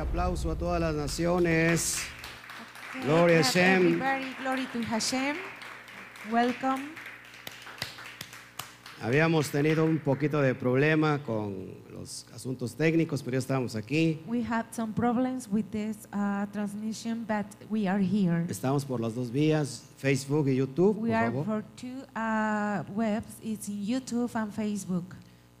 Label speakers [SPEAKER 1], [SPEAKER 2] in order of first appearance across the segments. [SPEAKER 1] aplauso a todas las naciones.
[SPEAKER 2] Okay,
[SPEAKER 1] Gloria a
[SPEAKER 2] clap
[SPEAKER 1] Hashem.
[SPEAKER 2] Everybody, glory to Hashem. Welcome.
[SPEAKER 1] Habíamos tenido un poquito de problema con los asuntos técnicos, pero ya estamos aquí.
[SPEAKER 2] We had some problems with this uh, transmission, but we are here.
[SPEAKER 1] Estamos por las dos vías, Facebook y YouTube, por
[SPEAKER 2] We are
[SPEAKER 1] favor.
[SPEAKER 2] for two uh, webs. It's in YouTube and Facebook.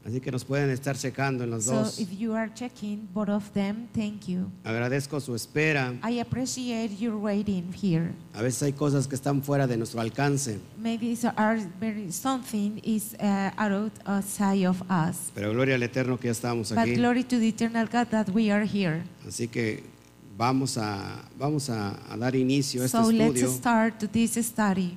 [SPEAKER 1] Así que nos pueden estar checando en las
[SPEAKER 2] So
[SPEAKER 1] dos.
[SPEAKER 2] if you are checking both of them, thank you.
[SPEAKER 1] Agradezco su espera.
[SPEAKER 2] I appreciate your waiting here.
[SPEAKER 1] A veces hay cosas que están fuera de nuestro alcance,
[SPEAKER 2] Maybe so- are very something is uh, out outside of us.
[SPEAKER 1] pero gloria al Eterno que ya estamos
[SPEAKER 2] But
[SPEAKER 1] aquí.
[SPEAKER 2] glory to the eternal God that we are here.
[SPEAKER 1] Así que vamos a, vamos a, a dar inicio a este
[SPEAKER 2] So
[SPEAKER 1] estudio.
[SPEAKER 2] let's start to this study.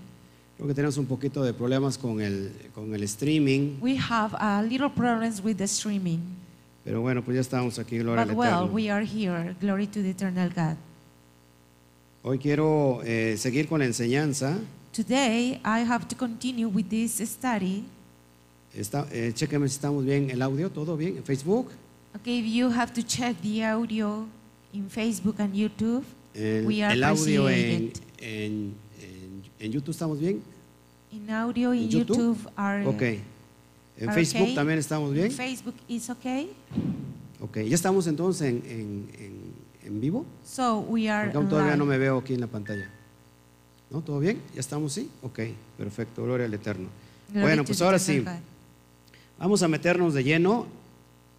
[SPEAKER 1] Creo que tenemos un poquito de problemas con el, con el streaming,
[SPEAKER 2] We have a little problems with the streaming,
[SPEAKER 1] pero bueno, pues ya estamos aquí, gloria
[SPEAKER 2] but
[SPEAKER 1] al
[SPEAKER 2] well,
[SPEAKER 1] Eterno.
[SPEAKER 2] we are here. Glory to the eternal God.
[SPEAKER 1] Hoy quiero eh, seguir con la enseñanza.
[SPEAKER 2] Today, I have to continue with this study.
[SPEAKER 1] Está, eh, chéqueme si estamos bien, el audio, todo bien, en Facebook,
[SPEAKER 2] Okay, you have to check the audio in Facebook and YouTube.
[SPEAKER 1] el,
[SPEAKER 2] We are
[SPEAKER 1] el audio en,
[SPEAKER 2] appreciated.
[SPEAKER 1] en, en- en YouTube, ¿estamos bien?
[SPEAKER 2] In audio,
[SPEAKER 1] ¿En
[SPEAKER 2] in
[SPEAKER 1] YouTube?
[SPEAKER 2] YouTube, are
[SPEAKER 1] Ok. En
[SPEAKER 2] are
[SPEAKER 1] Facebook
[SPEAKER 2] okay.
[SPEAKER 1] también estamos
[SPEAKER 2] in
[SPEAKER 1] bien.
[SPEAKER 2] Facebook is okay.
[SPEAKER 1] Ok, ya estamos entonces en, en- en- en vivo.
[SPEAKER 2] So we are
[SPEAKER 1] Porque aún todavía
[SPEAKER 2] live.
[SPEAKER 1] no me veo aquí en la pantalla. ¿No? ¿Todo bien? ¿Ya estamos? Sí. Ok, perfecto, gloria al Eterno.
[SPEAKER 2] Glory
[SPEAKER 1] bueno,
[SPEAKER 2] to
[SPEAKER 1] pues
[SPEAKER 2] the
[SPEAKER 1] ahora sí,
[SPEAKER 2] eternal
[SPEAKER 1] vamos a meternos de lleno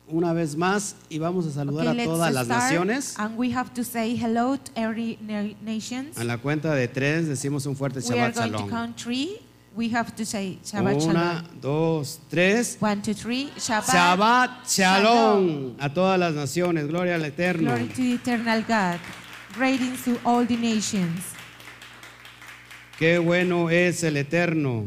[SPEAKER 1] una vez más y vamos a
[SPEAKER 2] God.
[SPEAKER 1] saludar
[SPEAKER 2] Okay,
[SPEAKER 1] a
[SPEAKER 2] let's
[SPEAKER 1] todas las
[SPEAKER 2] start,
[SPEAKER 1] naciones.
[SPEAKER 2] and we have to say hello to every na- nations.
[SPEAKER 1] A la cuenta de tres decimos un fuerte
[SPEAKER 2] we are
[SPEAKER 1] Shabbat
[SPEAKER 2] going to
[SPEAKER 1] Shalom.
[SPEAKER 2] count three. We have to say Shabbat
[SPEAKER 1] Una,
[SPEAKER 2] Shalom.
[SPEAKER 1] dos, tres.
[SPEAKER 2] One, two, three. Shabbat.
[SPEAKER 1] Shabbat Shalom
[SPEAKER 2] Shalom.
[SPEAKER 1] a todas las naciones. Gloria al Eterno.
[SPEAKER 2] Glory to the eternal God. Greetings to all the nations.
[SPEAKER 1] Qué bueno es el Eterno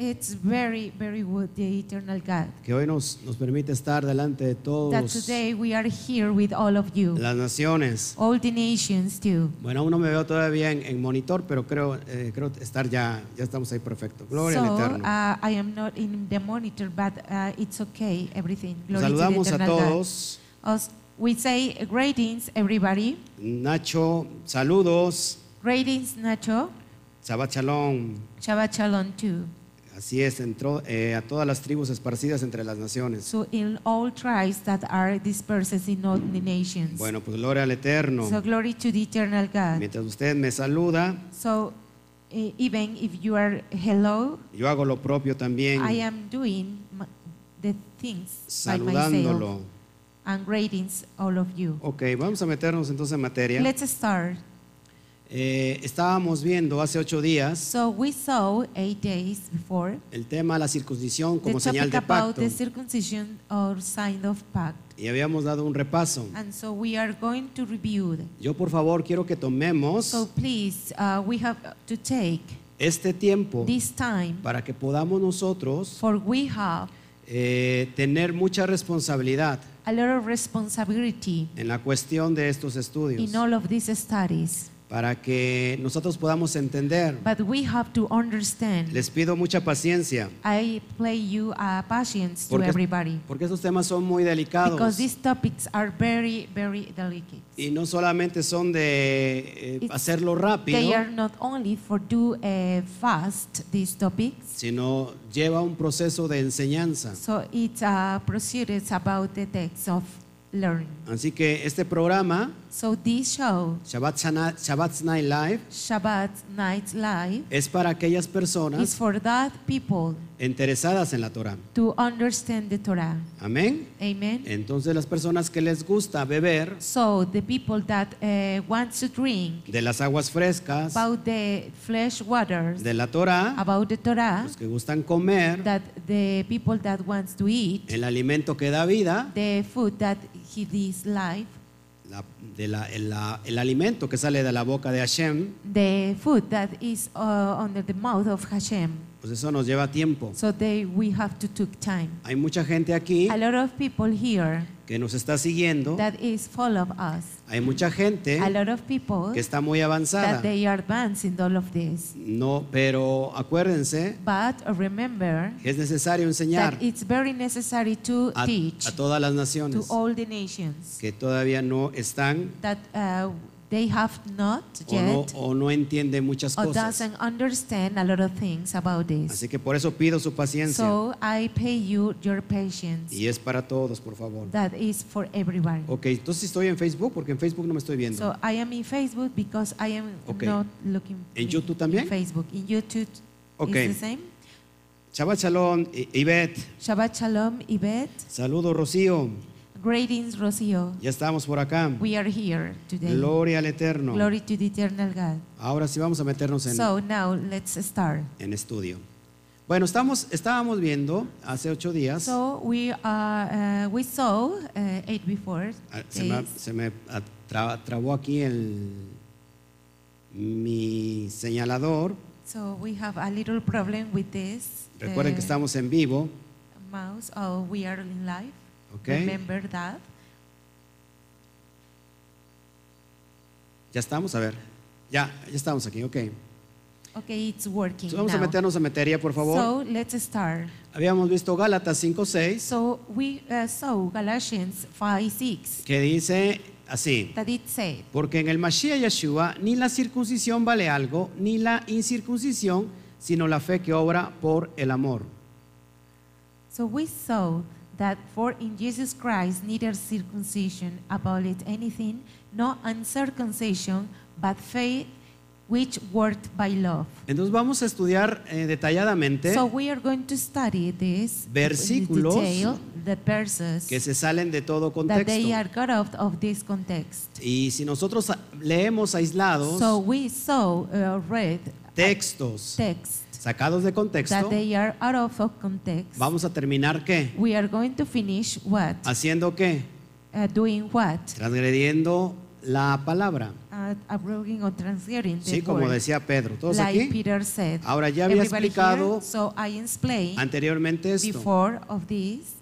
[SPEAKER 2] It's very, very good, the eternal God.
[SPEAKER 1] que hoy nos, nos permite estar delante de
[SPEAKER 2] That
[SPEAKER 1] todos
[SPEAKER 2] today we are here with all of you.
[SPEAKER 1] las naciones.
[SPEAKER 2] All the nations too.
[SPEAKER 1] Bueno, aún no me veo todavía en, en monitor, pero creo, eh, creo estar ya, ya estamos ahí perfecto. Gloria
[SPEAKER 2] so
[SPEAKER 1] al Eterno.
[SPEAKER 2] uh, I am not in the monitor, but uh, it's okay, everything.
[SPEAKER 1] Nos
[SPEAKER 2] Glory
[SPEAKER 1] Saludamos
[SPEAKER 2] to the
[SPEAKER 1] a
[SPEAKER 2] eternal
[SPEAKER 1] todos.
[SPEAKER 2] God. Us- we say greetings, everybody.
[SPEAKER 1] Nacho, saludos.
[SPEAKER 2] Greetings, Nacho.
[SPEAKER 1] Shabbat Shalom.
[SPEAKER 2] Shabbat Shalom too.
[SPEAKER 1] Así es, entró eh, a todas las tribus esparcidas entre las naciones.
[SPEAKER 2] So in all tribes that are dispersed in all the nations.
[SPEAKER 1] Bueno, pues gloria al Eterno.
[SPEAKER 2] So glory to the eternal God.
[SPEAKER 1] Mientras usted me saluda,
[SPEAKER 2] So e- even if you are hello,
[SPEAKER 1] yo hago lo propio también,
[SPEAKER 2] I am doing m- the things by myself
[SPEAKER 1] saludándolo. Oh,
[SPEAKER 2] and greetings all of you.
[SPEAKER 1] Ok, vamos a meternos entonces en materia.
[SPEAKER 2] Let's start.
[SPEAKER 1] Eh, estábamos viendo hace ocho días
[SPEAKER 2] So we saw eight days before
[SPEAKER 1] el tema de la circuncisión como
[SPEAKER 2] the
[SPEAKER 1] señal
[SPEAKER 2] topic
[SPEAKER 1] de
[SPEAKER 2] about
[SPEAKER 1] pacto
[SPEAKER 2] the circumcision or sign of pact,
[SPEAKER 1] y habíamos dado un repaso.
[SPEAKER 2] and so we are going to review. it.
[SPEAKER 1] Yo por favor quiero que
[SPEAKER 2] So
[SPEAKER 1] tomemos
[SPEAKER 2] please, uh, we have to take
[SPEAKER 1] este tiempo
[SPEAKER 2] this time
[SPEAKER 1] para que podamos nosotros
[SPEAKER 2] for we have
[SPEAKER 1] eh, tener mucha responsabilidad
[SPEAKER 2] a lot of responsibility
[SPEAKER 1] en la cuestión de estos estudios,
[SPEAKER 2] in all of these studies,
[SPEAKER 1] para que nosotros podamos entender.
[SPEAKER 2] but we have to understand.
[SPEAKER 1] Les pido mucha paciencia.
[SPEAKER 2] I play you uh, patience to
[SPEAKER 1] Porque-
[SPEAKER 2] everybody
[SPEAKER 1] Porque esos temas son muy
[SPEAKER 2] because
[SPEAKER 1] delicados
[SPEAKER 2] these topics are very, very delicate.
[SPEAKER 1] y no solamente son de eh,
[SPEAKER 2] It's-
[SPEAKER 1] hacerlo rápido,
[SPEAKER 2] They are not only for do uh, fast these topics,
[SPEAKER 1] sino lleva un proceso de enseñanza.
[SPEAKER 2] so it uh, proceeds about the text of learning.
[SPEAKER 1] Así que este programa,
[SPEAKER 2] So this show,
[SPEAKER 1] Shabbat, Shana- Shabbat Night Live,
[SPEAKER 2] Shabbat Night Live,
[SPEAKER 1] es para aquellas
[SPEAKER 2] is
[SPEAKER 1] personas
[SPEAKER 2] for that people
[SPEAKER 1] interesadas en la Torah.
[SPEAKER 2] to understand the Torah.
[SPEAKER 1] Amén.
[SPEAKER 2] Amen.
[SPEAKER 1] Entonces las personas que les gusta beber
[SPEAKER 2] So the people that uh, want to drink
[SPEAKER 1] de las aguas frescas,
[SPEAKER 2] about the flesh waters,
[SPEAKER 1] de la Torah,
[SPEAKER 2] about the Torah,
[SPEAKER 1] los que gustan comer
[SPEAKER 2] that the people that wants to eat
[SPEAKER 1] el alimento que da vida,
[SPEAKER 2] the food that he is life,
[SPEAKER 1] la- de la- el, la- el alimento que sale de la boca de Hashem,
[SPEAKER 2] the food that is uh, under the mouth of Hashem.
[SPEAKER 1] O Pues eso nos lleva tiempo.
[SPEAKER 2] So they we have to take time.
[SPEAKER 1] Hay mucha gente aquí
[SPEAKER 2] A lot of people here
[SPEAKER 1] que nos está siguiendo.
[SPEAKER 2] that is follow us.
[SPEAKER 1] Hay mucha gente
[SPEAKER 2] A lot of people
[SPEAKER 1] que está muy avanzada.
[SPEAKER 2] that they are advanced in all of this.
[SPEAKER 1] No, pero acuérdense,
[SPEAKER 2] But remember
[SPEAKER 1] que es necesario enseñar
[SPEAKER 2] that it's very necessary to
[SPEAKER 1] a,
[SPEAKER 2] teach
[SPEAKER 1] a todas las
[SPEAKER 2] to
[SPEAKER 1] naciones
[SPEAKER 2] all the nations
[SPEAKER 1] que todavía no están
[SPEAKER 2] that uh, they have not
[SPEAKER 1] o no,
[SPEAKER 2] yet
[SPEAKER 1] o no entienden muchas
[SPEAKER 2] or
[SPEAKER 1] cosas.
[SPEAKER 2] doesn't understand a lot of things about this.
[SPEAKER 1] Así que por eso pido su paciencia.
[SPEAKER 2] So I pay you your patience.
[SPEAKER 1] Y es para todos, por favor.
[SPEAKER 2] That is for everybody.
[SPEAKER 1] Ok, entonces estoy en Facebook porque en Facebook no me estoy viendo.
[SPEAKER 2] So I am in Facebook because I am
[SPEAKER 1] Okay.
[SPEAKER 2] not looking.
[SPEAKER 1] ¿En YouTube también?
[SPEAKER 2] Facebook. In YouTube
[SPEAKER 1] Okay.
[SPEAKER 2] is the same.
[SPEAKER 1] Shabbat Shalom, I- Ivette.
[SPEAKER 2] Shabbat Shalom, Yvette.
[SPEAKER 1] Saludos, Rocío.
[SPEAKER 2] Greetings, Rocio.
[SPEAKER 1] Ya estamos por acá.
[SPEAKER 2] We are here today.
[SPEAKER 1] Gloria al Eterno.
[SPEAKER 2] Glory to the eternal God.
[SPEAKER 1] Ahora sí vamos a meternos en,
[SPEAKER 2] So now let's start.
[SPEAKER 1] en estudio. Bueno, estamos, estábamos viendo hace ocho días.
[SPEAKER 2] So we are uh, we saw uh, eight before.
[SPEAKER 1] Ah, Se me,
[SPEAKER 2] days.
[SPEAKER 1] se me atra- trabó aquí el, mi señalador.
[SPEAKER 2] So we have a little problem with this.
[SPEAKER 1] Recuerden que
[SPEAKER 2] uh,
[SPEAKER 1] estamos en vivo.
[SPEAKER 2] mouse. Oh, we are in live.
[SPEAKER 1] Ok.
[SPEAKER 2] Remember that.
[SPEAKER 1] Ya estamos, a ver. Ya, ya estamos aquí, ok.
[SPEAKER 2] Okay, it's working
[SPEAKER 1] Entonces vamos a
[SPEAKER 2] now.
[SPEAKER 1] meternos a materia, por favor.
[SPEAKER 2] So let's start.
[SPEAKER 1] Habíamos visto Gálatas 5.6
[SPEAKER 2] So we uh, saw Galatians 5 6
[SPEAKER 1] que dice así.
[SPEAKER 2] that it said,
[SPEAKER 1] Porque en el Mashiach Yeshua ni la circuncisión vale algo, ni la incircuncisión, sino la fe que obra por el amor.
[SPEAKER 2] So we saw that for in Jesus Christ neither circumcision availeth anything, no uncircumcision, but faith which worked by love.
[SPEAKER 1] Entonces vamos a estudiar eh, detalladamente
[SPEAKER 2] So we are going to study this in
[SPEAKER 1] Versículos
[SPEAKER 2] detail, the verses
[SPEAKER 1] que se salen de todo
[SPEAKER 2] that they
[SPEAKER 1] contexto.
[SPEAKER 2] are cut out of this context.
[SPEAKER 1] Y si nosotros a- leemos aislados
[SPEAKER 2] So we saw uh, read
[SPEAKER 1] textos
[SPEAKER 2] text
[SPEAKER 1] sacados de contexto,
[SPEAKER 2] that they are out of of context.
[SPEAKER 1] vamos a terminar qué?
[SPEAKER 2] We are going to finish what?
[SPEAKER 1] Haciendo qué?
[SPEAKER 2] Uh, doing what?
[SPEAKER 1] Transgrediendo la palabra.
[SPEAKER 2] Uh, abrogating or transgressing the
[SPEAKER 1] Sí, como
[SPEAKER 2] word.
[SPEAKER 1] decía Pedro. Todos
[SPEAKER 2] like
[SPEAKER 1] aquí
[SPEAKER 2] Peter said.
[SPEAKER 1] Ahora, ya había
[SPEAKER 2] Everybody
[SPEAKER 1] explicado
[SPEAKER 2] here, so I explained
[SPEAKER 1] anteriormente esto.
[SPEAKER 2] before of this.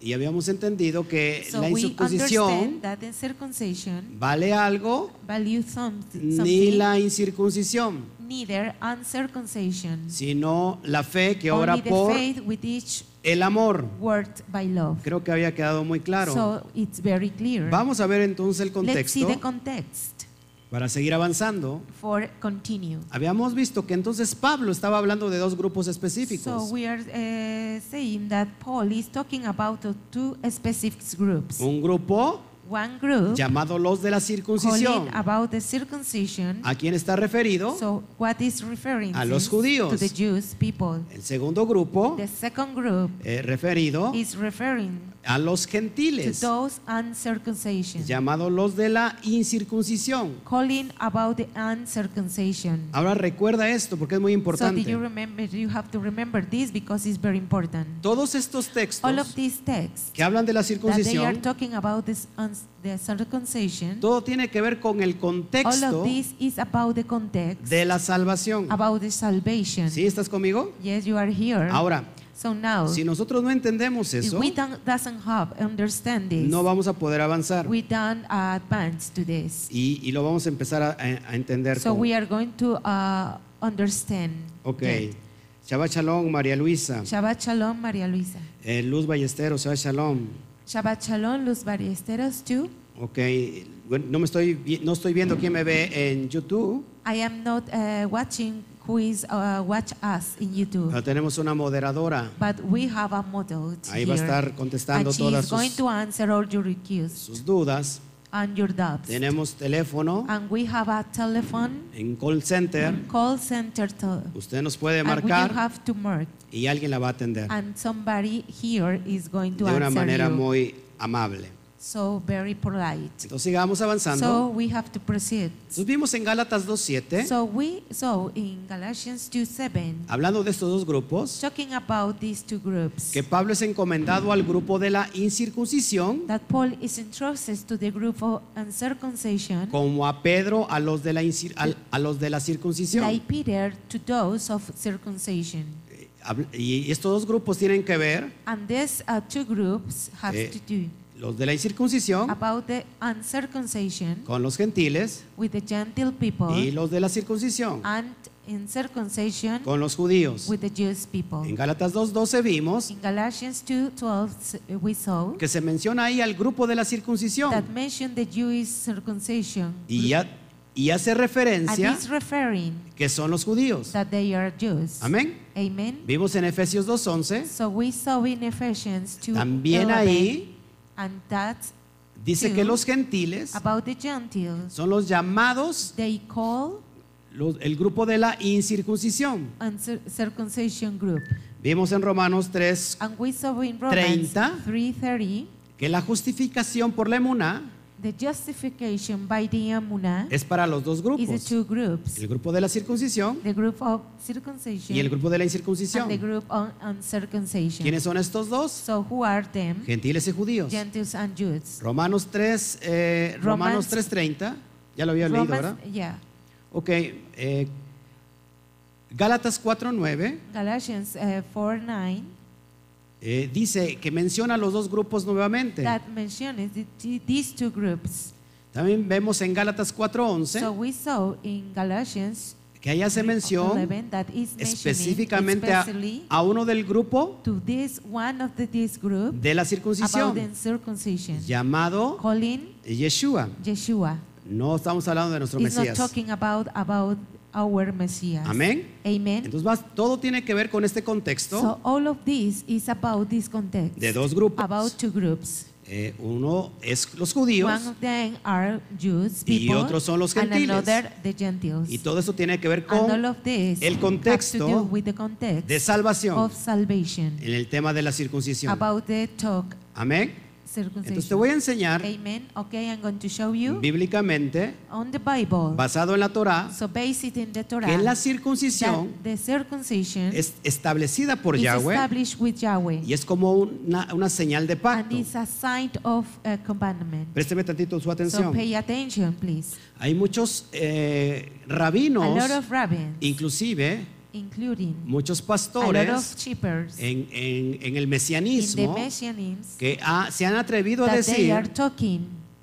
[SPEAKER 1] Y habíamos entendido que
[SPEAKER 2] So
[SPEAKER 1] eh, la
[SPEAKER 2] we
[SPEAKER 1] incircuncisión
[SPEAKER 2] understand that the circumcision
[SPEAKER 1] vale algo,
[SPEAKER 2] value some,
[SPEAKER 1] ni
[SPEAKER 2] something,
[SPEAKER 1] la incircuncisión,
[SPEAKER 2] neither uncircumcision,
[SPEAKER 1] sino la fe que obra
[SPEAKER 2] only the
[SPEAKER 1] por
[SPEAKER 2] faith with each
[SPEAKER 1] el amor.
[SPEAKER 2] word by love.
[SPEAKER 1] Creo que había quedado muy claro.
[SPEAKER 2] So it's very clear.
[SPEAKER 1] Vamos a ver entonces el
[SPEAKER 2] Let's see
[SPEAKER 1] contexto
[SPEAKER 2] the context
[SPEAKER 1] para seguir avanzando.
[SPEAKER 2] for continue.
[SPEAKER 1] Habíamos visto que entonces Pablo estaba hablando de dos grupos
[SPEAKER 2] So
[SPEAKER 1] específicos.
[SPEAKER 2] we are uh, saying that Paul is talking about the two specific groups.
[SPEAKER 1] Un grupo
[SPEAKER 2] One group
[SPEAKER 1] llamado los de la
[SPEAKER 2] calling
[SPEAKER 1] circuncisión.
[SPEAKER 2] about the circumcision.
[SPEAKER 1] ¿A quién está referido?
[SPEAKER 2] So what is referring
[SPEAKER 1] A los
[SPEAKER 2] this
[SPEAKER 1] judíos.
[SPEAKER 2] to the Jews people?
[SPEAKER 1] El segundo grupo
[SPEAKER 2] The second group
[SPEAKER 1] eh, referido
[SPEAKER 2] is referring
[SPEAKER 1] a los
[SPEAKER 2] to
[SPEAKER 1] gentiles,
[SPEAKER 2] those uncircumcision,
[SPEAKER 1] llamados los de la incircuncisión.
[SPEAKER 2] calling about the uncircumcision.
[SPEAKER 1] Ahora recuerda esto porque es muy
[SPEAKER 2] So did
[SPEAKER 1] Ah, importante.
[SPEAKER 2] you remember? You have to remember this because it's very important.
[SPEAKER 1] Todos estos
[SPEAKER 2] All
[SPEAKER 1] textos
[SPEAKER 2] of these texts
[SPEAKER 1] que hablan de la
[SPEAKER 2] that they are
[SPEAKER 1] circuncisión,
[SPEAKER 2] talking about this uns- the circumcision.
[SPEAKER 1] todo tiene que ver con el
[SPEAKER 2] All of
[SPEAKER 1] contexto
[SPEAKER 2] this is about the context,
[SPEAKER 1] de la salvación.
[SPEAKER 2] about the salvation.
[SPEAKER 1] ¿Sí estás conmigo?
[SPEAKER 2] Yes, you are here.
[SPEAKER 1] Ahora,
[SPEAKER 2] so now,
[SPEAKER 1] si nosotros no entendemos
[SPEAKER 2] if
[SPEAKER 1] eso,
[SPEAKER 2] we don't, doesn't have understand this,
[SPEAKER 1] no vamos a poder avanzar
[SPEAKER 2] we don't uh, advance to this.
[SPEAKER 1] y, y lo vamos a empezar a, a- a entender.
[SPEAKER 2] So
[SPEAKER 1] con-
[SPEAKER 2] we are going to uh, understand.
[SPEAKER 1] Ok.
[SPEAKER 2] that.
[SPEAKER 1] Shabbat Shalom, María Luisa.
[SPEAKER 2] Shabbat Shalom, María Luisa.
[SPEAKER 1] Eh, Luz Ballesteros, Shabbat Shalom.
[SPEAKER 2] Shabbat Shalom, Luz Ballesteros, too.
[SPEAKER 1] Ok, bueno, no, me estoy, vi- no estoy viendo quién me ve en YouTube.
[SPEAKER 2] I am not uh, watching who is uh, watch us in YouTube,
[SPEAKER 1] Pero tenemos una moderadora.
[SPEAKER 2] but we have a model
[SPEAKER 1] Ahí
[SPEAKER 2] here.
[SPEAKER 1] va a estar contestando
[SPEAKER 2] and she
[SPEAKER 1] todas
[SPEAKER 2] is going
[SPEAKER 1] sus,
[SPEAKER 2] to answer all your requests
[SPEAKER 1] sus dudas.
[SPEAKER 2] and your doubts.
[SPEAKER 1] Tenemos teléfono
[SPEAKER 2] And we have a telephone
[SPEAKER 1] en call center.
[SPEAKER 2] call center to
[SPEAKER 1] Usted nos puede
[SPEAKER 2] and you
[SPEAKER 1] marcar
[SPEAKER 2] have to mark
[SPEAKER 1] y alguien la va a atender
[SPEAKER 2] and somebody here is going
[SPEAKER 1] de
[SPEAKER 2] to
[SPEAKER 1] una
[SPEAKER 2] answer
[SPEAKER 1] manera
[SPEAKER 2] you.
[SPEAKER 1] muy amable.
[SPEAKER 2] so very polite.
[SPEAKER 1] Entonces sigamos
[SPEAKER 2] So
[SPEAKER 1] avanzando.
[SPEAKER 2] we have to proceed.
[SPEAKER 1] Nos vimos en Gálatas 2.7,
[SPEAKER 2] So we so in Galatians 2:7
[SPEAKER 1] hablando de estos dos grupos,
[SPEAKER 2] talking about these two groups
[SPEAKER 1] que Pablo es encomendado al grupo de la incircuncisión
[SPEAKER 2] that Paul is entrusted to the group of uncircumcision
[SPEAKER 1] como a Pedro a los de la, incir- al- a los de la circuncisión. Eh,
[SPEAKER 2] like Peter to those of circumcision.
[SPEAKER 1] Habl- Y estos dos grupos tienen que ver,
[SPEAKER 2] And these uh, two groups have
[SPEAKER 1] Eh,
[SPEAKER 2] to do
[SPEAKER 1] los de la incircuncisión
[SPEAKER 2] about the uncircumcision
[SPEAKER 1] con los gentiles
[SPEAKER 2] with the Gentile people
[SPEAKER 1] y los de la circuncisión
[SPEAKER 2] and in circumcision
[SPEAKER 1] con los judíos.
[SPEAKER 2] with the Jewish people.
[SPEAKER 1] En Gálatas 2.12 vimos
[SPEAKER 2] In Galatians 2:12 eh, we saw
[SPEAKER 1] que se menciona ahí al grupo de la
[SPEAKER 2] that
[SPEAKER 1] circuncisión
[SPEAKER 2] mentioned the Jewish circumcision
[SPEAKER 1] y, ya- y hace
[SPEAKER 2] and
[SPEAKER 1] referencia
[SPEAKER 2] is referring
[SPEAKER 1] que son los judíos.
[SPEAKER 2] that they are Jews.
[SPEAKER 1] Amén.
[SPEAKER 2] Amen.
[SPEAKER 1] Vimos en Efesios 2.11,
[SPEAKER 2] So we saw in Ephesians 2
[SPEAKER 1] También ahí-
[SPEAKER 2] and that's
[SPEAKER 1] dice que los gentiles
[SPEAKER 2] about the Gentiles.
[SPEAKER 1] son los llamados
[SPEAKER 2] They call
[SPEAKER 1] los- el grupo de la incircuncisión.
[SPEAKER 2] uncir- circumcision group.
[SPEAKER 1] Vimos en Romanos 3
[SPEAKER 2] And we saw in Romans
[SPEAKER 1] 30.
[SPEAKER 2] 3:30
[SPEAKER 1] que la justificación por la emuná
[SPEAKER 2] the justification by the Amunah
[SPEAKER 1] es para los dos
[SPEAKER 2] is the
[SPEAKER 1] grupos,
[SPEAKER 2] two groups,
[SPEAKER 1] el grupo de la circuncisión
[SPEAKER 2] the group of circumcision
[SPEAKER 1] y el grupo de la
[SPEAKER 2] and the
[SPEAKER 1] incircuncisión.
[SPEAKER 2] group on uncircumcision.
[SPEAKER 1] ¿Quiénes son estos dos?
[SPEAKER 2] So who are them?
[SPEAKER 1] Gentiles y judíos.
[SPEAKER 2] Gentiles and Jews.
[SPEAKER 1] Romanos 3, eh, Romanos
[SPEAKER 2] Romanos-
[SPEAKER 1] 3.30, ya lo había leído, ¿verdad?
[SPEAKER 2] Romans, yeah.
[SPEAKER 1] Ok, eh, Gálatas 4.9
[SPEAKER 2] Galatians uh, 4 9
[SPEAKER 1] eh, dice que menciona a los dos grupos nuevamente.
[SPEAKER 2] that mentions the- the- these two groups.
[SPEAKER 1] También vemos en Gálatas
[SPEAKER 2] So
[SPEAKER 1] 4.11
[SPEAKER 2] we saw in Galatians
[SPEAKER 1] que ahí hace mención
[SPEAKER 2] 11 that is mentioning
[SPEAKER 1] específicamente a,
[SPEAKER 2] especially
[SPEAKER 1] a uno del grupo
[SPEAKER 2] to this one of the this group
[SPEAKER 1] de la
[SPEAKER 2] about the
[SPEAKER 1] circuncisión
[SPEAKER 2] circumcision,
[SPEAKER 1] llamado
[SPEAKER 2] calling
[SPEAKER 1] Yeshua.
[SPEAKER 2] Yeshua.
[SPEAKER 1] No estamos hablando de nuestro
[SPEAKER 2] He's not
[SPEAKER 1] Mesías.
[SPEAKER 2] talking about about our Messias.
[SPEAKER 1] Amén.
[SPEAKER 2] Amen.
[SPEAKER 1] Entonces vas- todo tiene que ver con este contexto
[SPEAKER 2] So all of this is about this context.
[SPEAKER 1] de dos grupos.
[SPEAKER 2] About two groups.
[SPEAKER 1] Eh, uno es los
[SPEAKER 2] One
[SPEAKER 1] judíos
[SPEAKER 2] of them are Jews
[SPEAKER 1] Y
[SPEAKER 2] people
[SPEAKER 1] otros son los gentiles.
[SPEAKER 2] and another the Gentiles.
[SPEAKER 1] y todo eso tiene que ver
[SPEAKER 2] and all
[SPEAKER 1] con
[SPEAKER 2] of this
[SPEAKER 1] el
[SPEAKER 2] have
[SPEAKER 1] contexto
[SPEAKER 2] to do with the context
[SPEAKER 1] de salvación
[SPEAKER 2] of salvation
[SPEAKER 1] en el tema de la circuncisión.
[SPEAKER 2] about the talk
[SPEAKER 1] Amén.
[SPEAKER 2] circumcision.
[SPEAKER 1] Entonces te voy a enseñar
[SPEAKER 2] Amen. Okay, I'm going to show you
[SPEAKER 1] bíblicamente,
[SPEAKER 2] on the Bible.
[SPEAKER 1] basado en la Torá,
[SPEAKER 2] so based in the Torah.
[SPEAKER 1] que la
[SPEAKER 2] that
[SPEAKER 1] circuncisión
[SPEAKER 2] the circumcision
[SPEAKER 1] es establecida por
[SPEAKER 2] is
[SPEAKER 1] Yahweh
[SPEAKER 2] established with Yahweh.
[SPEAKER 1] y es como una, una señal de
[SPEAKER 2] and
[SPEAKER 1] pacto.
[SPEAKER 2] it's a sign of a commandment.
[SPEAKER 1] Présteme tantito su
[SPEAKER 2] So
[SPEAKER 1] atención.
[SPEAKER 2] pay attention, please.
[SPEAKER 1] Hay muchos eh,
[SPEAKER 2] a
[SPEAKER 1] rabinos,
[SPEAKER 2] lot of rabbins,
[SPEAKER 1] inclusive
[SPEAKER 2] including
[SPEAKER 1] muchos
[SPEAKER 2] a lot of
[SPEAKER 1] pastores
[SPEAKER 2] shepherds
[SPEAKER 1] en, en- en el
[SPEAKER 2] in the
[SPEAKER 1] mesianismo
[SPEAKER 2] messianism
[SPEAKER 1] que ha- se han atrevido a
[SPEAKER 2] that they are Oh.
[SPEAKER 1] decir
[SPEAKER 2] talking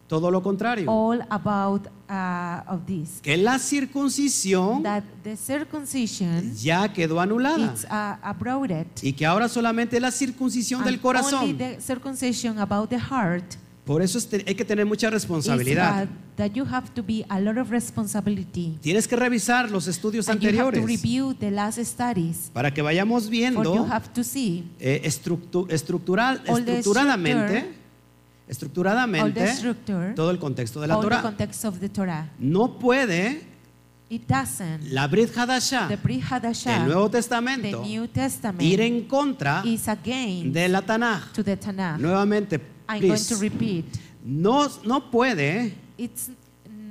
[SPEAKER 1] todo lo contrario,
[SPEAKER 2] all about uh, of this.
[SPEAKER 1] que la circuncisión
[SPEAKER 2] That the circumcision
[SPEAKER 1] ya quedó anulada
[SPEAKER 2] it's uh, abroaded.
[SPEAKER 1] y que ahora solamente la circuncisión del
[SPEAKER 2] and Only
[SPEAKER 1] corazón.
[SPEAKER 2] the circumcision about the heart
[SPEAKER 1] Por eso es te- hay que tener mucha
[SPEAKER 2] is
[SPEAKER 1] responsabilidad.
[SPEAKER 2] that- that you have to be a lot of responsibility.
[SPEAKER 1] Tienes que revisar los estudios
[SPEAKER 2] and you have to
[SPEAKER 1] anteriores
[SPEAKER 2] review the last studies.
[SPEAKER 1] para que vayamos
[SPEAKER 2] For you
[SPEAKER 1] viendo
[SPEAKER 2] have to see
[SPEAKER 1] eh, estructu- estructural,
[SPEAKER 2] All the
[SPEAKER 1] estructuradamente,
[SPEAKER 2] structure- all the
[SPEAKER 1] estructuradamente
[SPEAKER 2] structure,
[SPEAKER 1] todo el contexto de la
[SPEAKER 2] all the
[SPEAKER 1] Torah.
[SPEAKER 2] context of the Torah.
[SPEAKER 1] No puede
[SPEAKER 2] It doesn't.
[SPEAKER 1] la Brit Hadashah,
[SPEAKER 2] the Brit Hadashah,
[SPEAKER 1] el Nuevo
[SPEAKER 2] the
[SPEAKER 1] Testamento,
[SPEAKER 2] New Testament,
[SPEAKER 1] ir en contra
[SPEAKER 2] is again
[SPEAKER 1] de la Tanaj.
[SPEAKER 2] to the Tanakh.
[SPEAKER 1] Nuevamente,
[SPEAKER 2] I'm
[SPEAKER 1] please.
[SPEAKER 2] going to repeat.
[SPEAKER 1] No, no puede
[SPEAKER 2] It's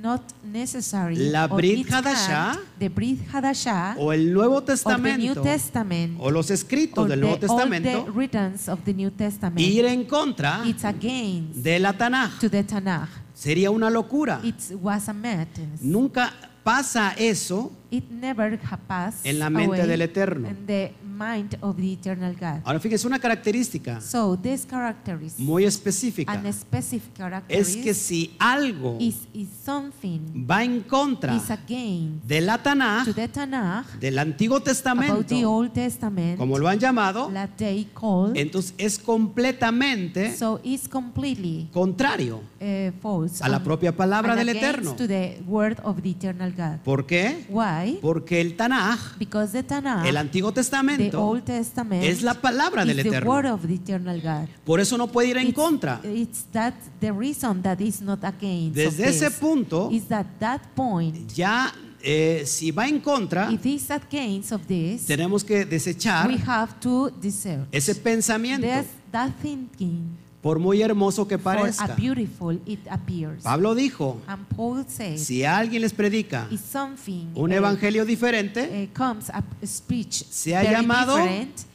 [SPEAKER 2] not necessary.
[SPEAKER 1] La
[SPEAKER 2] or
[SPEAKER 1] Brit
[SPEAKER 2] it can't,
[SPEAKER 1] Hadashah
[SPEAKER 2] the Brit Hadashah,
[SPEAKER 1] o el Nuevo
[SPEAKER 2] or the New
[SPEAKER 1] Testamento
[SPEAKER 2] Testament,
[SPEAKER 1] o los escritos
[SPEAKER 2] or
[SPEAKER 1] del
[SPEAKER 2] the-
[SPEAKER 1] Nuevo
[SPEAKER 2] all the
[SPEAKER 1] Testamento
[SPEAKER 2] writings of the New Testament,
[SPEAKER 1] ir en contra
[SPEAKER 2] it's against
[SPEAKER 1] de la Tanaj.
[SPEAKER 2] to the Tanakh.
[SPEAKER 1] Sería una locura.
[SPEAKER 2] It was a madness.
[SPEAKER 1] Nunca pasa eso
[SPEAKER 2] It never ha passed
[SPEAKER 1] En la mente
[SPEAKER 2] away
[SPEAKER 1] del Eterno.
[SPEAKER 2] in the mind of the eternal God.
[SPEAKER 1] Ahora fíjense, una característica
[SPEAKER 2] So this characteristic,
[SPEAKER 1] muy específica
[SPEAKER 2] and specific
[SPEAKER 1] es
[SPEAKER 2] characteristic,
[SPEAKER 1] que si algo
[SPEAKER 2] is, is something
[SPEAKER 1] va en contra
[SPEAKER 2] is against
[SPEAKER 1] de la Tanaj,
[SPEAKER 2] to the Tanakh
[SPEAKER 1] del Antiguo
[SPEAKER 2] about the
[SPEAKER 1] Testamento,
[SPEAKER 2] Old Testament,
[SPEAKER 1] como lo han llamado,
[SPEAKER 2] that they call,
[SPEAKER 1] entonces es completamente
[SPEAKER 2] so it's completely
[SPEAKER 1] contrario
[SPEAKER 2] uh, false
[SPEAKER 1] a la
[SPEAKER 2] and-
[SPEAKER 1] propia palabra
[SPEAKER 2] and
[SPEAKER 1] del
[SPEAKER 2] against
[SPEAKER 1] Eterno.
[SPEAKER 2] to the word of the eternal God.
[SPEAKER 1] ¿Por qué?
[SPEAKER 2] Why?
[SPEAKER 1] Porque el Tanaj,
[SPEAKER 2] Because the Tanakh,
[SPEAKER 1] el Antiguo
[SPEAKER 2] the
[SPEAKER 1] Testamento,
[SPEAKER 2] Old Testament,
[SPEAKER 1] es la palabra del
[SPEAKER 2] is the word
[SPEAKER 1] Eterno.
[SPEAKER 2] of the eternal God.
[SPEAKER 1] Por eso no puede ir en
[SPEAKER 2] It's- eh,
[SPEAKER 1] contra.
[SPEAKER 2] It's that the reason that is not against. of
[SPEAKER 1] Desde ese
[SPEAKER 2] this
[SPEAKER 1] punto,
[SPEAKER 2] is that that point,
[SPEAKER 1] ya eh, si va en contra,
[SPEAKER 2] if it's against of this,
[SPEAKER 1] tenemos que desechar
[SPEAKER 2] we have to desert.
[SPEAKER 1] ese pensamiento,
[SPEAKER 2] There's that thinking.
[SPEAKER 1] por muy hermoso que
[SPEAKER 2] For a
[SPEAKER 1] parezca.
[SPEAKER 2] beautiful it appears.
[SPEAKER 1] Pablo dijo,
[SPEAKER 2] And Paul says,
[SPEAKER 1] si alguien les predica
[SPEAKER 2] if something
[SPEAKER 1] un
[SPEAKER 2] eh,
[SPEAKER 1] evangelio diferente,
[SPEAKER 2] eh, comes a a speech
[SPEAKER 1] Se ha
[SPEAKER 2] very
[SPEAKER 1] llamado
[SPEAKER 2] different, it's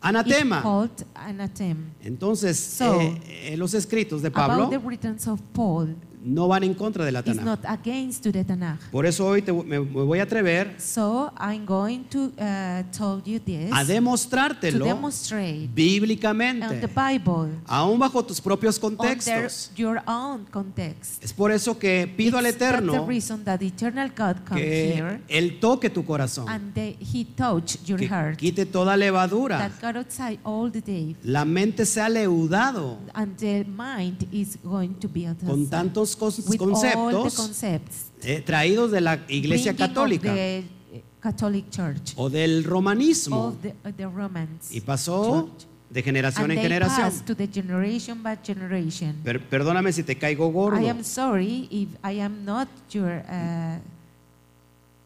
[SPEAKER 1] anatema.
[SPEAKER 2] called anathema.
[SPEAKER 1] Entonces,
[SPEAKER 2] So,
[SPEAKER 1] eh, eh, los escritos de
[SPEAKER 2] About
[SPEAKER 1] Pablo
[SPEAKER 2] the writings of Paul,
[SPEAKER 1] no van en contra de la
[SPEAKER 2] is
[SPEAKER 1] Tanakh.
[SPEAKER 2] not against to the Tanakh.
[SPEAKER 1] Por eso hoy te- me, me voy a atrever
[SPEAKER 2] So I'm going to uh, tell you this
[SPEAKER 1] a
[SPEAKER 2] to
[SPEAKER 1] demostrártelo
[SPEAKER 2] demonstrate on
[SPEAKER 1] bíblicamente,
[SPEAKER 2] the Bible,
[SPEAKER 1] aún bajo tus propios
[SPEAKER 2] on their,
[SPEAKER 1] contextos.
[SPEAKER 2] your own context.
[SPEAKER 1] Es por eso que pido al
[SPEAKER 2] It's that the
[SPEAKER 1] Eterno
[SPEAKER 2] reason that the eternal God comes
[SPEAKER 1] que
[SPEAKER 2] here
[SPEAKER 1] Él toque tu corazón,
[SPEAKER 2] and they- He touched your
[SPEAKER 1] que
[SPEAKER 2] heart,
[SPEAKER 1] quite toda levadura,
[SPEAKER 2] that got outside all the day,
[SPEAKER 1] la mente sea leudado
[SPEAKER 2] and the mind is going to be at
[SPEAKER 1] con
[SPEAKER 2] us.
[SPEAKER 1] tantos cos-
[SPEAKER 2] with all the
[SPEAKER 1] conceptos
[SPEAKER 2] concepts
[SPEAKER 1] eh, traídos de la Iglesia
[SPEAKER 2] bringing of
[SPEAKER 1] Católica
[SPEAKER 2] the eh, Catholic Church,
[SPEAKER 1] o del
[SPEAKER 2] all
[SPEAKER 1] romanismo
[SPEAKER 2] the, uh, the Romans.
[SPEAKER 1] y pasó
[SPEAKER 2] Church.
[SPEAKER 1] de generación
[SPEAKER 2] and
[SPEAKER 1] en
[SPEAKER 2] they
[SPEAKER 1] generación.
[SPEAKER 2] pass to the generation by generation.
[SPEAKER 1] Per- perdóname si te caigo
[SPEAKER 2] I
[SPEAKER 1] gordo.
[SPEAKER 2] am sorry if I am not your, uh,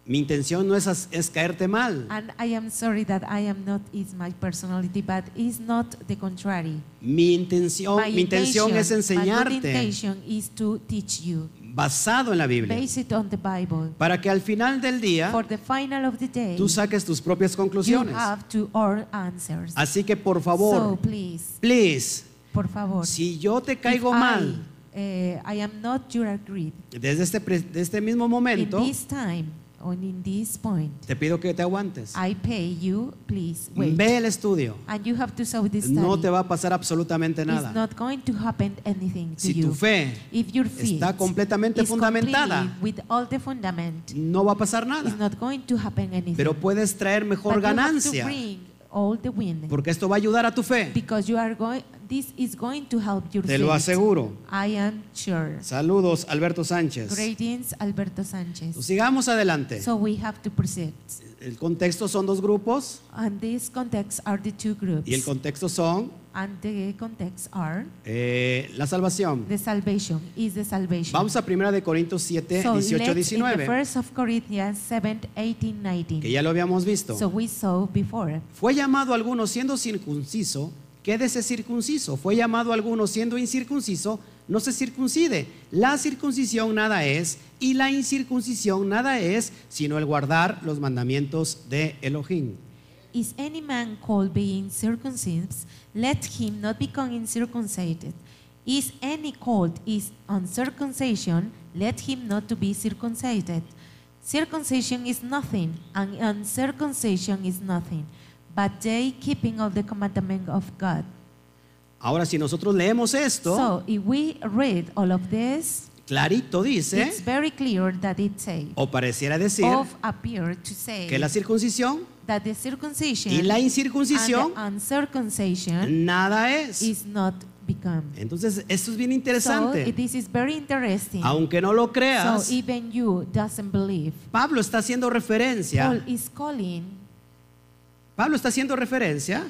[SPEAKER 1] Mi intención no es, as- es caerte mal.
[SPEAKER 2] and I am sorry that I am not is my personality, but it's not the contrary.
[SPEAKER 1] Mi intención, mi intención es
[SPEAKER 2] my good
[SPEAKER 1] enseñarte
[SPEAKER 2] intention is to teach you,
[SPEAKER 1] basado en la Biblia,
[SPEAKER 2] based on the Bible.
[SPEAKER 1] para que al final del día
[SPEAKER 2] For the final of the day,
[SPEAKER 1] tú saques tus propias
[SPEAKER 2] you
[SPEAKER 1] conclusiones.
[SPEAKER 2] have to all answers.
[SPEAKER 1] Así que por
[SPEAKER 2] So
[SPEAKER 1] favor,
[SPEAKER 2] please,
[SPEAKER 1] please,
[SPEAKER 2] por favor.
[SPEAKER 1] si yo te caigo
[SPEAKER 2] if I,
[SPEAKER 1] mal
[SPEAKER 2] eh, I am not your agreed.
[SPEAKER 1] desde este, pre- de este mismo
[SPEAKER 2] In
[SPEAKER 1] momento,
[SPEAKER 2] this time, or in this point,
[SPEAKER 1] te pido que te aguantes.
[SPEAKER 2] I pay you, please wait.
[SPEAKER 1] Ve al estudio.
[SPEAKER 2] And you have to solve this study.
[SPEAKER 1] No te va a pasar absolutamente
[SPEAKER 2] It's
[SPEAKER 1] nada.
[SPEAKER 2] not going to happen anything to
[SPEAKER 1] Si
[SPEAKER 2] you.
[SPEAKER 1] tu fe
[SPEAKER 2] if your faith
[SPEAKER 1] está completamente
[SPEAKER 2] is
[SPEAKER 1] fundamentada,
[SPEAKER 2] completely with all the fundament,
[SPEAKER 1] no va a pasar
[SPEAKER 2] it's
[SPEAKER 1] nada,
[SPEAKER 2] not going to happen anything.
[SPEAKER 1] pero puedes traer
[SPEAKER 2] But
[SPEAKER 1] mejor
[SPEAKER 2] you have to
[SPEAKER 1] ganancia.
[SPEAKER 2] bring all the win.
[SPEAKER 1] Porque esto va a ayudar a tu fe.
[SPEAKER 2] Because you are going, this is going to help your
[SPEAKER 1] Te lo
[SPEAKER 2] faith.
[SPEAKER 1] aseguro.
[SPEAKER 2] I am sure.
[SPEAKER 1] Saludos, Alberto Sánchez. Pues
[SPEAKER 2] Greetings, Alberto Sánchez.
[SPEAKER 1] Sigamos adelante.
[SPEAKER 2] So we have to proceed.
[SPEAKER 1] El contexto son dos grupos
[SPEAKER 2] And these contexts are the two groups.
[SPEAKER 1] y el contexto son
[SPEAKER 2] and the contexts are
[SPEAKER 1] eh, la salvación.
[SPEAKER 2] the salvation is the salvation.
[SPEAKER 1] Vamos a 1 de Corintios 7,
[SPEAKER 2] so
[SPEAKER 1] 18,
[SPEAKER 2] let's in the
[SPEAKER 1] 19,
[SPEAKER 2] first of Corinthians 7, 18, 19.
[SPEAKER 1] que ya lo habíamos
[SPEAKER 2] So
[SPEAKER 1] visto.
[SPEAKER 2] we saw before.
[SPEAKER 1] Fue llamado alguno siendo circunciso, quédese circunciso. Fue llamado alguno siendo incircunciso, no se circuncide. La circuncisión nada es y la incircuncisión nada es, sino el guardar los mandamientos de Elohim.
[SPEAKER 2] Is any man called being circumcised? Let him not become incircumcised. Is any called is uncircumcision? Let him not to be circumcised. Circumcision is nothing, and uncircumcision is nothing, but they keeping of the commandment of God.
[SPEAKER 1] Ahora, si nosotros leemos esto,
[SPEAKER 2] So if we read all of this,
[SPEAKER 1] clarito dice,
[SPEAKER 2] it's very clear that it says,
[SPEAKER 1] o pareciera decir,
[SPEAKER 2] of appear to say
[SPEAKER 1] que la circuncisión
[SPEAKER 2] that the circumcision
[SPEAKER 1] y la
[SPEAKER 2] and
[SPEAKER 1] incircuncisión
[SPEAKER 2] the uncircumcision
[SPEAKER 1] nada es.
[SPEAKER 2] is not become.
[SPEAKER 1] Entonces, esto es bien
[SPEAKER 2] So
[SPEAKER 1] interesante.
[SPEAKER 2] this is very interesting.
[SPEAKER 1] Aunque no lo
[SPEAKER 2] So
[SPEAKER 1] creas,
[SPEAKER 2] even you doesn't believe.
[SPEAKER 1] Pablo está haciendo
[SPEAKER 2] Paul
[SPEAKER 1] referencia,
[SPEAKER 2] is calling.
[SPEAKER 1] Pablo está haciendo referencia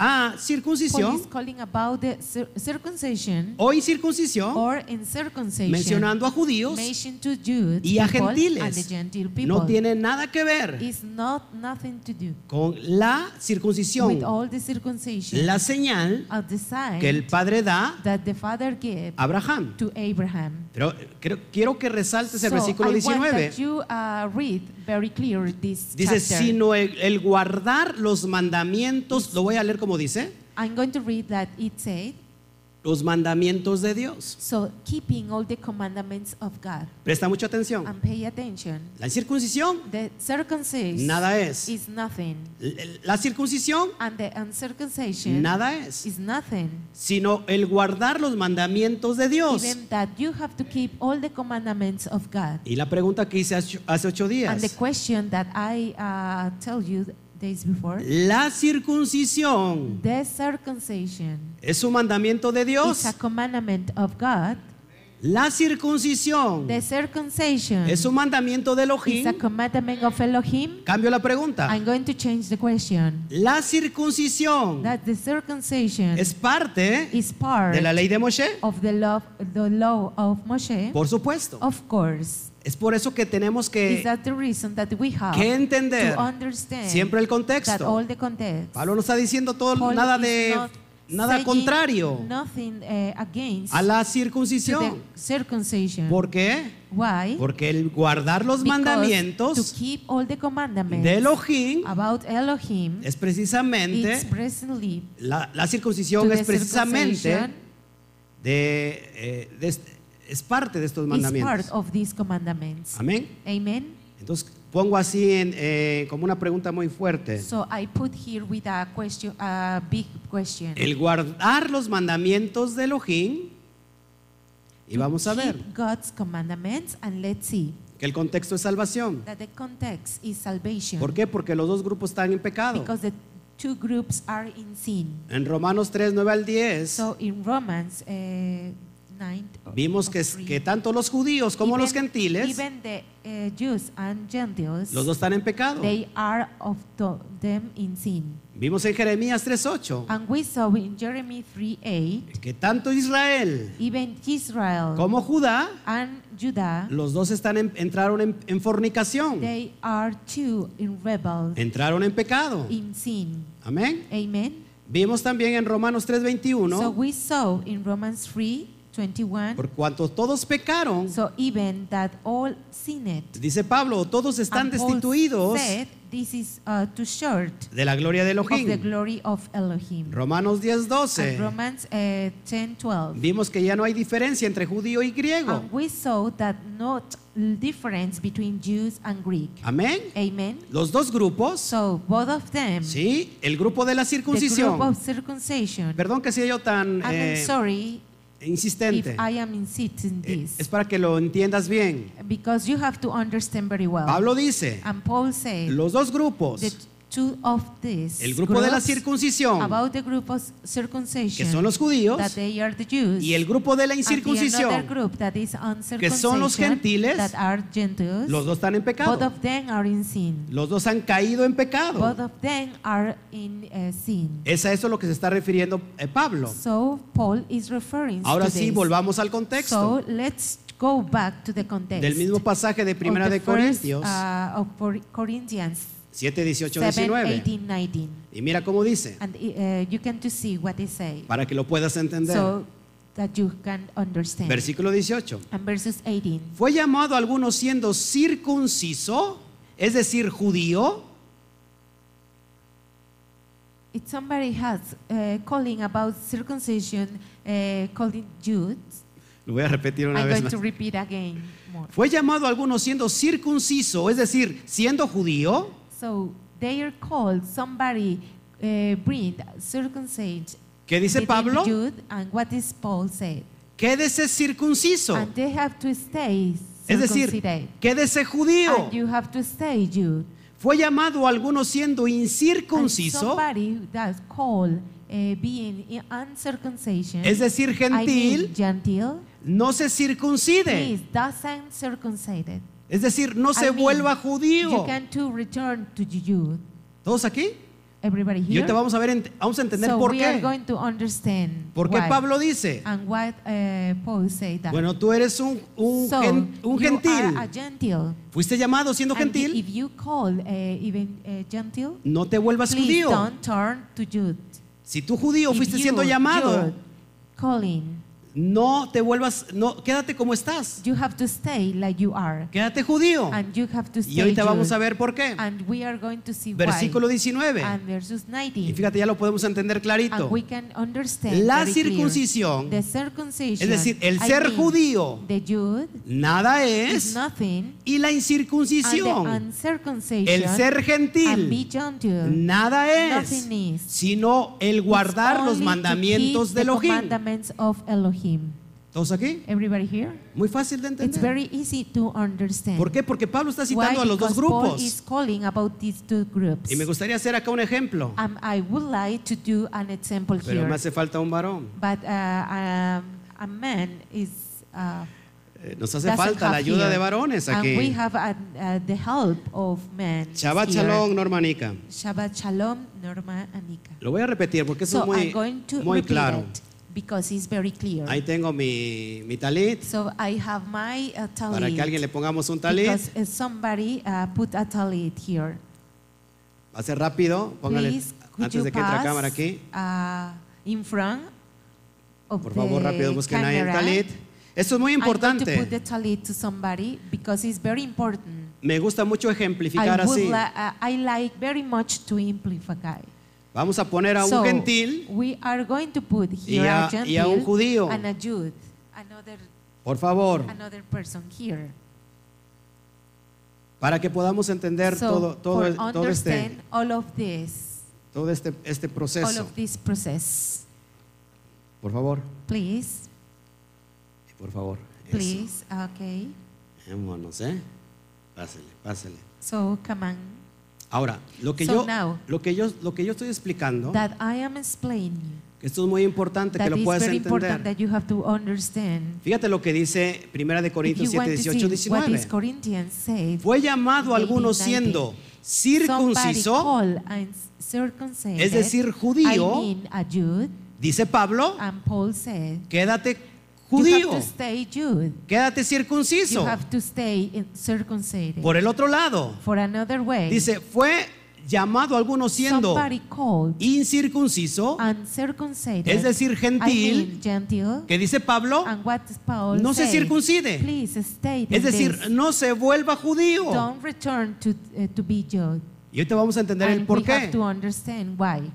[SPEAKER 1] a
[SPEAKER 2] Paul is
[SPEAKER 1] circuncisión
[SPEAKER 2] calling about the cir- circumcision
[SPEAKER 1] o incircuncisión,
[SPEAKER 2] or incircumcision.
[SPEAKER 1] mencionando a judíos,
[SPEAKER 2] mentioned to Jews
[SPEAKER 1] y a
[SPEAKER 2] people and
[SPEAKER 1] gentiles.
[SPEAKER 2] the Gentile people.
[SPEAKER 1] no tiene nada que ver
[SPEAKER 2] It's not nothing to do
[SPEAKER 1] con la
[SPEAKER 2] with
[SPEAKER 1] circuncisión,
[SPEAKER 2] all the circumcision
[SPEAKER 1] la señal
[SPEAKER 2] of the sign
[SPEAKER 1] que el Padre da
[SPEAKER 2] that the Father gave
[SPEAKER 1] a Abraham.
[SPEAKER 2] to Abraham.
[SPEAKER 1] Pero creo- quiero que resaltes el
[SPEAKER 2] so
[SPEAKER 1] versículo
[SPEAKER 2] I want that
[SPEAKER 1] 19.
[SPEAKER 2] you uh, read very clear this
[SPEAKER 1] Dice,
[SPEAKER 2] chapter.
[SPEAKER 1] sino el, el guardar los mandamientos, lo voy a leer como dice,
[SPEAKER 2] I'm going to read that it said,
[SPEAKER 1] los mandamientos de Dios.
[SPEAKER 2] so keeping all the commandments of God
[SPEAKER 1] Presta mucha atención.
[SPEAKER 2] and pay attention.
[SPEAKER 1] La incircuncisión,
[SPEAKER 2] The circumcision
[SPEAKER 1] Nada es.
[SPEAKER 2] is nothing,
[SPEAKER 1] l- la circuncisión,
[SPEAKER 2] and the uncircumcision
[SPEAKER 1] nada es,
[SPEAKER 2] is nothing.
[SPEAKER 1] sino el guardar los mandamientos de Dios.
[SPEAKER 2] Even that you have to keep all the commandments of God.
[SPEAKER 1] Y la pregunta que hice hace hace ocho
[SPEAKER 2] And the
[SPEAKER 1] días,
[SPEAKER 2] question that I uh, tell you days before,
[SPEAKER 1] la circuncisión
[SPEAKER 2] the circumcision
[SPEAKER 1] es un mandamiento de Dios.
[SPEAKER 2] is a commandment of God.
[SPEAKER 1] La circuncisión
[SPEAKER 2] The circumcision
[SPEAKER 1] es un mandamiento de
[SPEAKER 2] is a
[SPEAKER 1] Elohim.
[SPEAKER 2] commandment of Elohim.
[SPEAKER 1] Cambio la pregunta.
[SPEAKER 2] I'm going to change the question.
[SPEAKER 1] La circuncisión
[SPEAKER 2] that the circumcision
[SPEAKER 1] es parte
[SPEAKER 2] is part
[SPEAKER 1] de la ley de Moshe?
[SPEAKER 2] of the law, the law of Moshe.
[SPEAKER 1] Por supuesto.
[SPEAKER 2] Of course,
[SPEAKER 1] Es por eso que tenemos
[SPEAKER 2] Oh. is
[SPEAKER 1] que,
[SPEAKER 2] that the reason that we have
[SPEAKER 1] que entender
[SPEAKER 2] to understand
[SPEAKER 1] siempre el
[SPEAKER 2] that all
[SPEAKER 1] contexto.
[SPEAKER 2] the context.
[SPEAKER 1] Pablo no está diciendo todo
[SPEAKER 2] Paul
[SPEAKER 1] nada
[SPEAKER 2] is
[SPEAKER 1] de
[SPEAKER 2] not
[SPEAKER 1] nada
[SPEAKER 2] saying
[SPEAKER 1] contrario
[SPEAKER 2] Nothing eh, against
[SPEAKER 1] a la
[SPEAKER 2] to the
[SPEAKER 1] circuncisión.
[SPEAKER 2] circumcision.
[SPEAKER 1] ¿Por qué?
[SPEAKER 2] Why?
[SPEAKER 1] Porque el guardar los
[SPEAKER 2] Because to
[SPEAKER 1] mandamientos
[SPEAKER 2] keep all the commandments
[SPEAKER 1] de Elohim
[SPEAKER 2] about Elohim,
[SPEAKER 1] es
[SPEAKER 2] it's
[SPEAKER 1] precisamente
[SPEAKER 2] presently
[SPEAKER 1] la, la
[SPEAKER 2] to
[SPEAKER 1] circuncisión
[SPEAKER 2] the
[SPEAKER 1] es precisamente
[SPEAKER 2] circumcision
[SPEAKER 1] de, eh, de este- es parte de estos
[SPEAKER 2] is part
[SPEAKER 1] mandamientos.
[SPEAKER 2] of these commandments.
[SPEAKER 1] Amén.
[SPEAKER 2] Amen.
[SPEAKER 1] Entonces pongo así en, eh, como una pregunta muy fuerte.
[SPEAKER 2] So I put here with a question, a big question.
[SPEAKER 1] El guardar los mandamientos de Elohim. Y vamos a ver
[SPEAKER 2] Keep God's commandments and let's see
[SPEAKER 1] que el contexto es salvación.
[SPEAKER 2] that the context is salvation.
[SPEAKER 1] ¿Por qué? Porque los dos grupos están en pecado.
[SPEAKER 2] Because the two groups are in sin.
[SPEAKER 1] En Romanos 3, 9 al 10,
[SPEAKER 2] So in Romans eh, 9 of-
[SPEAKER 1] vimos
[SPEAKER 2] of
[SPEAKER 1] que,
[SPEAKER 2] three,
[SPEAKER 1] que tanto los judíos como los
[SPEAKER 2] even-
[SPEAKER 1] gentiles,
[SPEAKER 2] even the eh, Jews and Gentiles,
[SPEAKER 1] los dos están en pecado.
[SPEAKER 2] they are of tho- them in sin.
[SPEAKER 1] Vimos en Jeremías 3.8
[SPEAKER 2] And we saw in Jeremy 3:8,
[SPEAKER 1] que tanto Israel
[SPEAKER 2] even Israel
[SPEAKER 1] como Judá,
[SPEAKER 2] and Judah,
[SPEAKER 1] los dos están en- entraron en, en fornicación,
[SPEAKER 2] they are too in rebel,
[SPEAKER 1] entraron en pecado.
[SPEAKER 2] in sin.
[SPEAKER 1] Amén.
[SPEAKER 2] Amen.
[SPEAKER 1] Vimos también en Romanos
[SPEAKER 2] So
[SPEAKER 1] 3.21,
[SPEAKER 2] we saw in Romans 3:21,
[SPEAKER 1] por cuanto todos pecaron,
[SPEAKER 2] so even that all sinned.
[SPEAKER 1] dice Pablo, todos están
[SPEAKER 2] And Paul
[SPEAKER 1] destituidos
[SPEAKER 2] said, this is uh, too short
[SPEAKER 1] de la gloria de
[SPEAKER 2] of the
[SPEAKER 1] Elohim. eh,
[SPEAKER 2] glory of Elohim.
[SPEAKER 1] Romanos
[SPEAKER 2] And
[SPEAKER 1] 10.12,
[SPEAKER 2] Romans uh, 10 12.
[SPEAKER 1] vimos que ya no hay diferencia entre judío y griego.
[SPEAKER 2] And we saw that not difference between Jews and Greek.
[SPEAKER 1] Amén.
[SPEAKER 2] Amen.
[SPEAKER 1] Los dos grupos,
[SPEAKER 2] So both of them,
[SPEAKER 1] ¿sí? El grupo de la
[SPEAKER 2] the group
[SPEAKER 1] circuncisión.
[SPEAKER 2] of circumcision.
[SPEAKER 1] Perdón que sea yo tan
[SPEAKER 2] And I'm
[SPEAKER 1] eh,
[SPEAKER 2] sorry
[SPEAKER 1] insistente.
[SPEAKER 2] if I am insisting
[SPEAKER 1] Eh,
[SPEAKER 2] this,
[SPEAKER 1] Es para que lo entiendas bien.
[SPEAKER 2] because you have to understand very well.
[SPEAKER 1] Pablo dice,
[SPEAKER 2] and Paul said,
[SPEAKER 1] los dos grupos,
[SPEAKER 2] the two of these
[SPEAKER 1] el grupo de la
[SPEAKER 2] groups
[SPEAKER 1] circuncisión,
[SPEAKER 2] about the group of circumcision
[SPEAKER 1] que son los judíos,
[SPEAKER 2] that they are the Jews
[SPEAKER 1] y el grupo de la
[SPEAKER 2] and the another
[SPEAKER 1] incircuncisión,
[SPEAKER 2] group that is
[SPEAKER 1] que son los
[SPEAKER 2] uncircumcision,
[SPEAKER 1] gentiles,
[SPEAKER 2] that are Gentiles,
[SPEAKER 1] los dos están en
[SPEAKER 2] both
[SPEAKER 1] pecado.
[SPEAKER 2] of them are in sin
[SPEAKER 1] Los dos han caído en
[SPEAKER 2] both
[SPEAKER 1] pecado.
[SPEAKER 2] of them are in uh, sin
[SPEAKER 1] Es a eso lo que se está refiriendo eh, Pablo.
[SPEAKER 2] so Paul is referring
[SPEAKER 1] Ahora
[SPEAKER 2] to
[SPEAKER 1] sí,
[SPEAKER 2] this.
[SPEAKER 1] volvamos al contexto
[SPEAKER 2] so let's go back to the context
[SPEAKER 1] del mismo pasaje de
[SPEAKER 2] of
[SPEAKER 1] Primera
[SPEAKER 2] the
[SPEAKER 1] de
[SPEAKER 2] first,
[SPEAKER 1] Corintios
[SPEAKER 2] uh, of Cor- Corinthians
[SPEAKER 1] 7, 18,
[SPEAKER 2] 7,
[SPEAKER 1] 19.
[SPEAKER 2] 18, 19
[SPEAKER 1] Y mira cómo dice,
[SPEAKER 2] and uh, you can to see what they say
[SPEAKER 1] para que lo puedas entender.
[SPEAKER 2] so that you can understand.
[SPEAKER 1] Versículo 18.
[SPEAKER 2] And verses 18.
[SPEAKER 1] Fue llamado a algunos siendo circunciso, es decir, judío,
[SPEAKER 2] If somebody has uh, calling about circumcision, uh, calling Jews,
[SPEAKER 1] lo voy a repetir una
[SPEAKER 2] I'm
[SPEAKER 1] vez
[SPEAKER 2] going
[SPEAKER 1] más.
[SPEAKER 2] to repeat again more.
[SPEAKER 1] Fue llamado a algunos siendo circunciso, es decir, siendo judío,
[SPEAKER 2] So they are called somebody uh, bring circumcised.
[SPEAKER 1] ¿Qué dice
[SPEAKER 2] between
[SPEAKER 1] Pablo?
[SPEAKER 2] Jude and what is Paul said.
[SPEAKER 1] quédese circunciso,
[SPEAKER 2] And they have to stay
[SPEAKER 1] es decir,
[SPEAKER 2] circumcised.
[SPEAKER 1] quédese judío.
[SPEAKER 2] And you have to stay Jude.
[SPEAKER 1] Fue llamado a algunos siendo
[SPEAKER 2] And
[SPEAKER 1] incircunciso,
[SPEAKER 2] somebody that's called uh, being in- uncircumcision.
[SPEAKER 1] es decir,
[SPEAKER 2] I mean
[SPEAKER 1] gentil,
[SPEAKER 2] gentil.
[SPEAKER 1] no se circuncide,
[SPEAKER 2] Please doesn't circumcised.
[SPEAKER 1] es decir, no se
[SPEAKER 2] I mean,
[SPEAKER 1] vuelva
[SPEAKER 2] You
[SPEAKER 1] judío.
[SPEAKER 2] can to return to you.
[SPEAKER 1] ¿Todos aquí?
[SPEAKER 2] Everybody
[SPEAKER 1] Y
[SPEAKER 2] here.
[SPEAKER 1] ahorita vamos a ver, ent- vamos a entender
[SPEAKER 2] so
[SPEAKER 1] por
[SPEAKER 2] we are
[SPEAKER 1] qué.
[SPEAKER 2] going to understand
[SPEAKER 1] ¿Por qué
[SPEAKER 2] why Ah,
[SPEAKER 1] Pablo dice?
[SPEAKER 2] and what uh, Paul said that.
[SPEAKER 1] Bueno, tú eres un, un,
[SPEAKER 2] so
[SPEAKER 1] gen- un
[SPEAKER 2] you
[SPEAKER 1] gentil.
[SPEAKER 2] are a gentile.
[SPEAKER 1] Fuiste llamado siendo
[SPEAKER 2] And
[SPEAKER 1] gentil.
[SPEAKER 2] if you call uh, even uh, gentile,
[SPEAKER 1] No te vuelvas
[SPEAKER 2] please
[SPEAKER 1] judío.
[SPEAKER 2] don't turn to Jude.
[SPEAKER 1] Si tú judío
[SPEAKER 2] If
[SPEAKER 1] fuiste
[SPEAKER 2] you,
[SPEAKER 1] siendo llamado,
[SPEAKER 2] Jude, calling,
[SPEAKER 1] no te vuelvas, no, quédate como estás.
[SPEAKER 2] you have to stay like you are,
[SPEAKER 1] Quédate judío.
[SPEAKER 2] and you have to stay.
[SPEAKER 1] Y ahorita vamos
[SPEAKER 2] Jude.
[SPEAKER 1] a ver por qué.
[SPEAKER 2] And we are going to see
[SPEAKER 1] Versículo
[SPEAKER 2] why.
[SPEAKER 1] 19.
[SPEAKER 2] And verses 19.
[SPEAKER 1] Y fíjate, ya lo podemos entender
[SPEAKER 2] And
[SPEAKER 1] clarito.
[SPEAKER 2] we can understand
[SPEAKER 1] La
[SPEAKER 2] very clear.
[SPEAKER 1] circuncisión,
[SPEAKER 2] The circumcision,
[SPEAKER 1] es decir, el
[SPEAKER 2] I
[SPEAKER 1] ser
[SPEAKER 2] mean,
[SPEAKER 1] judío,
[SPEAKER 2] the Jude
[SPEAKER 1] nada
[SPEAKER 2] is
[SPEAKER 1] es.
[SPEAKER 2] nothing,
[SPEAKER 1] Y la
[SPEAKER 2] and the
[SPEAKER 1] incircuncisión,
[SPEAKER 2] uncircumcision,
[SPEAKER 1] el ser
[SPEAKER 2] and be
[SPEAKER 1] gentil,
[SPEAKER 2] gentle,
[SPEAKER 1] nada es.
[SPEAKER 2] nothing is.
[SPEAKER 1] Sino el guardar
[SPEAKER 2] It's
[SPEAKER 1] los
[SPEAKER 2] only to
[SPEAKER 1] mandamientos de
[SPEAKER 2] keep the
[SPEAKER 1] Elohim.
[SPEAKER 2] commandments of Elohim.
[SPEAKER 1] ¿Todos aquí?
[SPEAKER 2] Everybody here?
[SPEAKER 1] Muy fácil de
[SPEAKER 2] It's
[SPEAKER 1] entender.
[SPEAKER 2] very easy to understand.
[SPEAKER 1] ¿Por qué? Porque Pablo está
[SPEAKER 2] Why?
[SPEAKER 1] citando a los dos
[SPEAKER 2] Because Paul is
[SPEAKER 1] grupos.
[SPEAKER 2] calling about these two groups.
[SPEAKER 1] Y me gustaría hacer acá un ejemplo,
[SPEAKER 2] Um, I would like to do an example
[SPEAKER 1] pero
[SPEAKER 2] here.
[SPEAKER 1] me hace falta un varón.
[SPEAKER 2] But uh, um, a man is. Uh,
[SPEAKER 1] Eh, Nos hace
[SPEAKER 2] doesn't
[SPEAKER 1] falta la
[SPEAKER 2] have
[SPEAKER 1] ayuda
[SPEAKER 2] here.
[SPEAKER 1] de varones
[SPEAKER 2] And we
[SPEAKER 1] aquí.
[SPEAKER 2] have uh, uh, the help of men.
[SPEAKER 1] Shabbat
[SPEAKER 2] here.
[SPEAKER 1] Shalom, Normanica.
[SPEAKER 2] Shabbat shalom, Norma Anika.
[SPEAKER 1] Lo voy a repetir porque eso
[SPEAKER 2] So
[SPEAKER 1] es
[SPEAKER 2] I'm going to
[SPEAKER 1] muy, muy
[SPEAKER 2] repeat
[SPEAKER 1] claro.
[SPEAKER 2] it because it's very clear.
[SPEAKER 1] Ahí tengo mi, mi talit,
[SPEAKER 2] so I have my uh, talit.
[SPEAKER 1] para que alguien le pongamos un talit.
[SPEAKER 2] because uh, somebody uh, put a talit here.
[SPEAKER 1] Va a ser rápido, póngale
[SPEAKER 2] Please, could
[SPEAKER 1] antes
[SPEAKER 2] you
[SPEAKER 1] de que entre la
[SPEAKER 2] pass,
[SPEAKER 1] cámara aquí.
[SPEAKER 2] uh, in front of
[SPEAKER 1] Por favor,
[SPEAKER 2] the
[SPEAKER 1] rápido, busquen ahí el
[SPEAKER 2] camera.
[SPEAKER 1] talit. Esto es muy
[SPEAKER 2] I'm going to
[SPEAKER 1] importante.
[SPEAKER 2] put the talit to somebody because it's very important.
[SPEAKER 1] Me gusta mucho ejemplificar
[SPEAKER 2] I, would
[SPEAKER 1] así.
[SPEAKER 2] li- uh, I like very much to amplify.
[SPEAKER 1] Vamos a poner a
[SPEAKER 2] so
[SPEAKER 1] un gentil
[SPEAKER 2] we are going to put
[SPEAKER 1] y
[SPEAKER 2] here
[SPEAKER 1] a,
[SPEAKER 2] a gentil
[SPEAKER 1] y a un judío.
[SPEAKER 2] and a Jude, another
[SPEAKER 1] por favor,
[SPEAKER 2] another person here.
[SPEAKER 1] para que podamos entender todo,
[SPEAKER 2] So
[SPEAKER 1] todo,
[SPEAKER 2] for
[SPEAKER 1] el- todo, este,
[SPEAKER 2] understand all of this,
[SPEAKER 1] todo este, este
[SPEAKER 2] all
[SPEAKER 1] proceso.
[SPEAKER 2] of this process,
[SPEAKER 1] Por favor,
[SPEAKER 2] please,
[SPEAKER 1] por favor. Eso.
[SPEAKER 2] please, okay.
[SPEAKER 1] Vámonos, ¿eh? Pásele, pásele.
[SPEAKER 2] So come on,
[SPEAKER 1] Ahora, lo que,
[SPEAKER 2] So
[SPEAKER 1] yo,
[SPEAKER 2] now-
[SPEAKER 1] lo, que yo, lo que yo estoy explicando,
[SPEAKER 2] that I am explaining
[SPEAKER 1] que esto es muy importante que
[SPEAKER 2] that
[SPEAKER 1] lo
[SPEAKER 2] is
[SPEAKER 1] puedas
[SPEAKER 2] very important
[SPEAKER 1] entender.
[SPEAKER 2] that you have to understand.
[SPEAKER 1] Fíjate lo que dice 1 de
[SPEAKER 2] If
[SPEAKER 1] Corintios
[SPEAKER 2] you
[SPEAKER 1] 7,
[SPEAKER 2] want to
[SPEAKER 1] 18,
[SPEAKER 2] see what is
[SPEAKER 1] 19.
[SPEAKER 2] Corinthians said,
[SPEAKER 1] Fue llamado a algunos
[SPEAKER 2] 18,
[SPEAKER 1] siendo
[SPEAKER 2] somebody
[SPEAKER 1] circunciso,
[SPEAKER 2] called and circumcised,
[SPEAKER 1] es decir,
[SPEAKER 2] I
[SPEAKER 1] judío,
[SPEAKER 2] mean a Jude,
[SPEAKER 1] dice Pablo,
[SPEAKER 2] and Paul said,
[SPEAKER 1] quédate
[SPEAKER 2] Ah. you
[SPEAKER 1] judío,
[SPEAKER 2] have to stay Jude.
[SPEAKER 1] quédate
[SPEAKER 2] You
[SPEAKER 1] circunciso.
[SPEAKER 2] have to stay in- circumcised.
[SPEAKER 1] Por el otro lado,
[SPEAKER 2] For another way,
[SPEAKER 1] dice, fue llamado a algunos siendo
[SPEAKER 2] somebody called
[SPEAKER 1] incircunciso,
[SPEAKER 2] Ah, uncircumcised,
[SPEAKER 1] es decir,
[SPEAKER 2] I
[SPEAKER 1] gentil,
[SPEAKER 2] mean gentile,
[SPEAKER 1] que dice Pablo,
[SPEAKER 2] and what does Paul
[SPEAKER 1] no se
[SPEAKER 2] say?
[SPEAKER 1] circuncide.
[SPEAKER 2] Please stay in
[SPEAKER 1] es decir,
[SPEAKER 2] this.
[SPEAKER 1] no se vuelva judío.
[SPEAKER 2] Don't return to, eh, to be Jude.
[SPEAKER 1] Y ahorita vamos a entender el
[SPEAKER 2] And we
[SPEAKER 1] por
[SPEAKER 2] have
[SPEAKER 1] qué.
[SPEAKER 2] to understand why.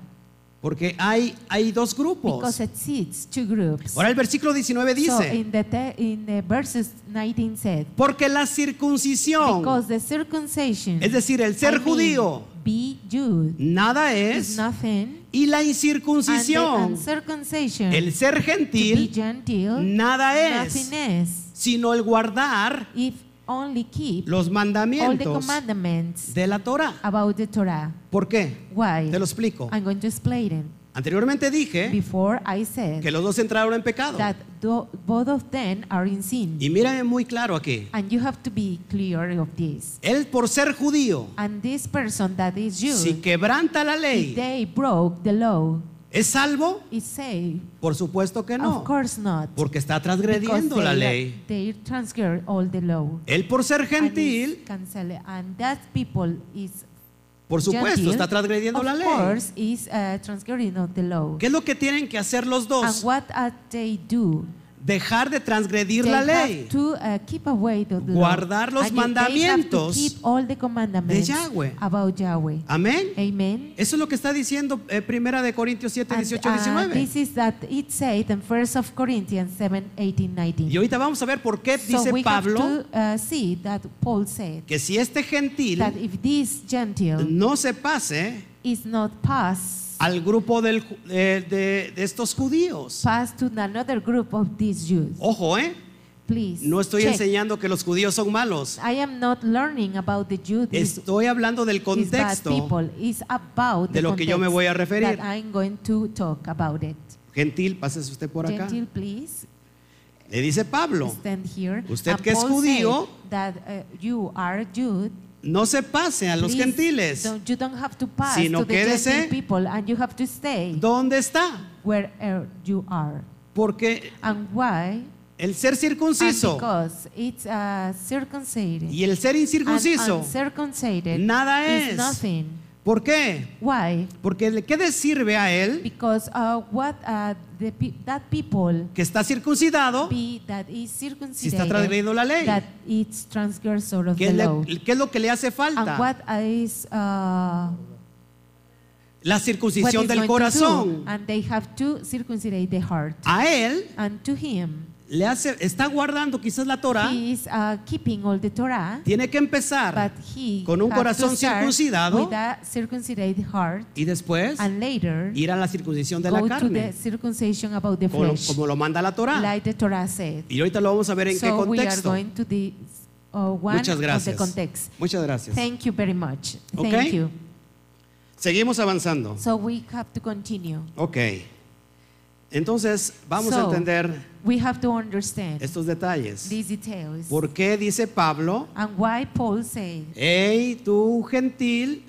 [SPEAKER 1] Porque hay, hay dos grupos.
[SPEAKER 2] Because it seats two groups.
[SPEAKER 1] Ahora el versículo 19
[SPEAKER 2] so
[SPEAKER 1] dice,
[SPEAKER 2] in the, te- in the verses 19 said,
[SPEAKER 1] porque la circuncisión,
[SPEAKER 2] because the circumcision,
[SPEAKER 1] es decir, el
[SPEAKER 2] I
[SPEAKER 1] ser
[SPEAKER 2] mean,
[SPEAKER 1] judío,
[SPEAKER 2] be Jude,
[SPEAKER 1] nada
[SPEAKER 2] is
[SPEAKER 1] es,
[SPEAKER 2] nothing,
[SPEAKER 1] y la
[SPEAKER 2] and the
[SPEAKER 1] incircuncisión,
[SPEAKER 2] uncircumcision,
[SPEAKER 1] el ser
[SPEAKER 2] to be
[SPEAKER 1] gentil,
[SPEAKER 2] gentile,
[SPEAKER 1] nada es,
[SPEAKER 2] nothing is,
[SPEAKER 1] sino el guardar
[SPEAKER 2] if only keep
[SPEAKER 1] los
[SPEAKER 2] all the
[SPEAKER 1] mandamientos
[SPEAKER 2] commandments
[SPEAKER 1] de la Torah.
[SPEAKER 2] about the Torah.
[SPEAKER 1] ¿Por qué?
[SPEAKER 2] Why?
[SPEAKER 1] Te ¿Eh? lo explico.
[SPEAKER 2] I'm going to explain it.
[SPEAKER 1] Anteriormente dije
[SPEAKER 2] Before I said
[SPEAKER 1] que los dos entraron en pecado.
[SPEAKER 2] that tho- both of them are in sin.
[SPEAKER 1] Y mírame muy claro aquí.
[SPEAKER 2] And you have to be clear of this.
[SPEAKER 1] Él por ser judío,
[SPEAKER 2] And this person that is you,
[SPEAKER 1] si quebranta la
[SPEAKER 2] if
[SPEAKER 1] ley,
[SPEAKER 2] they broke the law,
[SPEAKER 1] ¿es salvo?
[SPEAKER 2] it's saved.
[SPEAKER 1] Por supuesto que no,
[SPEAKER 2] Of course not.
[SPEAKER 1] porque está
[SPEAKER 2] Because
[SPEAKER 1] transgrediendo
[SPEAKER 2] they,
[SPEAKER 1] la ley.
[SPEAKER 2] they transgress all the law.
[SPEAKER 1] Él por ser
[SPEAKER 2] And,
[SPEAKER 1] gentil,
[SPEAKER 2] it's cancelled. and that people is
[SPEAKER 1] por supuesto,
[SPEAKER 2] gentil,
[SPEAKER 1] está transgrediendo
[SPEAKER 2] of
[SPEAKER 1] la ley.
[SPEAKER 2] course is uh, transgressing of the law.
[SPEAKER 1] ¿Qué es lo que tienen que hacer los
[SPEAKER 2] And
[SPEAKER 1] dos?
[SPEAKER 2] what are they do?
[SPEAKER 1] Dejar de transgredir
[SPEAKER 2] they
[SPEAKER 1] la
[SPEAKER 2] have
[SPEAKER 1] ley.
[SPEAKER 2] to uh, keep away the law.
[SPEAKER 1] Guardar los
[SPEAKER 2] And they have to
[SPEAKER 1] mandamientos
[SPEAKER 2] keep all the commandments
[SPEAKER 1] Yahweh.
[SPEAKER 2] about Yahweh.
[SPEAKER 1] Amén.
[SPEAKER 2] Amen.
[SPEAKER 1] Eso es lo que está diciendo eh, Primera de Corintios 7,
[SPEAKER 2] And,
[SPEAKER 1] 18,
[SPEAKER 2] uh,
[SPEAKER 1] 19.
[SPEAKER 2] This is that it said in 1 of Corinthians 7, 18, 19.
[SPEAKER 1] Y ahorita vamos a ver por qué
[SPEAKER 2] so
[SPEAKER 1] dice
[SPEAKER 2] we
[SPEAKER 1] Pablo
[SPEAKER 2] have to uh, see that Paul said
[SPEAKER 1] que si este gentil
[SPEAKER 2] that if this gentile
[SPEAKER 1] no se pase
[SPEAKER 2] is not passed,
[SPEAKER 1] al grupo del ju- eh, de, de estos judíos.
[SPEAKER 2] passed to another group of these Jews,
[SPEAKER 1] Ojo, ¿eh?
[SPEAKER 2] please.
[SPEAKER 1] No estoy
[SPEAKER 2] check.
[SPEAKER 1] enseñando que los judíos son malos.
[SPEAKER 2] I am not learning about the Jews. these-
[SPEAKER 1] Estoy hablando del
[SPEAKER 2] these bad
[SPEAKER 1] contexto
[SPEAKER 2] people. It's about
[SPEAKER 1] de
[SPEAKER 2] the
[SPEAKER 1] lo que yo me
[SPEAKER 2] context
[SPEAKER 1] voy a referir.
[SPEAKER 2] That I'm going to talk about it.
[SPEAKER 1] Gentil, pásese usted por acá.
[SPEAKER 2] Gentile, please
[SPEAKER 1] Le dice Pablo,
[SPEAKER 2] stand here.
[SPEAKER 1] Usted
[SPEAKER 2] And
[SPEAKER 1] que es
[SPEAKER 2] Paul
[SPEAKER 1] judío,
[SPEAKER 2] said that uh, you are a Jew.
[SPEAKER 1] no se pase a los
[SPEAKER 2] Please,
[SPEAKER 1] gentiles.
[SPEAKER 2] don't- you don't have to pass
[SPEAKER 1] Sino
[SPEAKER 2] to the
[SPEAKER 1] quédese
[SPEAKER 2] gentile people and you have to stay
[SPEAKER 1] ¿Dónde está?
[SPEAKER 2] wherever you are.
[SPEAKER 1] Porque
[SPEAKER 2] And why?
[SPEAKER 1] el ser
[SPEAKER 2] And
[SPEAKER 1] circunciso
[SPEAKER 2] because it's uh, circumcised.
[SPEAKER 1] y el ser
[SPEAKER 2] And
[SPEAKER 1] incircunciso,
[SPEAKER 2] uncircumcised
[SPEAKER 1] nada
[SPEAKER 2] is
[SPEAKER 1] es.
[SPEAKER 2] nothing.
[SPEAKER 1] ¿por qué?
[SPEAKER 2] Why?
[SPEAKER 1] Porque ¿de ¿qué le sirve a él
[SPEAKER 2] Because uh, what uh, the, pe- that people
[SPEAKER 1] que está circuncidado
[SPEAKER 2] be that is
[SPEAKER 1] si
[SPEAKER 2] circumcised
[SPEAKER 1] está transgrediendo la ley?
[SPEAKER 2] that it's transgressor of
[SPEAKER 1] ¿Qué,
[SPEAKER 2] the
[SPEAKER 1] le-
[SPEAKER 2] law.
[SPEAKER 1] qué es lo que le hace
[SPEAKER 2] And
[SPEAKER 1] falta?
[SPEAKER 2] what is uh,
[SPEAKER 1] La
[SPEAKER 2] what
[SPEAKER 1] circuncisión
[SPEAKER 2] is
[SPEAKER 1] del
[SPEAKER 2] going To
[SPEAKER 1] corazón.
[SPEAKER 2] do? And they have to circumcise the heart.
[SPEAKER 1] A él
[SPEAKER 2] And to him,
[SPEAKER 1] le hace, está guardando quizás la Torah,
[SPEAKER 2] he is uh, keeping all the Torah,
[SPEAKER 1] tiene que
[SPEAKER 2] but
[SPEAKER 1] empezar
[SPEAKER 2] he
[SPEAKER 1] con un
[SPEAKER 2] have
[SPEAKER 1] corazón
[SPEAKER 2] to start
[SPEAKER 1] circuncidado.
[SPEAKER 2] with a circumcised heart,
[SPEAKER 1] y después
[SPEAKER 2] and later
[SPEAKER 1] ir a la circuncisión de la
[SPEAKER 2] go to the
[SPEAKER 1] carne,
[SPEAKER 2] circumcision about the
[SPEAKER 1] como,
[SPEAKER 2] flesh,
[SPEAKER 1] como lo manda la Torah.
[SPEAKER 2] like the Torah said.
[SPEAKER 1] Y ahorita lo vamos a ver en qué
[SPEAKER 2] so we are
[SPEAKER 1] contexto.
[SPEAKER 2] going to the uh, one
[SPEAKER 1] Muchas
[SPEAKER 2] of the
[SPEAKER 1] gracias.
[SPEAKER 2] context.
[SPEAKER 1] Muchas gracias.
[SPEAKER 2] Thank you very much.
[SPEAKER 1] Okay.
[SPEAKER 2] Thank you.
[SPEAKER 1] Seguimos avanzando.
[SPEAKER 2] So we have to continue.
[SPEAKER 1] Ok. Entonces, vamos a
[SPEAKER 2] So,
[SPEAKER 1] entender
[SPEAKER 2] We have to understand
[SPEAKER 1] estos detalles.
[SPEAKER 2] these details.
[SPEAKER 1] ¿Por qué dice Pablo,
[SPEAKER 2] And why Paul said,
[SPEAKER 1] hey, tú gentil,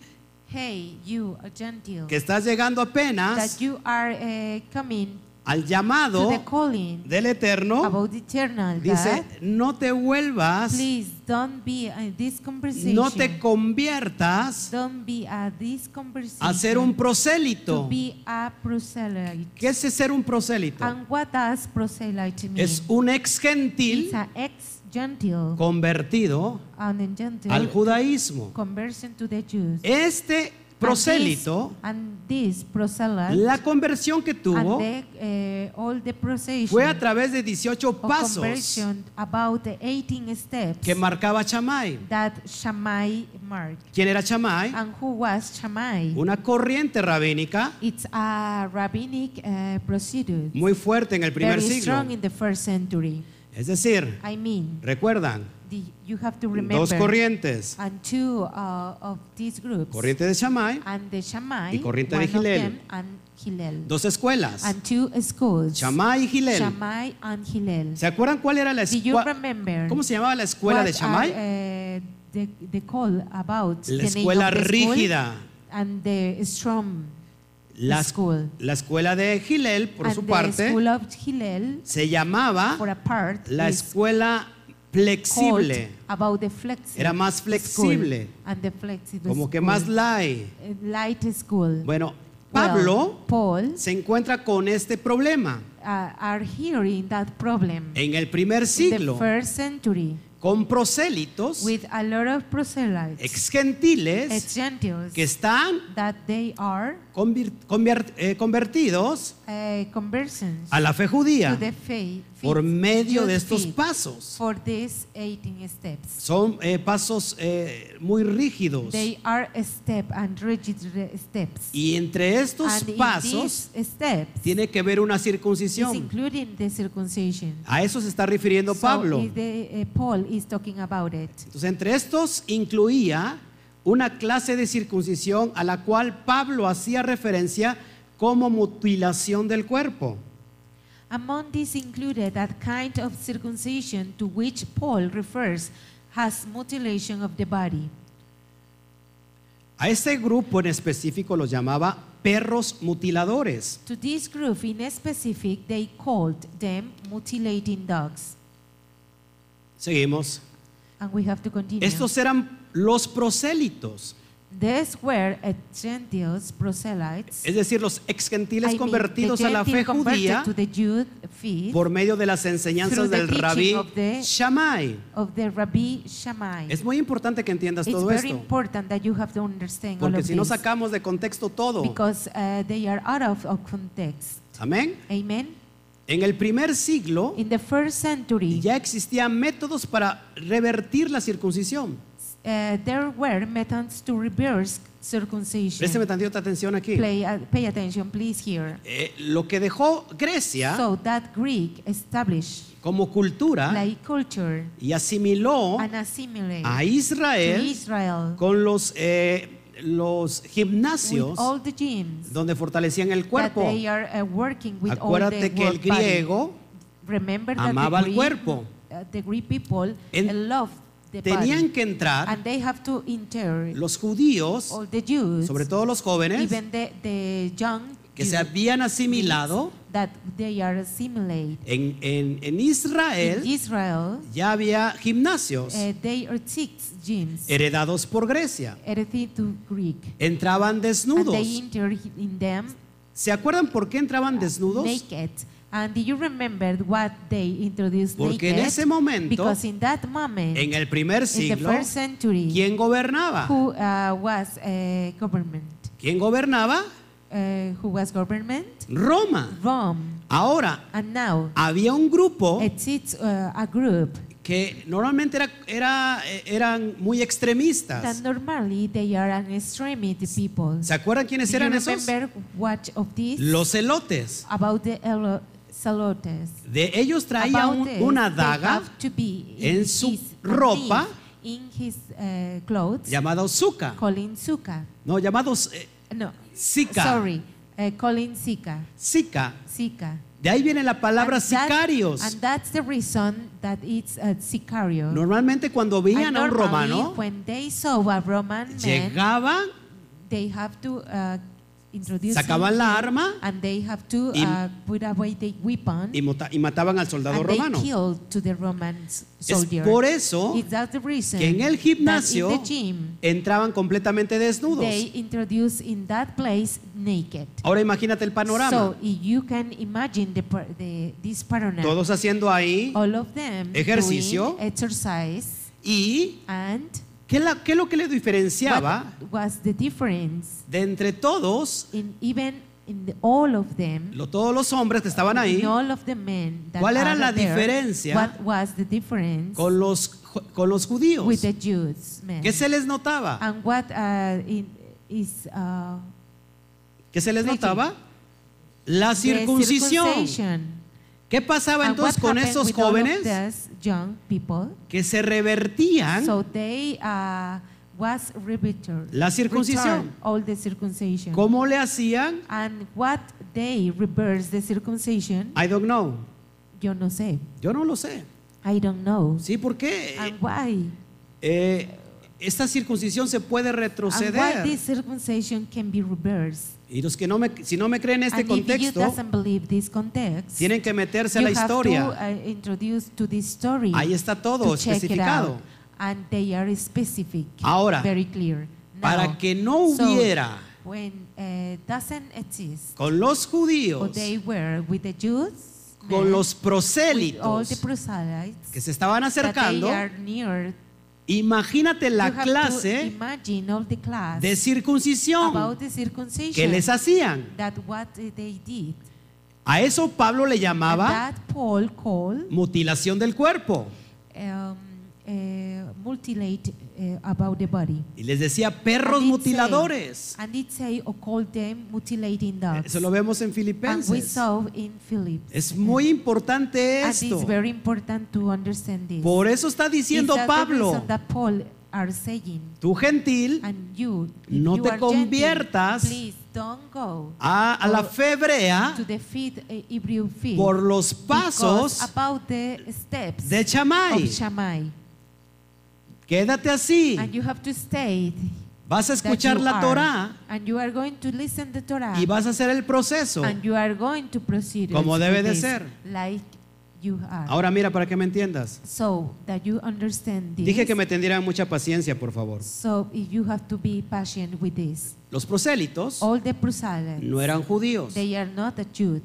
[SPEAKER 2] hey, you a gentile,
[SPEAKER 1] que estás llegando
[SPEAKER 2] that
[SPEAKER 1] apenas
[SPEAKER 2] you are uh, coming
[SPEAKER 1] al
[SPEAKER 2] to
[SPEAKER 1] llamado
[SPEAKER 2] the calling
[SPEAKER 1] del Eterno,
[SPEAKER 2] about the eternal
[SPEAKER 1] dice,
[SPEAKER 2] God,
[SPEAKER 1] no te vuelvas,
[SPEAKER 2] please don't be in this conversation.
[SPEAKER 1] no te conviertas
[SPEAKER 2] don't be at this conversation.
[SPEAKER 1] a ser un
[SPEAKER 2] to
[SPEAKER 1] prosélito.
[SPEAKER 2] be a proselyte.
[SPEAKER 1] ¿Qué es ser un prosélito?
[SPEAKER 2] And what does proselyte mean?
[SPEAKER 1] Es un ex
[SPEAKER 2] it's
[SPEAKER 1] gentil
[SPEAKER 2] an ex-gentile
[SPEAKER 1] convertido
[SPEAKER 2] and a gentile
[SPEAKER 1] al judaísmo.
[SPEAKER 2] conversion to the Jews.
[SPEAKER 1] Este prosélito,
[SPEAKER 2] and this proselyte
[SPEAKER 1] la conversión que tuvo
[SPEAKER 2] and the, uh, all the procession
[SPEAKER 1] fue a través de 18
[SPEAKER 2] of
[SPEAKER 1] pasos
[SPEAKER 2] conversion about the 18 steps
[SPEAKER 1] que marcaba Chamay.
[SPEAKER 2] that Shammai marked.
[SPEAKER 1] ¿Quién era Chamay?
[SPEAKER 2] And who was Shammai?
[SPEAKER 1] Una corriente rabínica
[SPEAKER 2] It's a rabbinic uh, procedure,
[SPEAKER 1] muy fuerte en el primer
[SPEAKER 2] very strong
[SPEAKER 1] siglo.
[SPEAKER 2] in the first century.
[SPEAKER 1] Es decir,
[SPEAKER 2] I mean,
[SPEAKER 1] recuerdan,
[SPEAKER 2] the, you have to
[SPEAKER 1] dos
[SPEAKER 2] remember
[SPEAKER 1] corrientes.
[SPEAKER 2] and two uh, of these groups
[SPEAKER 1] Corriente de Chamay,
[SPEAKER 2] and the Shammai,
[SPEAKER 1] y corriente de
[SPEAKER 2] one of
[SPEAKER 1] Hillel.
[SPEAKER 2] them, and Hillel,
[SPEAKER 1] dos escuelas.
[SPEAKER 2] and two schools,
[SPEAKER 1] Chamay y Gilel.
[SPEAKER 2] Shammai and Hillel.
[SPEAKER 1] ¿Se acuerdan cuál era la
[SPEAKER 2] Do you
[SPEAKER 1] escuela?
[SPEAKER 2] remember?
[SPEAKER 1] ¿Cómo se llamaba la escuela
[SPEAKER 2] what
[SPEAKER 1] de Chamay?
[SPEAKER 2] Are, uh, the, the call about
[SPEAKER 1] La
[SPEAKER 2] the name
[SPEAKER 1] escuela
[SPEAKER 2] of the school
[SPEAKER 1] rígida.
[SPEAKER 2] and the strong
[SPEAKER 1] La,
[SPEAKER 2] school.
[SPEAKER 1] la escuela de Gilel, por
[SPEAKER 2] and
[SPEAKER 1] su
[SPEAKER 2] the
[SPEAKER 1] parte,
[SPEAKER 2] school of Hillel
[SPEAKER 1] se llamaba
[SPEAKER 2] for a part
[SPEAKER 1] la
[SPEAKER 2] is
[SPEAKER 1] escuela
[SPEAKER 2] called
[SPEAKER 1] flexible,
[SPEAKER 2] about the flexible
[SPEAKER 1] Era más flexible.
[SPEAKER 2] school and the flexible
[SPEAKER 1] como que
[SPEAKER 2] school.
[SPEAKER 1] más lay.
[SPEAKER 2] Eh, light school
[SPEAKER 1] Bueno,
[SPEAKER 2] Well,
[SPEAKER 1] Pablo
[SPEAKER 2] Paul
[SPEAKER 1] se encuentra con este problema
[SPEAKER 2] uh, are hearing that problem
[SPEAKER 1] en el primer
[SPEAKER 2] in the
[SPEAKER 1] siglo
[SPEAKER 2] first century
[SPEAKER 1] con prosélitos
[SPEAKER 2] with a lot of proselytes
[SPEAKER 1] ex gentiles
[SPEAKER 2] ex gentiles
[SPEAKER 1] que están
[SPEAKER 2] that they are
[SPEAKER 1] convir- convier- eh, convertidos
[SPEAKER 2] uh, conversions
[SPEAKER 1] a la fe
[SPEAKER 2] to
[SPEAKER 1] judía
[SPEAKER 2] the faith
[SPEAKER 1] Ah, por medio
[SPEAKER 2] Jews'
[SPEAKER 1] de estos
[SPEAKER 2] faith
[SPEAKER 1] pasos.
[SPEAKER 2] for these 18 steps
[SPEAKER 1] Son eh, pasos eh, muy rígidos
[SPEAKER 2] they are a step and rigid re- steps
[SPEAKER 1] y entre estos
[SPEAKER 2] and in
[SPEAKER 1] pasos
[SPEAKER 2] these steps
[SPEAKER 1] tiene que ver una
[SPEAKER 2] is
[SPEAKER 1] circuncisión.
[SPEAKER 2] including the circumcision.
[SPEAKER 1] A eso se está refiriendo
[SPEAKER 2] So
[SPEAKER 1] Pablo.
[SPEAKER 2] is the, uh, Paul is talking about it.
[SPEAKER 1] Entonces, entre estos incluía una clase de circuncisión a la cual Pablo hacía referencia como mutilación del cuerpo.
[SPEAKER 2] Among these included that kind of circumcision to which Paul refers as mutilation of the body.
[SPEAKER 1] A este grupo en específico los llamaba perros mutiladores.
[SPEAKER 2] To this group in specific, they called them mutilating dogs.
[SPEAKER 1] Seguimos.
[SPEAKER 2] And we have to continue.
[SPEAKER 1] Estos eran los prosélitos,
[SPEAKER 2] These were uh, Gentiles, proselytes.
[SPEAKER 1] es decir, los ex
[SPEAKER 2] I
[SPEAKER 1] gentiles
[SPEAKER 2] mean,
[SPEAKER 1] convertidos
[SPEAKER 2] the
[SPEAKER 1] a la fe
[SPEAKER 2] Gentile converted
[SPEAKER 1] judía
[SPEAKER 2] to the Jew faith
[SPEAKER 1] por medio de las
[SPEAKER 2] through
[SPEAKER 1] enseñanzas
[SPEAKER 2] the
[SPEAKER 1] del
[SPEAKER 2] teaching
[SPEAKER 1] rabí
[SPEAKER 2] of the-
[SPEAKER 1] Shammai.
[SPEAKER 2] of the Rabbi Shammai.
[SPEAKER 1] Es muy importante que entiendas
[SPEAKER 2] It's
[SPEAKER 1] todo
[SPEAKER 2] very
[SPEAKER 1] esto,
[SPEAKER 2] important that you have to understand all
[SPEAKER 1] porque
[SPEAKER 2] of
[SPEAKER 1] si no
[SPEAKER 2] this,
[SPEAKER 1] sacamos de contexto todo,
[SPEAKER 2] because uh, they are out of, of context.
[SPEAKER 1] amén.
[SPEAKER 2] Amen.
[SPEAKER 1] En el primer siglo
[SPEAKER 2] In the first century,
[SPEAKER 1] ya existían métodos para revertir la circuncisión.
[SPEAKER 2] uh, there were methods to reverse circumcision.
[SPEAKER 1] Présteme tantita atención aquí.
[SPEAKER 2] Play, uh, pay attention, please, here.
[SPEAKER 1] Eh, lo que dejó Grecia
[SPEAKER 2] So that Greek established
[SPEAKER 1] como cultura
[SPEAKER 2] like culture
[SPEAKER 1] y asimiló
[SPEAKER 2] and assimilate
[SPEAKER 1] a
[SPEAKER 2] to
[SPEAKER 1] Israel
[SPEAKER 2] Israel
[SPEAKER 1] con los, eh, los gimnasios
[SPEAKER 2] with all the gyms
[SPEAKER 1] donde fortalecían el
[SPEAKER 2] that
[SPEAKER 1] cuerpo.
[SPEAKER 2] they are uh, working with all the
[SPEAKER 1] Acuérdate que el
[SPEAKER 2] world body.
[SPEAKER 1] griego
[SPEAKER 2] Remember that
[SPEAKER 1] amaba
[SPEAKER 2] the
[SPEAKER 1] el
[SPEAKER 2] Greek,
[SPEAKER 1] cuerpo.
[SPEAKER 2] uh, the Greek people
[SPEAKER 1] En-
[SPEAKER 2] uh, love the
[SPEAKER 1] tenían
[SPEAKER 2] body.
[SPEAKER 1] que entrar
[SPEAKER 2] and they have to enter
[SPEAKER 1] los judíos,
[SPEAKER 2] all the Jews,
[SPEAKER 1] sobre todo los jóvenes,
[SPEAKER 2] even the, the young
[SPEAKER 1] que
[SPEAKER 2] Jews,
[SPEAKER 1] se habían asimilado
[SPEAKER 2] that they are assimilated.
[SPEAKER 1] en, en- en
[SPEAKER 2] In
[SPEAKER 1] Israel,
[SPEAKER 2] Israel,
[SPEAKER 1] ya había gimnasios
[SPEAKER 2] uh, they are six gyms,
[SPEAKER 1] heredados por Grecia.
[SPEAKER 2] everything to Greek.
[SPEAKER 1] Entraban
[SPEAKER 2] And they
[SPEAKER 1] desnudos.
[SPEAKER 2] enter in them
[SPEAKER 1] ¿Se acuerdan por qué entraban desnudos?
[SPEAKER 2] naked. And do you remember what they introduced
[SPEAKER 1] Porque en
[SPEAKER 2] naked?
[SPEAKER 1] ese momento,
[SPEAKER 2] because in that moment,
[SPEAKER 1] en el primer
[SPEAKER 2] in the
[SPEAKER 1] siglo,
[SPEAKER 2] first century,
[SPEAKER 1] ¿quién gobernaba?
[SPEAKER 2] who uh, was uh, government?
[SPEAKER 1] ¿Quién gobernaba?
[SPEAKER 2] Uh, who was government?
[SPEAKER 1] Roma.
[SPEAKER 2] Rome.
[SPEAKER 1] Ahora,
[SPEAKER 2] And now
[SPEAKER 1] había un grupo
[SPEAKER 2] It's, it's uh, a group
[SPEAKER 1] que normalmente era, era- eh, eran muy
[SPEAKER 2] that
[SPEAKER 1] extremistas.
[SPEAKER 2] normally they are an extremity people.
[SPEAKER 1] ¿Se acuerdan quiénes
[SPEAKER 2] Do you
[SPEAKER 1] eran esos?
[SPEAKER 2] remember what of this?
[SPEAKER 1] Los elotes.
[SPEAKER 2] about the elo- celotes.
[SPEAKER 1] De ellos traía
[SPEAKER 2] About
[SPEAKER 1] un-
[SPEAKER 2] this,
[SPEAKER 1] una
[SPEAKER 2] they
[SPEAKER 1] daga
[SPEAKER 2] have to be
[SPEAKER 1] en
[SPEAKER 2] in
[SPEAKER 1] su
[SPEAKER 2] his,
[SPEAKER 1] ropa.
[SPEAKER 2] in his uh, clothes,
[SPEAKER 1] llamada Ozuka.
[SPEAKER 2] calling Zuka.
[SPEAKER 1] No, llamados eh,
[SPEAKER 2] No,
[SPEAKER 1] Zika.
[SPEAKER 2] sorry, uh, calling Zika.
[SPEAKER 1] Zika.
[SPEAKER 2] Zika.
[SPEAKER 1] De ahí viene la palabra
[SPEAKER 2] And that-
[SPEAKER 1] sicarios.
[SPEAKER 2] And that's the reason that it's a sicario.
[SPEAKER 1] Normalmente cuando veían
[SPEAKER 2] And
[SPEAKER 1] a un
[SPEAKER 2] normally,
[SPEAKER 1] romano,
[SPEAKER 2] when they saw a Roman man,
[SPEAKER 1] llegaban,
[SPEAKER 2] they have to uh, introduce
[SPEAKER 1] sacaban
[SPEAKER 2] him
[SPEAKER 1] la
[SPEAKER 2] here,
[SPEAKER 1] arma
[SPEAKER 2] and they have to
[SPEAKER 1] y-
[SPEAKER 2] uh, put away the weapon
[SPEAKER 1] y, mota- y mataban al soldado
[SPEAKER 2] and
[SPEAKER 1] romano.
[SPEAKER 2] they killed to the Roman s-
[SPEAKER 1] Es
[SPEAKER 2] soldier.
[SPEAKER 1] por eso
[SPEAKER 2] Is that the reason
[SPEAKER 1] que en el
[SPEAKER 2] that in
[SPEAKER 1] gimnasio
[SPEAKER 2] the gym,
[SPEAKER 1] entraban completamente desnudos.
[SPEAKER 2] they introduce in that place naked.
[SPEAKER 1] Ahora imagínate el
[SPEAKER 2] So
[SPEAKER 1] panorama.
[SPEAKER 2] i- you can imagine the, par- the, this panorama.
[SPEAKER 1] Todos
[SPEAKER 2] oh.
[SPEAKER 1] haciendo ahí
[SPEAKER 2] All of them
[SPEAKER 1] Ejercicio.
[SPEAKER 2] doing exercise
[SPEAKER 1] y
[SPEAKER 2] and
[SPEAKER 1] ¿Qué, la- qué es lo que le diferenciaba
[SPEAKER 2] What was the difference
[SPEAKER 1] de entre todos,
[SPEAKER 2] in even in the- all of them?
[SPEAKER 1] lo- todos los hombres que estaban ahí,
[SPEAKER 2] In all of the men that
[SPEAKER 1] ¿Cuál era
[SPEAKER 2] are
[SPEAKER 1] la
[SPEAKER 2] there,
[SPEAKER 1] diferencia
[SPEAKER 2] What was the difference
[SPEAKER 1] con los, ju- con los judíos?
[SPEAKER 2] with the Jews men?
[SPEAKER 1] ¿Qué se les notaba?
[SPEAKER 2] And what uh, in- is uh,
[SPEAKER 1] ¿Qué se les
[SPEAKER 2] Preaching.
[SPEAKER 1] notaba? La
[SPEAKER 2] the
[SPEAKER 1] circuncisión.
[SPEAKER 2] circumcision?
[SPEAKER 1] ¿Qué pasaba
[SPEAKER 2] And
[SPEAKER 1] entonces
[SPEAKER 2] Ah, what
[SPEAKER 1] con
[SPEAKER 2] happened
[SPEAKER 1] esos
[SPEAKER 2] with all of
[SPEAKER 1] jóvenes
[SPEAKER 2] these young people?
[SPEAKER 1] que se revertían?
[SPEAKER 2] So they uh, was reverted.
[SPEAKER 1] La circuncisión.
[SPEAKER 2] Returned All the circumcision.
[SPEAKER 1] ¿Cómo le hacían?
[SPEAKER 2] And what they reverse the circumcision?
[SPEAKER 1] I don't know.
[SPEAKER 2] Yo no sé.
[SPEAKER 1] Yo no lo sé.
[SPEAKER 2] I don't know.
[SPEAKER 1] Sí, ¿por qué?
[SPEAKER 2] And why?
[SPEAKER 1] Eh, esta circuncisión se puede
[SPEAKER 2] And why
[SPEAKER 1] retroceder.
[SPEAKER 2] this circumcision can be reversed?
[SPEAKER 1] Y los que no me, si no me creen este
[SPEAKER 2] and if you
[SPEAKER 1] contexto,
[SPEAKER 2] doesn't believe this context,
[SPEAKER 1] tienen que meterse a
[SPEAKER 2] you
[SPEAKER 1] la
[SPEAKER 2] have to
[SPEAKER 1] historia.
[SPEAKER 2] uh, introduce to this story.
[SPEAKER 1] Ahí está todo
[SPEAKER 2] to check it
[SPEAKER 1] especificado.
[SPEAKER 2] out. And they are specific.
[SPEAKER 1] Ahora,
[SPEAKER 2] very clear.
[SPEAKER 1] Para
[SPEAKER 2] Now,
[SPEAKER 1] que no hubiera
[SPEAKER 2] so when uh, doesn't exist,
[SPEAKER 1] con los
[SPEAKER 2] or
[SPEAKER 1] judíos,
[SPEAKER 2] they were with the Jews,
[SPEAKER 1] con
[SPEAKER 2] men,
[SPEAKER 1] los
[SPEAKER 2] with all the
[SPEAKER 1] prosélitos
[SPEAKER 2] proselytes,
[SPEAKER 1] que se estaban acercando,
[SPEAKER 2] that they are near.
[SPEAKER 1] imagínate la
[SPEAKER 2] you have to
[SPEAKER 1] clase
[SPEAKER 2] imagine all the class
[SPEAKER 1] de circuncisión
[SPEAKER 2] about the circumcision
[SPEAKER 1] que les hacían.
[SPEAKER 2] that what they did.
[SPEAKER 1] A eso Pablo le
[SPEAKER 2] And
[SPEAKER 1] llamaba
[SPEAKER 2] that Paul called
[SPEAKER 1] mutilación del cuerpo.
[SPEAKER 2] um, uh, mutilate uh, about the body.
[SPEAKER 1] Y les decía perros
[SPEAKER 2] And it
[SPEAKER 1] mutiladores.
[SPEAKER 2] Say, and it say or call them mutilating dogs.
[SPEAKER 1] Eso lo vemos en
[SPEAKER 2] and we
[SPEAKER 1] Filipenses.
[SPEAKER 2] saw in Philippians.
[SPEAKER 1] Es muy importante
[SPEAKER 2] and it's
[SPEAKER 1] esto.
[SPEAKER 2] very important to understand this.
[SPEAKER 1] Por eso está diciendo
[SPEAKER 2] Is that the
[SPEAKER 1] Pablo,
[SPEAKER 2] reason that Paul are saying,
[SPEAKER 1] tú gentil
[SPEAKER 2] and you, if
[SPEAKER 1] No
[SPEAKER 2] you
[SPEAKER 1] te
[SPEAKER 2] are gentle,
[SPEAKER 1] conviertas
[SPEAKER 2] please don't go
[SPEAKER 1] a, a la fe hebrea
[SPEAKER 2] to the feet, uh, Hebrew feet
[SPEAKER 1] por los
[SPEAKER 2] because
[SPEAKER 1] pasos
[SPEAKER 2] about the steps
[SPEAKER 1] de
[SPEAKER 2] of
[SPEAKER 1] Chamay.
[SPEAKER 2] Shammai.
[SPEAKER 1] Quédate así.
[SPEAKER 2] And you have to stay
[SPEAKER 1] Vas a
[SPEAKER 2] that
[SPEAKER 1] escuchar
[SPEAKER 2] you
[SPEAKER 1] la
[SPEAKER 2] are,
[SPEAKER 1] Torá
[SPEAKER 2] and you are going to listen the Torah
[SPEAKER 1] y vas a hacer el proceso.
[SPEAKER 2] and you are going to proceed
[SPEAKER 1] Como
[SPEAKER 2] with
[SPEAKER 1] debe de
[SPEAKER 2] this,
[SPEAKER 1] ser.
[SPEAKER 2] like you are
[SPEAKER 1] Ahora mira, para que me entiendas.
[SPEAKER 2] so that you understand this
[SPEAKER 1] Dije que me tendrían mucha paciencia, por favor.
[SPEAKER 2] so you have to be patient with this
[SPEAKER 1] Los prosélitos
[SPEAKER 2] all the proselytes
[SPEAKER 1] no eran judíos.
[SPEAKER 2] Oh, they are not a Jew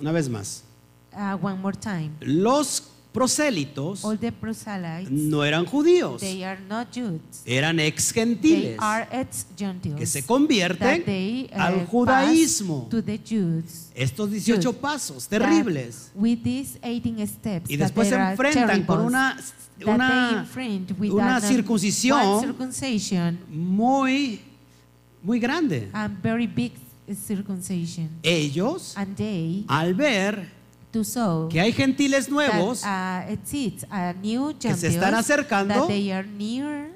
[SPEAKER 1] Una vez más.
[SPEAKER 2] uh, one more time
[SPEAKER 1] Los prosélitos
[SPEAKER 2] all the proselytes
[SPEAKER 1] no eran judíos.
[SPEAKER 2] they are not Jews
[SPEAKER 1] Eran ex
[SPEAKER 2] they
[SPEAKER 1] gentiles
[SPEAKER 2] are ex Gentiles
[SPEAKER 1] que se
[SPEAKER 2] that
[SPEAKER 1] convierten
[SPEAKER 2] they uh,
[SPEAKER 1] al
[SPEAKER 2] pass
[SPEAKER 1] judaísmo.
[SPEAKER 2] to the Jews
[SPEAKER 1] Estos 18 pasos terribles.
[SPEAKER 2] that With these 18 steps
[SPEAKER 1] Y
[SPEAKER 2] that
[SPEAKER 1] después se
[SPEAKER 2] there are
[SPEAKER 1] enfrentan con
[SPEAKER 2] terribles,
[SPEAKER 1] una,
[SPEAKER 2] that they
[SPEAKER 1] una
[SPEAKER 2] infringe with
[SPEAKER 1] una
[SPEAKER 2] that, um,
[SPEAKER 1] circuncisión.
[SPEAKER 2] one circumcision
[SPEAKER 1] muy, muy grande.
[SPEAKER 2] and very big circumcision.
[SPEAKER 1] Ellos,
[SPEAKER 2] And they
[SPEAKER 1] al ver
[SPEAKER 2] do so
[SPEAKER 1] que hay gentiles nuevos,
[SPEAKER 2] that, uh, exist a new
[SPEAKER 1] Que se están
[SPEAKER 2] Gentiles,
[SPEAKER 1] acercando.
[SPEAKER 2] that they are near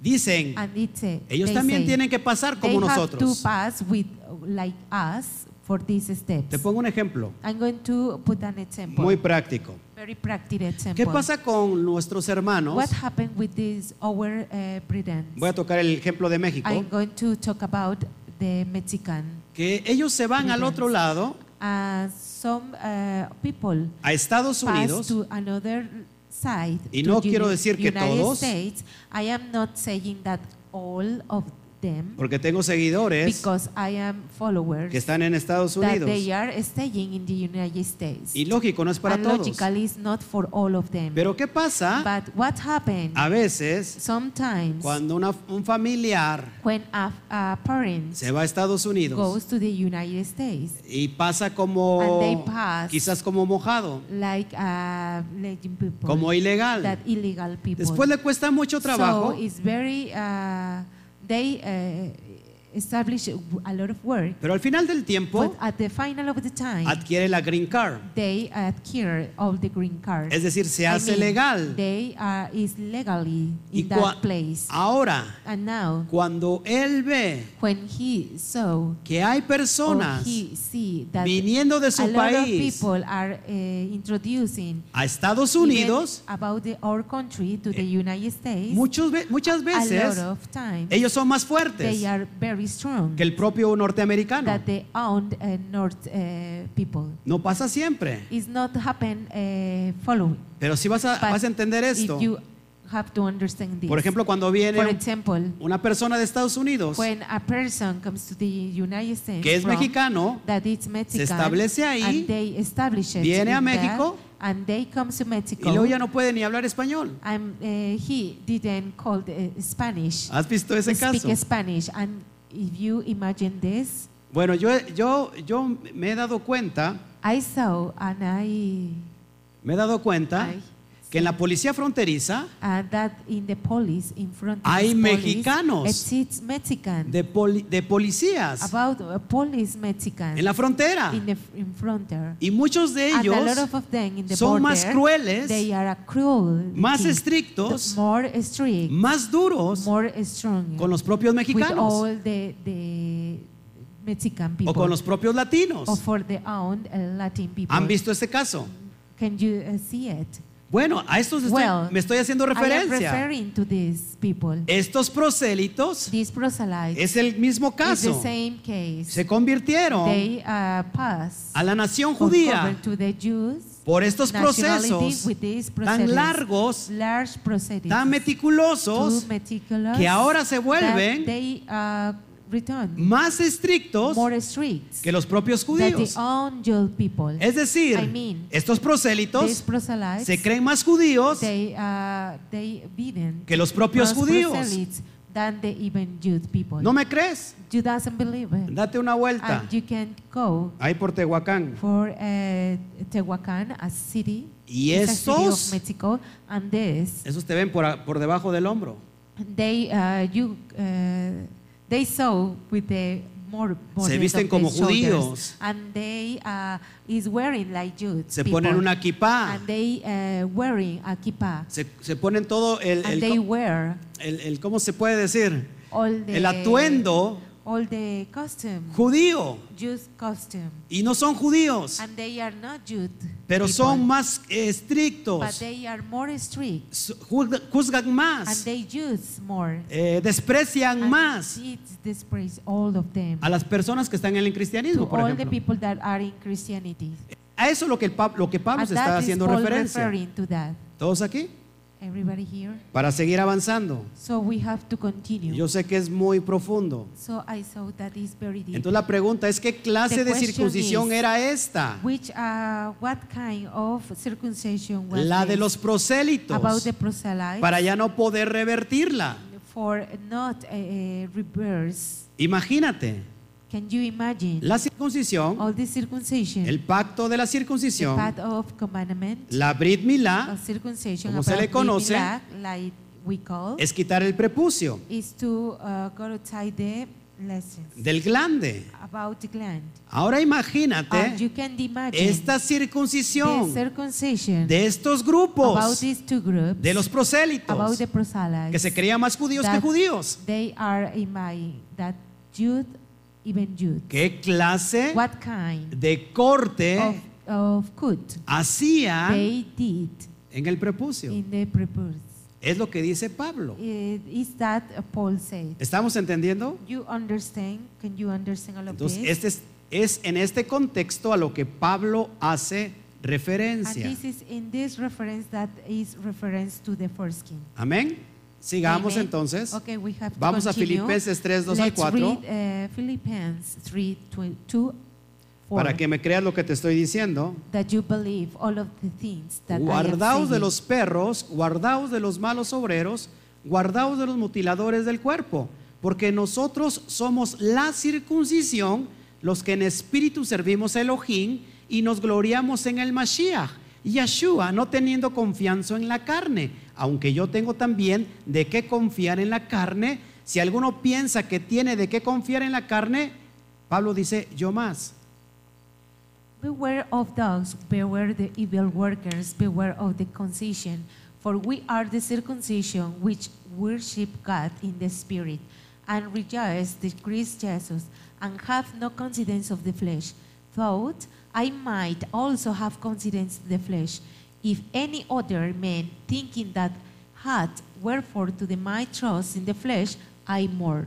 [SPEAKER 1] dicen,
[SPEAKER 2] and it's a-
[SPEAKER 1] ellos
[SPEAKER 2] they
[SPEAKER 1] también
[SPEAKER 2] say,
[SPEAKER 1] tienen que pasar como
[SPEAKER 2] they have to
[SPEAKER 1] nosotros.
[SPEAKER 2] pass with like us for these steps.
[SPEAKER 1] Te pongo un ejemplo
[SPEAKER 2] I'm going to put an example.
[SPEAKER 1] muy práctico.
[SPEAKER 2] very practical example.
[SPEAKER 1] ¿Qué pasa con nuestros hermanos?
[SPEAKER 2] What happened with this our uh, Britain?
[SPEAKER 1] Voy a tocar el ejemplo de México.
[SPEAKER 2] I'm going to talk about the Mexican.
[SPEAKER 1] Que ellos se van al otro lado,
[SPEAKER 2] Uh, some uh, people
[SPEAKER 1] a Estados
[SPEAKER 2] pass
[SPEAKER 1] Unidos,
[SPEAKER 2] to another side.
[SPEAKER 1] Y
[SPEAKER 2] to
[SPEAKER 1] no
[SPEAKER 2] Uni-
[SPEAKER 1] quiero decir que
[SPEAKER 2] United
[SPEAKER 1] todos.
[SPEAKER 2] States. I am not saying that all of them,
[SPEAKER 1] porque tengo seguidores
[SPEAKER 2] because I am followers,
[SPEAKER 1] que están en Estados
[SPEAKER 2] that
[SPEAKER 1] Unidos.
[SPEAKER 2] they are staying in the United States.
[SPEAKER 1] Y lógico, no es para
[SPEAKER 2] and
[SPEAKER 1] todos.
[SPEAKER 2] logically, it's not for all of them.
[SPEAKER 1] Pero ¿qué pasa?
[SPEAKER 2] but what happened
[SPEAKER 1] A veces,
[SPEAKER 2] sometimes
[SPEAKER 1] cuando una- un familiar
[SPEAKER 2] when a, a parent
[SPEAKER 1] se va a Estados Unidos
[SPEAKER 2] goes to the United States,
[SPEAKER 1] y pasa
[SPEAKER 2] And they
[SPEAKER 1] como,
[SPEAKER 2] pass.
[SPEAKER 1] quizás como mojado,
[SPEAKER 2] like uh, legend people,
[SPEAKER 1] como
[SPEAKER 2] that
[SPEAKER 1] ilegal.
[SPEAKER 2] illegal people.
[SPEAKER 1] Después le cuesta mucho trabajo
[SPEAKER 2] So it's very, uh, they uh, establish a lot of work,
[SPEAKER 1] Pero al final del
[SPEAKER 2] but
[SPEAKER 1] tiempo
[SPEAKER 2] at the final of the time,
[SPEAKER 1] adquiere la green card,
[SPEAKER 2] they adhere all the green cards.
[SPEAKER 1] es decir, se
[SPEAKER 2] I
[SPEAKER 1] hace
[SPEAKER 2] mean,
[SPEAKER 1] legal.
[SPEAKER 2] They are is legally
[SPEAKER 1] Y
[SPEAKER 2] in
[SPEAKER 1] cua-
[SPEAKER 2] that place,
[SPEAKER 1] Ahora,
[SPEAKER 2] and now
[SPEAKER 1] cuando él ve
[SPEAKER 2] when he saw
[SPEAKER 1] que hay
[SPEAKER 2] or
[SPEAKER 1] personas
[SPEAKER 2] he see that
[SPEAKER 1] viniendo de
[SPEAKER 2] a
[SPEAKER 1] su
[SPEAKER 2] lot of
[SPEAKER 1] país
[SPEAKER 2] people are uh, introducing
[SPEAKER 1] a Estados
[SPEAKER 2] even
[SPEAKER 1] Unidos,
[SPEAKER 2] about the- our country to the United States.
[SPEAKER 1] muchos ve- muchas
[SPEAKER 2] a lot
[SPEAKER 1] veces
[SPEAKER 2] of times
[SPEAKER 1] ellos son más
[SPEAKER 2] they
[SPEAKER 1] fuertes
[SPEAKER 2] are very strong
[SPEAKER 1] que el propio norteamericano.
[SPEAKER 2] that they own uh, North uh, people.
[SPEAKER 1] No pasa siempre,
[SPEAKER 2] It's not happen uh, following.
[SPEAKER 1] pero si vas a,
[SPEAKER 2] But
[SPEAKER 1] vas a entender esto,
[SPEAKER 2] If you have to understand this.
[SPEAKER 1] por ejemplo, cuando viene
[SPEAKER 2] For
[SPEAKER 1] un-
[SPEAKER 2] example,
[SPEAKER 1] una persona de Estados Unidos
[SPEAKER 2] when a person comes to the United States
[SPEAKER 1] que es
[SPEAKER 2] from
[SPEAKER 1] mexicano,
[SPEAKER 2] that it's Mexican,
[SPEAKER 1] establece ahí,
[SPEAKER 2] and they establish it
[SPEAKER 1] viene a
[SPEAKER 2] in
[SPEAKER 1] México
[SPEAKER 2] that, and they come to
[SPEAKER 1] Y luego
[SPEAKER 2] Mexico.
[SPEAKER 1] ya no puede ni hablar español.
[SPEAKER 2] And uh, he didn't call the Spanish,
[SPEAKER 1] ¿Has visto Ah, ese
[SPEAKER 2] speak
[SPEAKER 1] caso?
[SPEAKER 2] Spanish. And if you imagine this,
[SPEAKER 1] Bueno, yo, yo, yo me he dado cuenta,
[SPEAKER 2] I saw and I,
[SPEAKER 1] me he dado cuenta
[SPEAKER 2] I
[SPEAKER 1] que en la policía fronteriza
[SPEAKER 2] uh, that in the police in front of
[SPEAKER 1] Hay
[SPEAKER 2] the police,
[SPEAKER 1] mexicanos.
[SPEAKER 2] It's, it's Mexican.
[SPEAKER 1] de, poli- de policías
[SPEAKER 2] about uh, police Mexicans
[SPEAKER 1] en la frontera
[SPEAKER 2] in the f- in frontier.
[SPEAKER 1] y muchos de
[SPEAKER 2] and a
[SPEAKER 1] ellos
[SPEAKER 2] lot of them in the
[SPEAKER 1] son
[SPEAKER 2] border,
[SPEAKER 1] más crueles,
[SPEAKER 2] they are a cruel,
[SPEAKER 1] más
[SPEAKER 2] king.
[SPEAKER 1] estrictos,
[SPEAKER 2] more strict,
[SPEAKER 1] más duros
[SPEAKER 2] more strong
[SPEAKER 1] con los propios
[SPEAKER 2] with all
[SPEAKER 1] mexicanos
[SPEAKER 2] the, the Mexican people
[SPEAKER 1] o con los propios latinos.
[SPEAKER 2] or for the own uh, Latin people.
[SPEAKER 1] ¿Han visto este caso?
[SPEAKER 2] Can you uh, see it?
[SPEAKER 1] Bueno, a estos estoy-
[SPEAKER 2] Well,
[SPEAKER 1] me estoy haciendo
[SPEAKER 2] I am
[SPEAKER 1] referencia.
[SPEAKER 2] referring to these people.
[SPEAKER 1] Estos prosélitos
[SPEAKER 2] These proselytes
[SPEAKER 1] es el mismo
[SPEAKER 2] is the
[SPEAKER 1] caso.
[SPEAKER 2] same case.
[SPEAKER 1] Se convirtieron
[SPEAKER 2] they uh, pass
[SPEAKER 1] a la nación
[SPEAKER 2] from
[SPEAKER 1] Ah, judía
[SPEAKER 2] over to the Jews
[SPEAKER 1] por estos
[SPEAKER 2] nationality
[SPEAKER 1] procesos
[SPEAKER 2] with these
[SPEAKER 1] tan
[SPEAKER 2] procedures,
[SPEAKER 1] largos,
[SPEAKER 2] large procedures,
[SPEAKER 1] tan meticulosos,
[SPEAKER 2] too meticulous,
[SPEAKER 1] que ahora se
[SPEAKER 2] that
[SPEAKER 1] vuelven
[SPEAKER 2] they uh, return
[SPEAKER 1] más estrictos
[SPEAKER 2] more strict
[SPEAKER 1] que los propios
[SPEAKER 2] than
[SPEAKER 1] judíos.
[SPEAKER 2] the own Jew people.
[SPEAKER 1] Es decir,
[SPEAKER 2] I mean,
[SPEAKER 1] estos
[SPEAKER 2] These
[SPEAKER 1] prosélitos
[SPEAKER 2] proselytes,
[SPEAKER 1] se creen más judíos
[SPEAKER 2] they, uh, they didn't
[SPEAKER 1] que los propios
[SPEAKER 2] those
[SPEAKER 1] judíos.
[SPEAKER 2] proselytes than the even Jew people.
[SPEAKER 1] ¿No me crees?
[SPEAKER 2] You doesn't believe it,
[SPEAKER 1] Date una vuelta
[SPEAKER 2] and you can go
[SPEAKER 1] ahí por Tehuacán.
[SPEAKER 2] for uh, Tehuacan, a city,
[SPEAKER 1] Y
[SPEAKER 2] it's a city
[SPEAKER 1] esos-
[SPEAKER 2] of Mexico, and this,
[SPEAKER 1] Esos te ven por, a- por debajo del hombro.
[SPEAKER 2] they, uh, you, uh, they saw with the more
[SPEAKER 1] Se visten como judíos.
[SPEAKER 2] and they uh, is wearing like Jews.
[SPEAKER 1] Se
[SPEAKER 2] people.
[SPEAKER 1] ponen una kipá.
[SPEAKER 2] and they uh, wearing a kippah,
[SPEAKER 1] Se, se ponen todo el,
[SPEAKER 2] and
[SPEAKER 1] el,
[SPEAKER 2] they
[SPEAKER 1] co-
[SPEAKER 2] wear
[SPEAKER 1] el- el- ¿cómo se puede decir?
[SPEAKER 2] all the
[SPEAKER 1] El atuendo
[SPEAKER 2] all the costume,
[SPEAKER 1] judío.
[SPEAKER 2] Jews costume,
[SPEAKER 1] Y no son judíos,
[SPEAKER 2] and they are not Jews.
[SPEAKER 1] pero son
[SPEAKER 2] people,
[SPEAKER 1] más eh,
[SPEAKER 2] but
[SPEAKER 1] estrictos.
[SPEAKER 2] they are more strict,
[SPEAKER 1] Su- juzga- Juzgan
[SPEAKER 2] and
[SPEAKER 1] más,
[SPEAKER 2] they use more.
[SPEAKER 1] eh, desprecian
[SPEAKER 2] and
[SPEAKER 1] más
[SPEAKER 2] It displays all of them.
[SPEAKER 1] a las personas que están en el
[SPEAKER 2] to
[SPEAKER 1] cristianismo, por
[SPEAKER 2] all the
[SPEAKER 1] ejemplo.
[SPEAKER 2] people that are in Christianity.
[SPEAKER 1] A eso lo que, el Pab- lo que Pablo
[SPEAKER 2] And
[SPEAKER 1] se
[SPEAKER 2] that
[SPEAKER 1] está
[SPEAKER 2] is
[SPEAKER 1] haciendo
[SPEAKER 2] Paul
[SPEAKER 1] referencia.
[SPEAKER 2] referring to that.
[SPEAKER 1] ¿Todos aquí?
[SPEAKER 2] Everybody here.
[SPEAKER 1] Para seguir avanzando.
[SPEAKER 2] So we have to continue.
[SPEAKER 1] Yo sé que es muy profundo.
[SPEAKER 2] so I saw that is very deep.
[SPEAKER 1] Entonces la pregunta es, ¿qué clase
[SPEAKER 2] The
[SPEAKER 1] de
[SPEAKER 2] question
[SPEAKER 1] circuncisión
[SPEAKER 2] is-
[SPEAKER 1] era esta?
[SPEAKER 2] Which uh, what kind of circumcision was
[SPEAKER 1] La de
[SPEAKER 2] this?
[SPEAKER 1] los prosélitos,
[SPEAKER 2] about the proselytes
[SPEAKER 1] para ya no poder revertirla.
[SPEAKER 2] for not uh, uh, reverse?
[SPEAKER 1] Imagínate,
[SPEAKER 2] Can you imagine
[SPEAKER 1] la circuncisión,
[SPEAKER 2] all the circumcision,
[SPEAKER 1] el pacto de la
[SPEAKER 2] the
[SPEAKER 1] circuncisión,
[SPEAKER 2] path of commandment,
[SPEAKER 1] la brit milá,
[SPEAKER 2] of circumcision,
[SPEAKER 1] como se le
[SPEAKER 2] about
[SPEAKER 1] conoce,
[SPEAKER 2] Milag, like we call,
[SPEAKER 1] es quitar el prepucio
[SPEAKER 2] is to uh, go outside the lessons.
[SPEAKER 1] del glande.
[SPEAKER 2] about the gland.
[SPEAKER 1] Ahora
[SPEAKER 2] And you
[SPEAKER 1] imagínate
[SPEAKER 2] can imagine
[SPEAKER 1] esta
[SPEAKER 2] the
[SPEAKER 1] circuncisión
[SPEAKER 2] circumcision
[SPEAKER 1] de estos
[SPEAKER 2] about
[SPEAKER 1] grupos,
[SPEAKER 2] these two groups,
[SPEAKER 1] de los
[SPEAKER 2] about
[SPEAKER 1] prosélitos,
[SPEAKER 2] the proselytes.
[SPEAKER 1] que se creían más judíos que
[SPEAKER 2] that-
[SPEAKER 1] judíos.
[SPEAKER 2] They are in my that Jude, even Jude.
[SPEAKER 1] ¿Qué clase
[SPEAKER 2] What kind
[SPEAKER 1] de ¿Ah? corte
[SPEAKER 2] of, of cut
[SPEAKER 1] hacían
[SPEAKER 2] they did
[SPEAKER 1] en el prepucio?
[SPEAKER 2] in the purpose?
[SPEAKER 1] Es lo que dice Pablo.
[SPEAKER 2] It is that uh, Paul said?
[SPEAKER 1] ¿Estamos entendiendo?
[SPEAKER 2] You understand? Can you understand all of
[SPEAKER 1] Entonces,
[SPEAKER 2] this?
[SPEAKER 1] este es, es en este contexto a lo que Pablo hace
[SPEAKER 2] And
[SPEAKER 1] referencia.
[SPEAKER 2] Ah, this is in this reference that is reference to the foreskin.
[SPEAKER 1] Amén. Sigamos
[SPEAKER 2] Amen.
[SPEAKER 1] entonces.
[SPEAKER 2] Okay, we have to
[SPEAKER 1] Vamos a
[SPEAKER 2] continue.
[SPEAKER 1] Filipenses 3, 2 al
[SPEAKER 2] Let's
[SPEAKER 1] 4
[SPEAKER 2] read, uh, Philippians 3, 2, 4.
[SPEAKER 1] para que me creas lo que te estoy diciendo.
[SPEAKER 2] That you believe all of the things that I am
[SPEAKER 1] Guardaos de
[SPEAKER 2] saying.
[SPEAKER 1] los perros, guardaos de los malos obreros, guardaos de los mutiladores del cuerpo, porque nosotros somos la circuncisión, los que en espíritu servimos a Elohim y nos gloriamos en el Mashiach, Yeshua, no teniendo confianza en la carne, aunque yo tengo también de qué confiar en la carne. Si alguno piensa que tiene de qué confiar en la carne, Pablo dice, yo más.
[SPEAKER 2] Beware of dogs, beware the evil workers, beware of the concision, for we are the circumcision which worship God in the spirit, and rejoice that Christ Jesus, and have no confidence of the flesh. Thought I might also have confidence in the flesh, if any other man thinking that had wherefore to the my trust in the flesh, I more.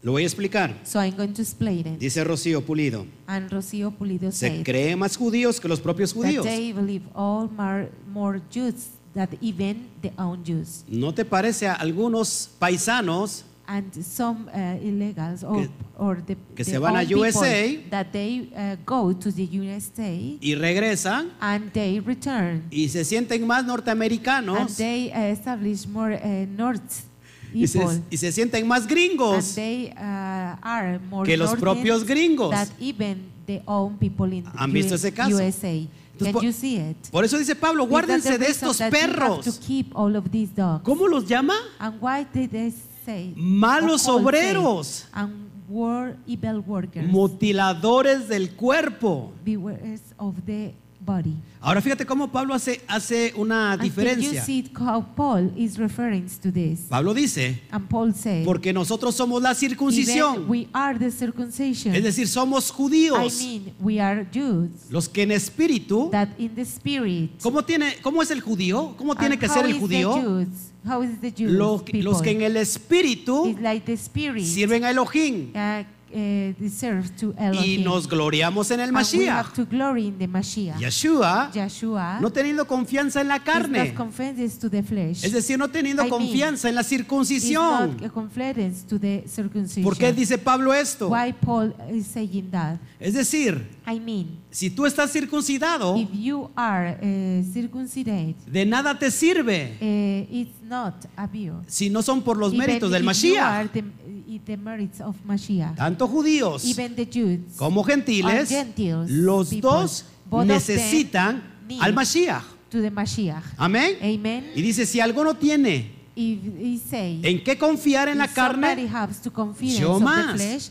[SPEAKER 1] Lo voy a explicar.
[SPEAKER 2] So I'm going to explain it.
[SPEAKER 1] Dice Rocío Pulido.
[SPEAKER 2] And Rocío Pulido
[SPEAKER 1] Se
[SPEAKER 2] said.
[SPEAKER 1] cree más judíos que los propios
[SPEAKER 2] that
[SPEAKER 1] judíos.
[SPEAKER 2] they believe all more, more Jews that even the own Jews.
[SPEAKER 1] ¿No te parece a algunos paisanos
[SPEAKER 2] and some uh, illegals or,
[SPEAKER 1] Que-
[SPEAKER 2] or the,
[SPEAKER 1] que
[SPEAKER 2] the
[SPEAKER 1] se van a
[SPEAKER 2] own people
[SPEAKER 1] USA.
[SPEAKER 2] that they uh, go to the United States
[SPEAKER 1] y regresan
[SPEAKER 2] and they return
[SPEAKER 1] y se sienten más
[SPEAKER 2] and
[SPEAKER 1] norteamericanos
[SPEAKER 2] they uh, establish more uh, North
[SPEAKER 1] y se,
[SPEAKER 2] people
[SPEAKER 1] y se sienten más
[SPEAKER 2] and
[SPEAKER 1] gringos
[SPEAKER 2] they uh, are more
[SPEAKER 1] que los
[SPEAKER 2] northern
[SPEAKER 1] propios gringos.
[SPEAKER 2] that even the own people in the
[SPEAKER 1] ¿Han visto ese caso?
[SPEAKER 2] USA. Can
[SPEAKER 1] por-
[SPEAKER 2] you see it?
[SPEAKER 1] Por eso dice Pablo,
[SPEAKER 2] Is that the
[SPEAKER 1] guárdense de
[SPEAKER 2] reason
[SPEAKER 1] estos
[SPEAKER 2] that you have
[SPEAKER 1] perros.
[SPEAKER 2] to keep all of these dogs?
[SPEAKER 1] ¿Cómo los llama?
[SPEAKER 2] And why did they say?
[SPEAKER 1] Malos
[SPEAKER 2] or call say,
[SPEAKER 1] obreros.
[SPEAKER 2] And war, evil workers.
[SPEAKER 1] Mutiladores del cuerpo.
[SPEAKER 2] Beware of the body.
[SPEAKER 1] Ahora fíjate cómo Pablo hace, hace una
[SPEAKER 2] And can you
[SPEAKER 1] diferencia.
[SPEAKER 2] see how Paul is referring to this?
[SPEAKER 1] Pablo dice,
[SPEAKER 2] And Paul says,
[SPEAKER 1] porque nosotros somos la
[SPEAKER 2] "Even
[SPEAKER 1] circuncisión,
[SPEAKER 2] we are the circumcision.
[SPEAKER 1] es decir, somos
[SPEAKER 2] I
[SPEAKER 1] judíos,
[SPEAKER 2] mean, we are Jews
[SPEAKER 1] los que en espíritu,
[SPEAKER 2] that in the spirit.
[SPEAKER 1] ¿cómo, tiene, ¿cómo es el judío? ¿Cómo
[SPEAKER 2] And
[SPEAKER 1] tiene que
[SPEAKER 2] how
[SPEAKER 1] ser el
[SPEAKER 2] is the
[SPEAKER 1] judío?
[SPEAKER 2] Jews? How is the Jews
[SPEAKER 1] Lo- los
[SPEAKER 2] people?
[SPEAKER 1] que en el espíritu
[SPEAKER 2] It's like the spirit
[SPEAKER 1] sirven a Elohim
[SPEAKER 2] uh, uh, deserves to
[SPEAKER 1] y
[SPEAKER 2] Elohim.
[SPEAKER 1] nos gloriamos en el
[SPEAKER 2] And we have
[SPEAKER 1] Mashiach.
[SPEAKER 2] to glory in the Mashiach.
[SPEAKER 1] Yeshua,
[SPEAKER 2] Yeshua
[SPEAKER 1] no teniendo confianza en la
[SPEAKER 2] is
[SPEAKER 1] carne,
[SPEAKER 2] not confidence to the flesh.
[SPEAKER 1] es decir, no teniendo
[SPEAKER 2] I mean,
[SPEAKER 1] confianza en la
[SPEAKER 2] is not a
[SPEAKER 1] circuncisión.
[SPEAKER 2] confidence to the circumcision.
[SPEAKER 1] ¿Por qué dice Pablo esto?
[SPEAKER 2] Why Paul is saying that?
[SPEAKER 1] Es decir,
[SPEAKER 2] I mean,
[SPEAKER 1] si tú estás circuncidado,
[SPEAKER 2] if you are uh, circumcised,
[SPEAKER 1] de nada te sirve
[SPEAKER 2] uh, it's not abuse.
[SPEAKER 1] si no son por los
[SPEAKER 2] Even
[SPEAKER 1] méritos del
[SPEAKER 2] if you are
[SPEAKER 1] Mashiach.
[SPEAKER 2] the, i- the merits of Mashiach.
[SPEAKER 1] Tanto judíos
[SPEAKER 2] Even the Jews.
[SPEAKER 1] como gentiles,
[SPEAKER 2] are Gentiles,
[SPEAKER 1] los
[SPEAKER 2] people.
[SPEAKER 1] dos
[SPEAKER 2] Both of
[SPEAKER 1] necesitan
[SPEAKER 2] them need
[SPEAKER 1] al Mashiach.
[SPEAKER 2] to the Mashiach.
[SPEAKER 1] Amén.
[SPEAKER 2] Amen.
[SPEAKER 1] Y dice, si algo no tiene
[SPEAKER 2] If he say
[SPEAKER 1] en qué confiar en la
[SPEAKER 2] if somebody
[SPEAKER 1] carne,
[SPEAKER 2] has to confidence
[SPEAKER 1] yo
[SPEAKER 2] of the
[SPEAKER 1] más.
[SPEAKER 2] flesh,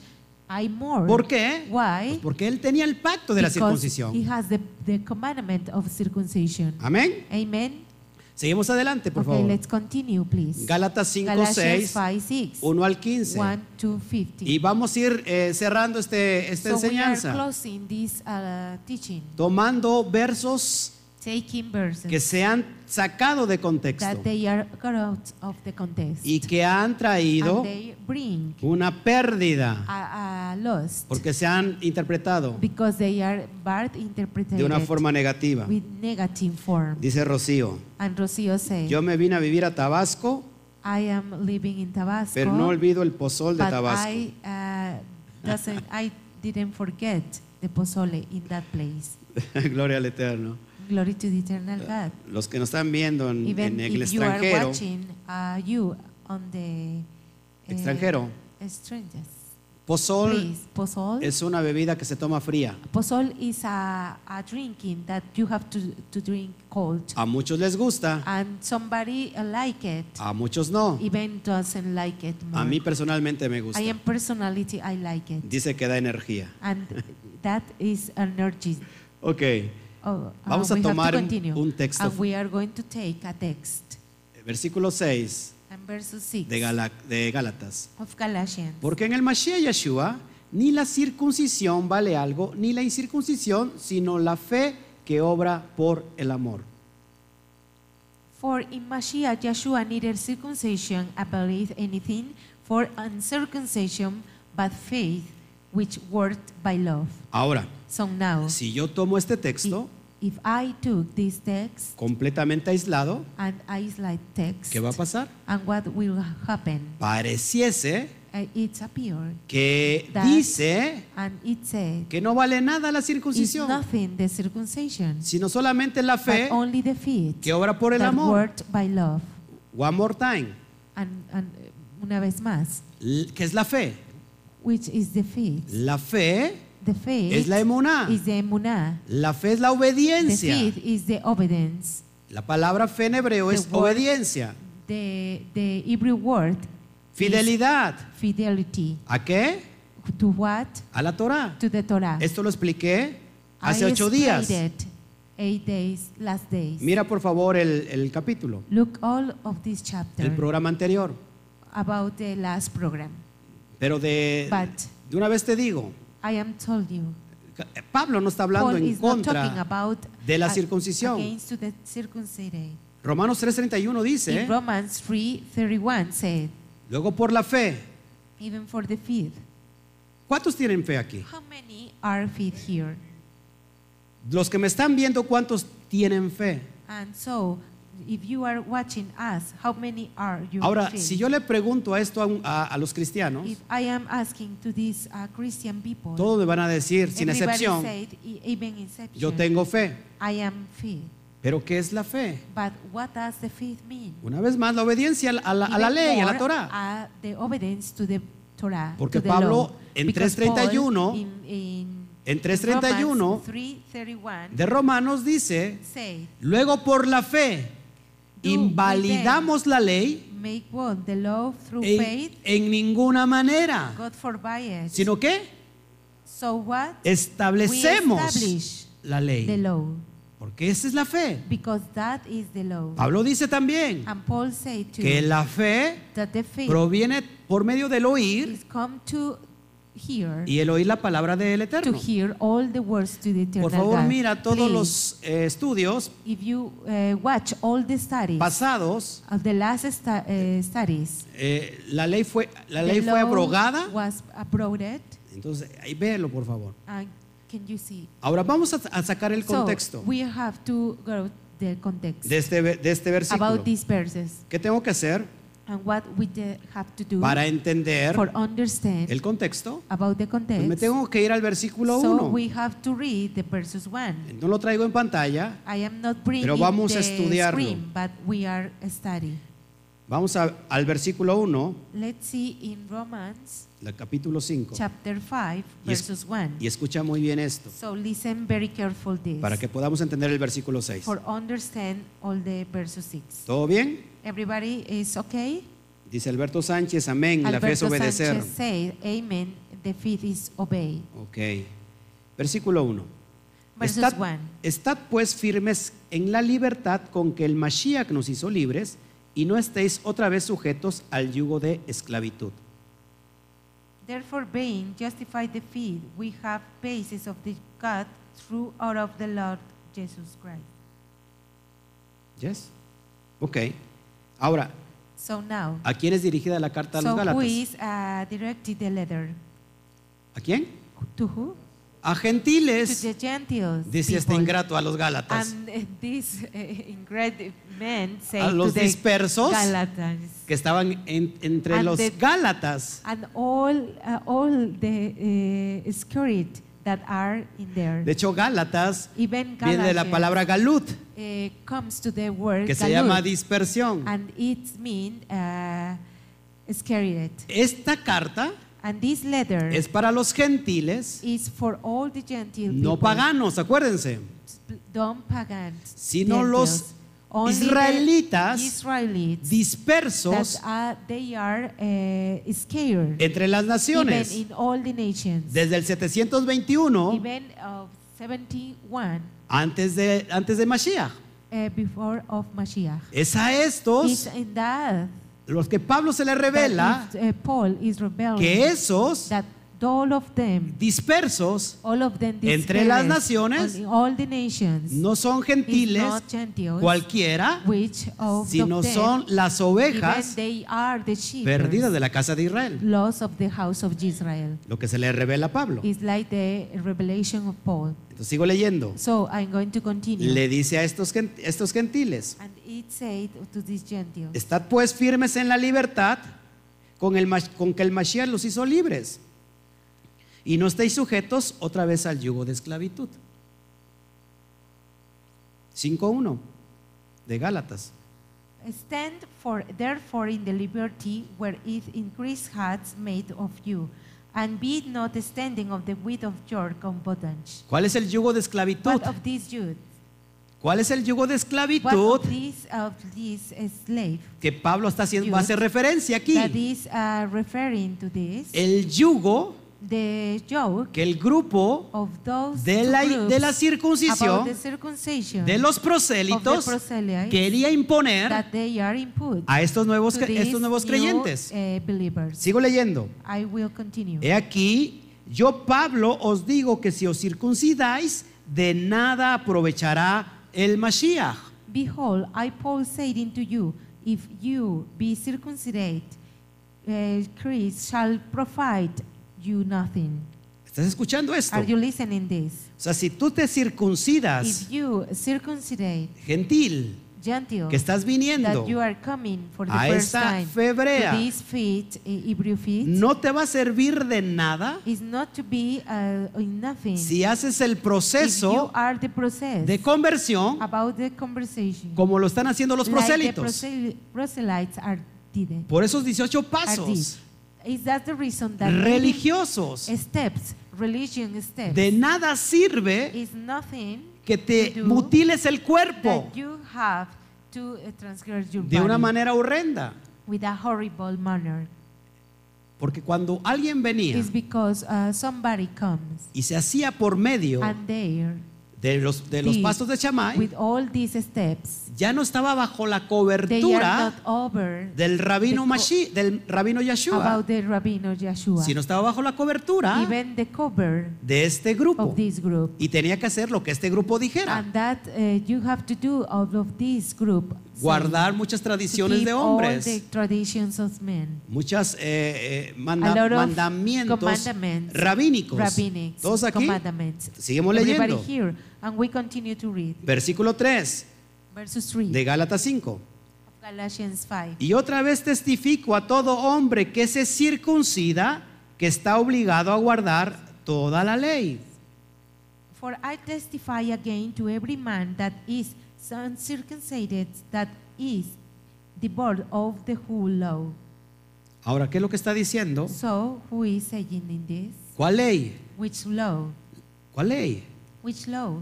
[SPEAKER 2] I more.
[SPEAKER 1] ¿por qué?
[SPEAKER 2] Why?
[SPEAKER 1] Pues porque él tenía el pacto de la
[SPEAKER 2] Because He
[SPEAKER 1] circuncisión.
[SPEAKER 2] has the, the commandment of circumcision.
[SPEAKER 1] Amén.
[SPEAKER 2] Amen.
[SPEAKER 1] Seguimos adelante, por
[SPEAKER 2] okay,
[SPEAKER 1] favor.
[SPEAKER 2] let's continue, please.
[SPEAKER 1] Gálatas 5,
[SPEAKER 2] Galatians
[SPEAKER 1] 6,
[SPEAKER 2] 5, 6,
[SPEAKER 1] 1 al 15.
[SPEAKER 2] 1 to 15.
[SPEAKER 1] Y vamos a ir eh, cerrando este, esta
[SPEAKER 2] so we are
[SPEAKER 1] enseñanza,
[SPEAKER 2] closing this uh, teaching,
[SPEAKER 1] tomando versos
[SPEAKER 2] taking verses
[SPEAKER 1] que se han sacado de contexto
[SPEAKER 2] that they are out of the context.
[SPEAKER 1] y que han traído
[SPEAKER 2] and they bring
[SPEAKER 1] una pérdida
[SPEAKER 2] a, a loss
[SPEAKER 1] porque se han interpretado
[SPEAKER 2] because they are bad interpreted
[SPEAKER 1] de una forma negativa.
[SPEAKER 2] with negative form.
[SPEAKER 1] Dice Rocío,
[SPEAKER 2] And Rocío says,
[SPEAKER 1] yo me vine a vivir a Tabasco,
[SPEAKER 2] I am living in Tabasco,
[SPEAKER 1] pero no olvido el pozol de
[SPEAKER 2] but
[SPEAKER 1] Tabasco.
[SPEAKER 2] I, uh, doesn't, I didn't forget the pozole in that place.
[SPEAKER 1] Gloria al Eterno.
[SPEAKER 2] Glory to the eternal God.
[SPEAKER 1] Los que nos están viendo Uh, en,
[SPEAKER 2] Even
[SPEAKER 1] en el
[SPEAKER 2] if you are
[SPEAKER 1] extranjero,
[SPEAKER 2] watching uh, you on the eh,
[SPEAKER 1] Extranjero.
[SPEAKER 2] strangers,
[SPEAKER 1] pozol
[SPEAKER 2] please, pozole.
[SPEAKER 1] es una bebida que se toma fría.
[SPEAKER 2] Pozol is a, a drinking that you have to, to drink cold.
[SPEAKER 1] A muchos les gusta,
[SPEAKER 2] And somebody uh, like it,
[SPEAKER 1] a muchos no.
[SPEAKER 2] even doesn't like it more.
[SPEAKER 1] Ah. A mí personalmente me gusta.
[SPEAKER 2] I am personality, I like it.
[SPEAKER 1] Dice que da energía.
[SPEAKER 2] And that is energy.
[SPEAKER 1] Ok,
[SPEAKER 2] Oh, uh,
[SPEAKER 1] Vamos a
[SPEAKER 2] we have to
[SPEAKER 1] tomar un-
[SPEAKER 2] continue.
[SPEAKER 1] un texto.
[SPEAKER 2] And we are going to take a text.
[SPEAKER 1] versículo 6
[SPEAKER 2] And verse 6
[SPEAKER 1] de, Gala- de Gálatas.
[SPEAKER 2] of Galatians.
[SPEAKER 1] Porque en el Mashiach Yeshua ni la circuncisión vale algo, ni la incircuncisión, sino la fe que obra por el amor.
[SPEAKER 2] For in Mashiach Yeshua neither circumcision availeth anything, for uncircumcision, but faith which worked by love.
[SPEAKER 1] Ahora,
[SPEAKER 2] So now,
[SPEAKER 1] si yo tomo este texto
[SPEAKER 2] if I took this text
[SPEAKER 1] completamente aislado,
[SPEAKER 2] and isolate text,
[SPEAKER 1] ¿qué va a pasar?
[SPEAKER 2] and what will happen?
[SPEAKER 1] Pareciese
[SPEAKER 2] Uh, It's appeared,
[SPEAKER 1] que
[SPEAKER 2] That-
[SPEAKER 1] dice
[SPEAKER 2] and it said,
[SPEAKER 1] que no vale nada la
[SPEAKER 2] it's
[SPEAKER 1] circuncisión,
[SPEAKER 2] nothing the circumcision,
[SPEAKER 1] sino solamente la fe
[SPEAKER 2] but only the faith
[SPEAKER 1] que obra por el
[SPEAKER 2] that
[SPEAKER 1] amor.
[SPEAKER 2] worked by love.
[SPEAKER 1] One more time.
[SPEAKER 2] And, and uh, una vez más,
[SPEAKER 1] L- ¿Qué es la fe?
[SPEAKER 2] which is the faith?
[SPEAKER 1] La fe
[SPEAKER 2] The faith
[SPEAKER 1] es la emuná.
[SPEAKER 2] is the emunah.
[SPEAKER 1] La fe es la
[SPEAKER 2] The
[SPEAKER 1] obediencia.
[SPEAKER 2] faith is the obedience.
[SPEAKER 1] La palabra fe en hebreo
[SPEAKER 2] The
[SPEAKER 1] es
[SPEAKER 2] word-
[SPEAKER 1] obediencia,
[SPEAKER 2] The, the Hebrew word
[SPEAKER 1] fidelidad.
[SPEAKER 2] is fidelity.
[SPEAKER 1] ¿A qué?
[SPEAKER 2] To what?
[SPEAKER 1] A la Torah.
[SPEAKER 2] To the Torah.
[SPEAKER 1] Esto lo expliqué
[SPEAKER 2] I
[SPEAKER 1] hace ocho días.
[SPEAKER 2] explained it Eight days, last days.
[SPEAKER 1] Mira por favor el, el capítulo,
[SPEAKER 2] Look all of this chapter
[SPEAKER 1] el programa anterior.
[SPEAKER 2] about the last program.
[SPEAKER 1] Pero de,
[SPEAKER 2] But-
[SPEAKER 1] de una vez te digo,
[SPEAKER 2] I am told you.
[SPEAKER 1] Pablo no está hablando
[SPEAKER 2] Paul
[SPEAKER 1] en
[SPEAKER 2] is not talking
[SPEAKER 1] contra.
[SPEAKER 2] about
[SPEAKER 1] de la
[SPEAKER 2] a-
[SPEAKER 1] circuncisión.
[SPEAKER 2] Against to the circumcision.
[SPEAKER 1] Romanos 3:31 dice,
[SPEAKER 2] In Romans 3:31 said,
[SPEAKER 1] luego por la fe.
[SPEAKER 2] even for the fifth.
[SPEAKER 1] ¿Cuántos tienen fe aquí?
[SPEAKER 2] How many are fifth here?
[SPEAKER 1] Los que me están viendo, ¿cuántos tienen fe?
[SPEAKER 2] And so, if you are watching us, how many are you?
[SPEAKER 1] Ahora,
[SPEAKER 2] feel?
[SPEAKER 1] si yo le pregunto a esto a, un- a- a los cristianos,
[SPEAKER 2] if I am asking to these uh, Christian people,
[SPEAKER 1] todos me van a decir, sin
[SPEAKER 2] everybody
[SPEAKER 1] excepción,
[SPEAKER 2] said, "E- even exception,
[SPEAKER 1] yo tengo fe.
[SPEAKER 2] I am faith.
[SPEAKER 1] Pero ¿qué es la fe?
[SPEAKER 2] But what does the faith mean?
[SPEAKER 1] Una vez más, la obediencia a la, a la- a la
[SPEAKER 2] Even
[SPEAKER 1] ley, a la
[SPEAKER 2] more,
[SPEAKER 1] Torah.
[SPEAKER 2] a the obedience to the Torah,
[SPEAKER 1] Porque
[SPEAKER 2] to the
[SPEAKER 1] Pablo,
[SPEAKER 2] law.
[SPEAKER 1] en
[SPEAKER 2] Because
[SPEAKER 1] 3:31,
[SPEAKER 2] Paul in- in
[SPEAKER 1] en 3:31,
[SPEAKER 2] Romans 3:31,
[SPEAKER 1] De Romanos dice,
[SPEAKER 2] say,
[SPEAKER 1] luego por la fe
[SPEAKER 2] Do
[SPEAKER 1] invalidamos la ley
[SPEAKER 2] make one the law through
[SPEAKER 1] en,
[SPEAKER 2] faith,
[SPEAKER 1] en ninguna manera,
[SPEAKER 2] God forbid.
[SPEAKER 1] sino que
[SPEAKER 2] so what?
[SPEAKER 1] establecemos
[SPEAKER 2] We establish
[SPEAKER 1] la
[SPEAKER 2] The
[SPEAKER 1] ley,
[SPEAKER 2] law,
[SPEAKER 1] porque esa es la fe.
[SPEAKER 2] because that is the law.
[SPEAKER 1] Pablo dice también
[SPEAKER 2] And Paul said too
[SPEAKER 1] que la fe
[SPEAKER 2] that the faith
[SPEAKER 1] proviene por medio del oír
[SPEAKER 2] is come to hear,
[SPEAKER 1] y el oír la palabra del
[SPEAKER 2] to
[SPEAKER 1] Eterno.
[SPEAKER 2] hear all the words to the eternal
[SPEAKER 1] Por favor,
[SPEAKER 2] God.
[SPEAKER 1] mira todos
[SPEAKER 2] Please,
[SPEAKER 1] los eh, estudios
[SPEAKER 2] if you uh, watch all the studies
[SPEAKER 1] pasados.
[SPEAKER 2] of the last stu- uh, studies,
[SPEAKER 1] eh, la ley fue, la
[SPEAKER 2] the
[SPEAKER 1] ley fue
[SPEAKER 2] law
[SPEAKER 1] abrogada.
[SPEAKER 2] was abroged.
[SPEAKER 1] Entonces, ahí véelo, por favor.
[SPEAKER 2] And can you see?
[SPEAKER 1] Ahora vamos a, a sacar el contexto
[SPEAKER 2] So we have to go the context
[SPEAKER 1] de, este, ve- de este versículo.
[SPEAKER 2] about these verses
[SPEAKER 1] ¿Qué tengo que hacer
[SPEAKER 2] and what we de- have to do
[SPEAKER 1] para entender
[SPEAKER 2] for understand
[SPEAKER 1] el contexto?
[SPEAKER 2] about the
[SPEAKER 1] Pues
[SPEAKER 2] context.
[SPEAKER 1] me tengo que ir al versículo
[SPEAKER 2] so
[SPEAKER 1] 1.
[SPEAKER 2] we have to read the verses one.
[SPEAKER 1] No lo traigo en pantalla.
[SPEAKER 2] I am not bringing
[SPEAKER 1] vamos a
[SPEAKER 2] the
[SPEAKER 1] estudiarlo.
[SPEAKER 2] screen, but we are studying.
[SPEAKER 1] Vamos a- al versículo 1
[SPEAKER 2] Let's see in Romans
[SPEAKER 1] del capítulo 5.
[SPEAKER 2] chapter 5,
[SPEAKER 1] Y es-
[SPEAKER 2] verses 1.
[SPEAKER 1] Y escucha muy bien esto,
[SPEAKER 2] So listen very careful this
[SPEAKER 1] para que podamos entender el versículo 6.
[SPEAKER 2] for understand all the verses 6.
[SPEAKER 1] ¿Todo bien?
[SPEAKER 2] Everybody is okay?
[SPEAKER 1] Dice Alberto Sánchez, amén. la fe es
[SPEAKER 2] Alberto
[SPEAKER 1] obedecer.
[SPEAKER 2] Sánchez said, amen, the faith is obey.
[SPEAKER 1] Ok. Versículo 1.
[SPEAKER 2] Verses
[SPEAKER 1] Estad,
[SPEAKER 2] 1.
[SPEAKER 1] estad, pues firmes en la libertad con que el Mashiach nos hizo libres y no estéis otra vez sujetos al yugo de esclavitud.
[SPEAKER 2] Therefore, being justified the faith, we have basis of the God through out of the Lord Jesus Christ.
[SPEAKER 1] Yes. Ok. Ahora,
[SPEAKER 2] So now,
[SPEAKER 1] ¿a quién es dirigida la carta a los
[SPEAKER 2] so who
[SPEAKER 1] Gálatas?
[SPEAKER 2] is uh, directed the letter?
[SPEAKER 1] ¿A quién?
[SPEAKER 2] To who?
[SPEAKER 1] A
[SPEAKER 2] To
[SPEAKER 1] gentiles,
[SPEAKER 2] the Gentiles.
[SPEAKER 1] dice este
[SPEAKER 2] people.
[SPEAKER 1] ingrato a los Gálatas,
[SPEAKER 2] And uh, this uh, ingrat men say
[SPEAKER 1] a los
[SPEAKER 2] to the
[SPEAKER 1] dispersos
[SPEAKER 2] Galatans.
[SPEAKER 1] que estaban en- entre
[SPEAKER 2] And
[SPEAKER 1] los
[SPEAKER 2] the-
[SPEAKER 1] Gálatas.
[SPEAKER 2] And all, uh, all the uh, scurried that are in there.
[SPEAKER 1] De hecho, Gálatas
[SPEAKER 2] Even
[SPEAKER 1] viene de la
[SPEAKER 2] Galatians,
[SPEAKER 1] palabra galut,
[SPEAKER 2] uh, comes to the word
[SPEAKER 1] que se
[SPEAKER 2] galut.
[SPEAKER 1] llama dispersión.
[SPEAKER 2] and it means uh, scaried.
[SPEAKER 1] Esta carta
[SPEAKER 2] And this letter
[SPEAKER 1] es para los gentiles,
[SPEAKER 2] is for all the Gentile
[SPEAKER 1] no
[SPEAKER 2] people,
[SPEAKER 1] paganos, acuérdense.
[SPEAKER 2] don't pagans,
[SPEAKER 1] Sino los
[SPEAKER 2] Gentiles, only the
[SPEAKER 1] israelitas
[SPEAKER 2] Israelites
[SPEAKER 1] Dispersos
[SPEAKER 2] that are, they are uh, scared,
[SPEAKER 1] entre las
[SPEAKER 2] even
[SPEAKER 1] naciones.
[SPEAKER 2] in all the nations,
[SPEAKER 1] Desde el 721,
[SPEAKER 2] even of 71
[SPEAKER 1] antes de, antes de Mashiach.
[SPEAKER 2] uh, before of Mashiach.
[SPEAKER 1] Es a
[SPEAKER 2] It's
[SPEAKER 1] estos
[SPEAKER 2] in that,
[SPEAKER 1] los que Pablo se les revela
[SPEAKER 2] that if, uh, Paul is rebelling
[SPEAKER 1] que esos
[SPEAKER 2] that all of them
[SPEAKER 1] dispersos
[SPEAKER 2] All of them
[SPEAKER 1] Entre las
[SPEAKER 2] dispersed
[SPEAKER 1] naciones,
[SPEAKER 2] on all the nations,
[SPEAKER 1] no son
[SPEAKER 2] is
[SPEAKER 1] gentiles
[SPEAKER 2] not Gentiles,
[SPEAKER 1] cualquiera,
[SPEAKER 2] which of
[SPEAKER 1] sino
[SPEAKER 2] them,
[SPEAKER 1] son las
[SPEAKER 2] even
[SPEAKER 1] ovejas
[SPEAKER 2] they are the sheep,
[SPEAKER 1] perdidas de la casa de Israel.
[SPEAKER 2] lost of the house of Israel.
[SPEAKER 1] Lo que se le revela a Pablo.
[SPEAKER 2] It's like the revelation of Paul.
[SPEAKER 1] Entonces sigo leyendo.
[SPEAKER 2] So I'm going to continue.
[SPEAKER 1] Le dice a estos, gen- estos gentiles.
[SPEAKER 2] and it said to these Gentiles,
[SPEAKER 1] Estad pues firmes en la libertad con, el, Mas- con que el Mashiach los hizo libres. Y no estéis sujetos otra vez al yugo de esclavitud. 5.1 de Gálatas.
[SPEAKER 2] Stand for therefore in the liberty where it increase hath made of you, and be not standing of the width of your competence.
[SPEAKER 1] ¿Cuál es el yugo de esclavitud?
[SPEAKER 2] What of this youth?
[SPEAKER 1] ¿Cuál es el yugo de
[SPEAKER 2] What
[SPEAKER 1] esclavitud
[SPEAKER 2] of this, of this slave
[SPEAKER 1] que Pablo está haciendo, va a hacer referencia
[SPEAKER 2] that
[SPEAKER 1] aquí?
[SPEAKER 2] is uh, referring to this,
[SPEAKER 1] El yugo
[SPEAKER 2] the yoke
[SPEAKER 1] que el grupo
[SPEAKER 2] of those
[SPEAKER 1] de
[SPEAKER 2] two
[SPEAKER 1] la,
[SPEAKER 2] groups
[SPEAKER 1] de la
[SPEAKER 2] about
[SPEAKER 1] circuncisión
[SPEAKER 2] the circumcision
[SPEAKER 1] de los
[SPEAKER 2] of the
[SPEAKER 1] prosélitos
[SPEAKER 2] proselytes
[SPEAKER 1] quería imponer
[SPEAKER 2] that they are input
[SPEAKER 1] a estos nuevos,
[SPEAKER 2] to these
[SPEAKER 1] estos nuevos
[SPEAKER 2] new,
[SPEAKER 1] creyentes. Eh.
[SPEAKER 2] uh, believers.
[SPEAKER 1] Sigo leyendo.
[SPEAKER 2] I will continue.
[SPEAKER 1] He aquí, yo Pablo os digo que si os circuncidáis, de nada aprovechará el Mashiach.
[SPEAKER 2] Behold, I Paul say unto you, if you be circumcised, uh, Christ shall provide you nothing.
[SPEAKER 1] ¿Estás escuchando esto?
[SPEAKER 2] Are you
[SPEAKER 1] O
[SPEAKER 2] listening this?
[SPEAKER 1] sea, si tú te circuncidas,
[SPEAKER 2] If you circumcise
[SPEAKER 1] gentil,
[SPEAKER 2] Gentile,
[SPEAKER 1] que estás viniendo
[SPEAKER 2] that you are coming for the
[SPEAKER 1] a
[SPEAKER 2] first
[SPEAKER 1] esta
[SPEAKER 2] time
[SPEAKER 1] fe hebrea.
[SPEAKER 2] to this feet, eh, Hebrew feet,
[SPEAKER 1] no te va a servir de nada
[SPEAKER 2] is not to be uh, in nothing.
[SPEAKER 1] si haces el
[SPEAKER 2] if you
[SPEAKER 1] proceso
[SPEAKER 2] are the process
[SPEAKER 1] de conversión
[SPEAKER 2] about the conversation,
[SPEAKER 1] como lo están haciendo los
[SPEAKER 2] like the
[SPEAKER 1] prosélitos.
[SPEAKER 2] prosel- proselytes are did.
[SPEAKER 1] Por esos 18
[SPEAKER 2] are
[SPEAKER 1] pasos
[SPEAKER 2] did. Is that the reason that
[SPEAKER 1] religiosos,
[SPEAKER 2] steps, religion steps,
[SPEAKER 1] de nada sirve
[SPEAKER 2] is nothing
[SPEAKER 1] que te
[SPEAKER 2] to do
[SPEAKER 1] mutiles el cuerpo
[SPEAKER 2] that you have to uh, transgress your
[SPEAKER 1] de una
[SPEAKER 2] body
[SPEAKER 1] manera horrenda.
[SPEAKER 2] with a horrible manner.
[SPEAKER 1] Porque cuando alguien venía
[SPEAKER 2] It's because uh, somebody comes
[SPEAKER 1] y se hacía por medio
[SPEAKER 2] and there,
[SPEAKER 1] de los, de los
[SPEAKER 2] did
[SPEAKER 1] pasos de Chamay,
[SPEAKER 2] with all these steps,
[SPEAKER 1] ya no estaba bajo la
[SPEAKER 2] they are not
[SPEAKER 1] cobertura
[SPEAKER 2] over
[SPEAKER 1] del rabino
[SPEAKER 2] the co-
[SPEAKER 1] Mashi, del rabino Yeshua,
[SPEAKER 2] about the Rabino Yeshua,
[SPEAKER 1] sino estaba bajo la cobertura
[SPEAKER 2] even the cover
[SPEAKER 1] de este grupo.
[SPEAKER 2] of this group.
[SPEAKER 1] Y tenía que hacer lo que este grupo dijera,
[SPEAKER 2] And that uh, you have to do out of this group. says,
[SPEAKER 1] guardar muchas
[SPEAKER 2] to
[SPEAKER 1] tradiciones
[SPEAKER 2] keep
[SPEAKER 1] de
[SPEAKER 2] All the
[SPEAKER 1] hombres.
[SPEAKER 2] traditions of men.
[SPEAKER 1] Muchas eh, eh, manda-
[SPEAKER 2] a lot of
[SPEAKER 1] mandamientos
[SPEAKER 2] commandments,
[SPEAKER 1] rabínicos.
[SPEAKER 2] rabbinic
[SPEAKER 1] Todos aquí.
[SPEAKER 2] commandments.
[SPEAKER 1] Seguimos
[SPEAKER 2] Everybody
[SPEAKER 1] leyendo.
[SPEAKER 2] here, and we continue to read.
[SPEAKER 1] Versículo 3
[SPEAKER 2] Verses 3
[SPEAKER 1] de Gálatas 5.
[SPEAKER 2] of Galatians 5.
[SPEAKER 1] Y otra vez testifico a todo hombre que se circuncida que está obligado a guardar toda la ley.
[SPEAKER 2] For I testify again to every man that is uncircumcised, that is devoid of the whole law.
[SPEAKER 1] Ahora, ¿qué es lo que está diciendo?
[SPEAKER 2] So, who is saying in this?
[SPEAKER 1] ¿Cuál ley?
[SPEAKER 2] Which law?
[SPEAKER 1] ¿Cuál ley?
[SPEAKER 2] Which law?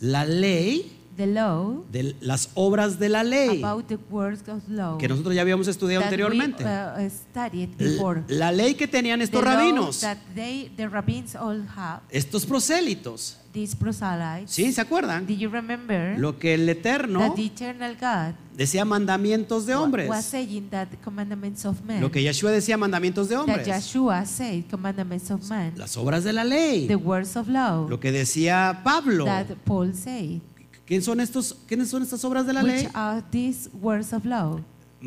[SPEAKER 1] La ley
[SPEAKER 2] The law
[SPEAKER 1] de las obras de la ley
[SPEAKER 2] about the words of law
[SPEAKER 1] que nosotros ya habíamos estudiado
[SPEAKER 2] that
[SPEAKER 1] anteriormente.
[SPEAKER 2] we, uh, studied before.
[SPEAKER 1] L- La ley que tenían
[SPEAKER 2] The
[SPEAKER 1] estos
[SPEAKER 2] law
[SPEAKER 1] rabinos,
[SPEAKER 2] that they, the rabbins all have,
[SPEAKER 1] estos prosélitos.
[SPEAKER 2] these proselytes.
[SPEAKER 1] ¿Sí? ¿Se acuerdan?
[SPEAKER 2] Do you remember
[SPEAKER 1] Lo que el Eterno
[SPEAKER 2] that the eternal God
[SPEAKER 1] decía mandamientos de
[SPEAKER 2] wa-
[SPEAKER 1] hombres.
[SPEAKER 2] was saying that the commandments of men,
[SPEAKER 1] Lo que Yeshua decía mandamientos de
[SPEAKER 2] that
[SPEAKER 1] hombres.
[SPEAKER 2] Yeshua said commandments of man,
[SPEAKER 1] Las obras de la ley.
[SPEAKER 2] the words of law
[SPEAKER 1] Lo que decía Pablo.
[SPEAKER 2] that Paul said,
[SPEAKER 1] ¿Quién son estos, ¿Quiénes son estas obras de la
[SPEAKER 2] which
[SPEAKER 1] ley?
[SPEAKER 2] are these words of law,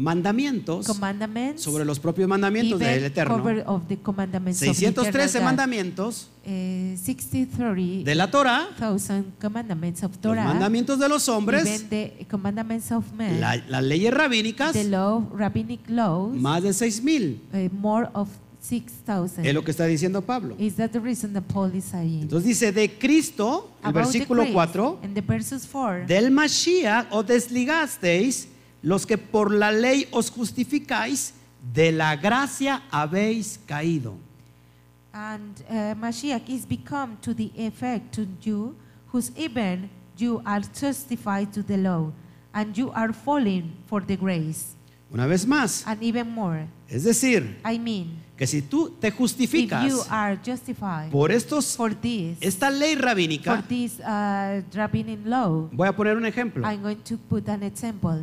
[SPEAKER 1] Mandamientos
[SPEAKER 2] commandments,
[SPEAKER 1] sobre los propios mandamientos
[SPEAKER 2] even
[SPEAKER 1] del Eterno.
[SPEAKER 2] cover of the commandments of the
[SPEAKER 1] 613
[SPEAKER 2] eternal God.
[SPEAKER 1] mandamientos
[SPEAKER 2] Eh, 63
[SPEAKER 1] de la Torah,
[SPEAKER 2] thousand commandments of
[SPEAKER 1] los
[SPEAKER 2] Torah,
[SPEAKER 1] mandamientos de los hombres,
[SPEAKER 2] even the commandments of men,
[SPEAKER 1] la- las leyes rabínicas,
[SPEAKER 2] the law, rabbinic laws,
[SPEAKER 1] más de 6.000.
[SPEAKER 2] eh, more of
[SPEAKER 1] Es
[SPEAKER 2] 6,000.
[SPEAKER 1] lo que está diciendo Pablo.
[SPEAKER 2] Is that the reason the Paul is saying?
[SPEAKER 1] Entonces dice, de Cristo, el
[SPEAKER 2] About the
[SPEAKER 1] versículo
[SPEAKER 2] grace,
[SPEAKER 1] 4,
[SPEAKER 2] and the verses 4,
[SPEAKER 1] del Mashiach os desligasteis los que por la ley os justificáis, de la gracia habéis caído.
[SPEAKER 2] and uh, Mashiach is become to the effect to you, whose even you are justified to the law, and you are falling for the grace,
[SPEAKER 1] Una vez más,
[SPEAKER 2] and even more.
[SPEAKER 1] es decir,
[SPEAKER 2] I mean,
[SPEAKER 1] que si tú te
[SPEAKER 2] if you
[SPEAKER 1] justificas
[SPEAKER 2] are justified
[SPEAKER 1] por estos,
[SPEAKER 2] for this,
[SPEAKER 1] esta ley
[SPEAKER 2] for
[SPEAKER 1] rabínica,
[SPEAKER 2] this uh, rabbinic law,
[SPEAKER 1] voy a poner un ejemplo.
[SPEAKER 2] I'm going to put an example.